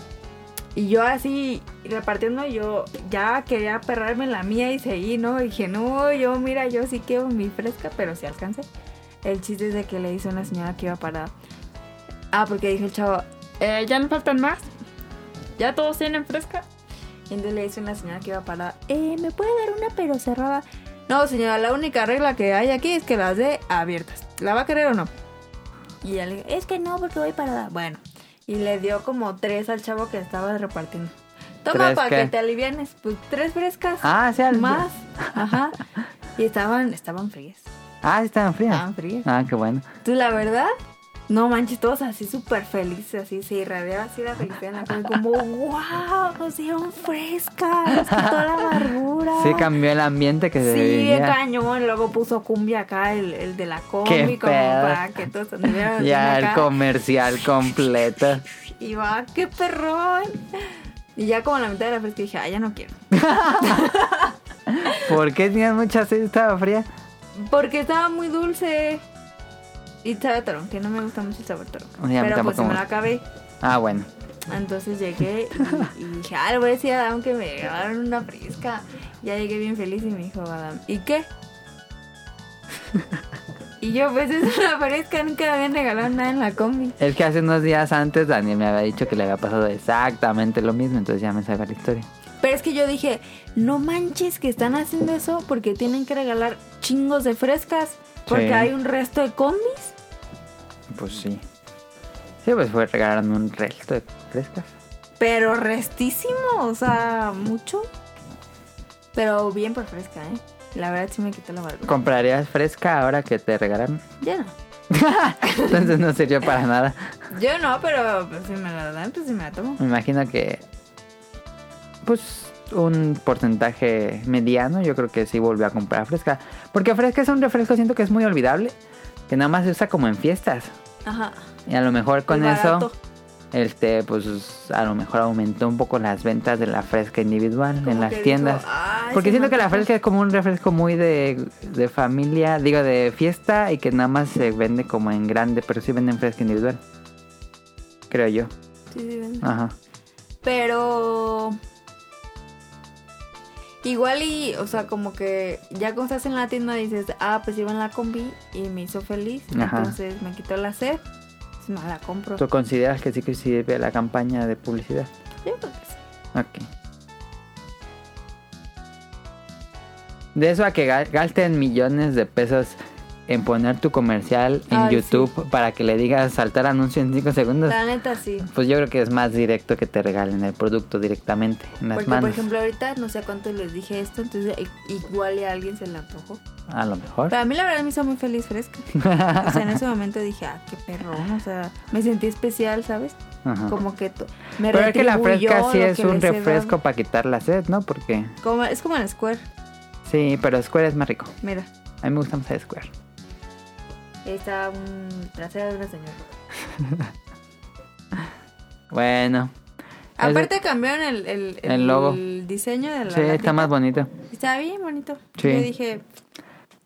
Speaker 1: y yo así repartiendo, yo ya quería perrarme en la mía y seguí, ¿no? Y dije, no, yo mira, yo sí quiero mi fresca, pero sí alcancé. El chiste es de que le hizo una señora que iba parada. Ah, porque dijo el chavo, "Eh, ya no faltan más. Ya todos tienen fresca. Y entonces le hizo una señora que iba parada, eh, ¿me puede dar una pero cerrada? No, señora, la única regla que hay aquí es que las dé abiertas. ¿La va a querer o no? Y ella le dijo, es que no, porque voy parada. Bueno, y le dio como tres al chavo que estaba repartiendo. Toma
Speaker 2: ¿Tres
Speaker 1: para
Speaker 2: qué?
Speaker 1: que te alivianes. Pues tres frescas.
Speaker 2: Ah, sí, al
Speaker 1: más. Ajá. Y estaban, estaban frías.
Speaker 2: Ah, sí, estaban frías.
Speaker 1: Estaban frías.
Speaker 2: Ah, qué bueno.
Speaker 1: Tú, la verdad, no manches, todos así súper felices, así se irradiaba así la felicidad en la cara, como, wow, nos dieron fresca, nos quitó la amargura.
Speaker 2: Sí, cambió el ambiente que se
Speaker 1: Sí, bien
Speaker 2: vivía.
Speaker 1: cañón. Luego puso cumbia acá, el, el de la
Speaker 2: Qué
Speaker 1: combi, como
Speaker 2: pedo.
Speaker 1: para que todos anduvieran
Speaker 2: Ya
Speaker 1: acá.
Speaker 2: el comercial completo.
Speaker 1: Y va, qué perrón. Y ya como a la mitad de la fresca dije, ah, ya no quiero.
Speaker 2: ¿Por qué tenías mucha sed? y Estaba fría.
Speaker 1: Porque estaba muy dulce. Y sabe a tron, que no me gusta mucho el sabor tron.
Speaker 2: Sí, a mí
Speaker 1: Pero
Speaker 2: tampoco
Speaker 1: pues se me
Speaker 2: me
Speaker 1: la
Speaker 2: gusta.
Speaker 1: acabé.
Speaker 2: Ah, bueno.
Speaker 1: Entonces llegué y, y dije, ah, le voy a decir a Adam que me regalaron una fresca. Ya llegué bien feliz y me dijo Adam, ¿y qué? y yo, pues es una fresca, nunca me habían regalado nada en la combi.
Speaker 2: Es que hace unos días antes Daniel me había dicho que le había pasado exactamente lo mismo, entonces ya me sabe la historia.
Speaker 1: Pero es que yo dije, no manches que están haciendo eso porque tienen que regalar chingos de frescas. Porque
Speaker 2: Sí.
Speaker 1: hay un resto de combis.
Speaker 2: Pues sí. Sí, pues fue regalaron un resto de frescas.
Speaker 1: Pero restísimo, o sea, mucho. Pero bien por fresca, ¿eh? La verdad sí me quitó la amargura.
Speaker 2: ¿Comprarías fresca ahora que te regalaron?
Speaker 1: Ya no.
Speaker 2: Entonces no sirvió para nada.
Speaker 1: Yo no, pero pues, si me la dan, pues si me la tomo.
Speaker 2: Me imagino que. Pues un porcentaje mediano, yo creo que sí volvió a comprar fresca. Porque fresca es un refresco, siento que es muy olvidable. Que nada más se usa como en fiestas.
Speaker 1: Ajá.
Speaker 2: Y a lo mejor con
Speaker 1: Y barato.
Speaker 2: eso. este, pues a lo mejor aumentó un poco las ventas de la fresca individual
Speaker 1: Como
Speaker 2: en las
Speaker 1: que
Speaker 2: tiendas.
Speaker 1: dijo, "Ay,
Speaker 2: Porque
Speaker 1: se
Speaker 2: siento
Speaker 1: me
Speaker 2: que la
Speaker 1: antoja".
Speaker 2: fresca es como un refresco muy de, de familia, digo, de fiesta y que nada más se vende como en grande, pero sí venden fresca individual. Creo yo.
Speaker 1: Sí, sí, vende.
Speaker 2: Ajá.
Speaker 1: Pero. Igual y, o sea, como que ya cuando estás en la tienda dices, ah, pues iba en la combi y me hizo feliz.
Speaker 2: Ajá.
Speaker 1: Entonces me quitó la sed. Pues me la compro.
Speaker 2: ¿Tú consideras que sí que sirve la campaña de publicidad?
Speaker 1: Yo creo que sí.
Speaker 2: Ok. De eso a que ga- gasten millones de pesos en poner tu comercial en
Speaker 1: Ay,
Speaker 2: YouTube para que le digas saltar anuncio en 5 segundos.
Speaker 1: La neta sí.
Speaker 2: Pues yo creo que es más directo que te regalen el producto directamente en las
Speaker 1: Porque, por
Speaker 2: manos.
Speaker 1: ejemplo, ahorita no sé a cuántos les dije esto, entonces i- igual y a alguien se le antojó.
Speaker 2: a lo mejor.
Speaker 1: Pero a mí la verdad me hizo muy feliz fresca. O sea, en ese momento dije, ah, qué perrón. O sea, me sentí especial, ¿sabes?
Speaker 2: Ajá.
Speaker 1: Como que to- me
Speaker 2: Ah. Pero es que la
Speaker 1: retribuyó
Speaker 2: fresca sí
Speaker 1: lo
Speaker 2: es
Speaker 1: que
Speaker 2: un
Speaker 1: les he
Speaker 2: refresco
Speaker 1: dado.
Speaker 2: para quitar la sed, ¿no? Porque
Speaker 1: Como, es como el Square.
Speaker 2: sí, pero Square es más rico.
Speaker 1: Mira,
Speaker 2: A mí me gusta más el Square.
Speaker 1: ahí está un trasero de una señora.
Speaker 2: Bueno. Ese-
Speaker 1: Aparte cambiaron el, el,
Speaker 2: El logo.
Speaker 1: el diseño de la
Speaker 2: sí, está
Speaker 1: latita.
Speaker 2: más bonito.
Speaker 1: Está bien bonito.
Speaker 2: Sí.
Speaker 1: Yo dije,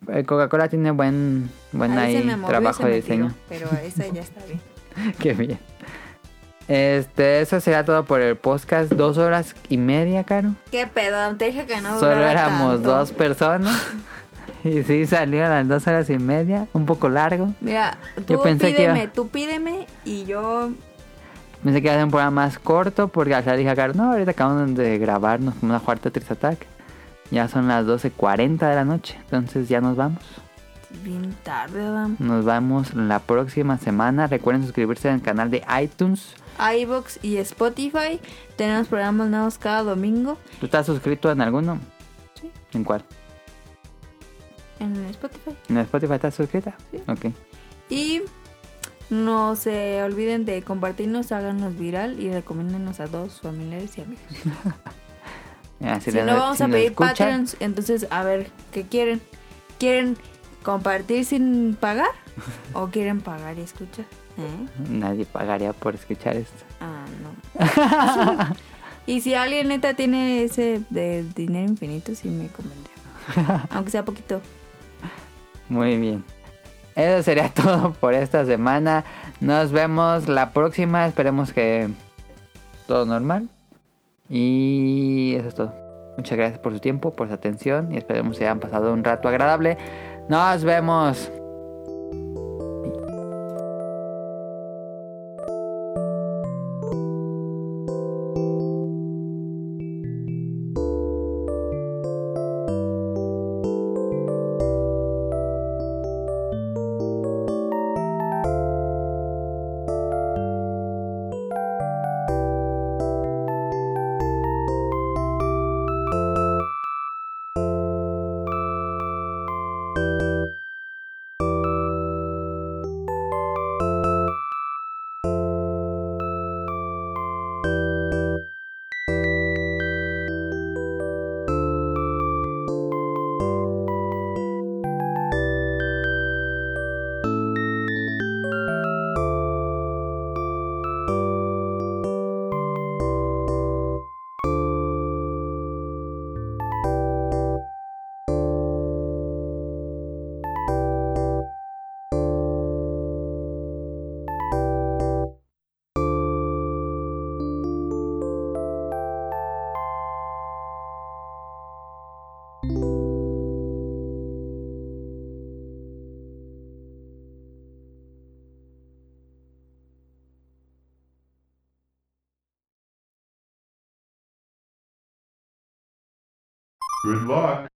Speaker 2: Eh, Coca-Cola tiene buen buen
Speaker 1: ahí se
Speaker 2: ahí
Speaker 1: me movió y
Speaker 2: trabajo
Speaker 1: se
Speaker 2: de
Speaker 1: me tiró,
Speaker 2: diseño.
Speaker 1: Pero esa ya está bien.
Speaker 2: Qué bien. Este, eso será todo por el podcast. Dos horas y media, Caro.
Speaker 1: ¿Qué pedo? Te dije que no
Speaker 2: Solo
Speaker 1: durara
Speaker 2: éramos
Speaker 1: tanto.
Speaker 2: dos personas. y sí, salió a las dos horas y media. Un poco largo.
Speaker 1: Mira, tú
Speaker 2: Yo pensé que
Speaker 1: pídeme,
Speaker 2: iba-
Speaker 1: tú pídeme y yo...
Speaker 2: Pensé que iba a ser un programa más corto porque al final dije a Caro, no, ahorita acabamos de grabarnos como una cuarta Tris Attack. Ya son las 12.40 de la noche. Entonces ya nos vamos.
Speaker 1: Bien tarde, Adam.
Speaker 2: Nos vamos la próxima semana. Recuerden suscribirse al canal de iTunes.
Speaker 1: iVoox y Spotify. Tenemos programas nuevos cada domingo
Speaker 2: ¿Tú estás suscrito en alguno? Sí. ¿En cuál?
Speaker 1: en Spotify.
Speaker 2: ¿En Spotify estás suscrita? Sí. Ok.
Speaker 1: Y no se olviden de compartirnos, háganos viral y recomiéndenos a dos familiares y amigos.
Speaker 2: Ah, si
Speaker 1: si
Speaker 2: le-
Speaker 1: no vamos
Speaker 2: si
Speaker 1: a
Speaker 2: lo
Speaker 1: pedir
Speaker 2: escuchan,
Speaker 1: Patreons, entonces a ver, ¿qué quieren? ¿Quieren compartir sin pagar? ¿O quieren pagar y escuchar? ¿Eh?
Speaker 2: Nadie pagaría por escuchar esto.
Speaker 1: Ah, no. y si alguien neta tiene ese de dinero infinito, sí me convendría. Aunque sea poquito.
Speaker 2: Muy bien. Eso sería todo por esta semana. Nos vemos la próxima. Esperemos que todo normal. Y eso es todo. Muchas gracias por su tiempo, por su atención y esperemos que hayan pasado un rato agradable. Nos vemos.
Speaker 11: Good luck.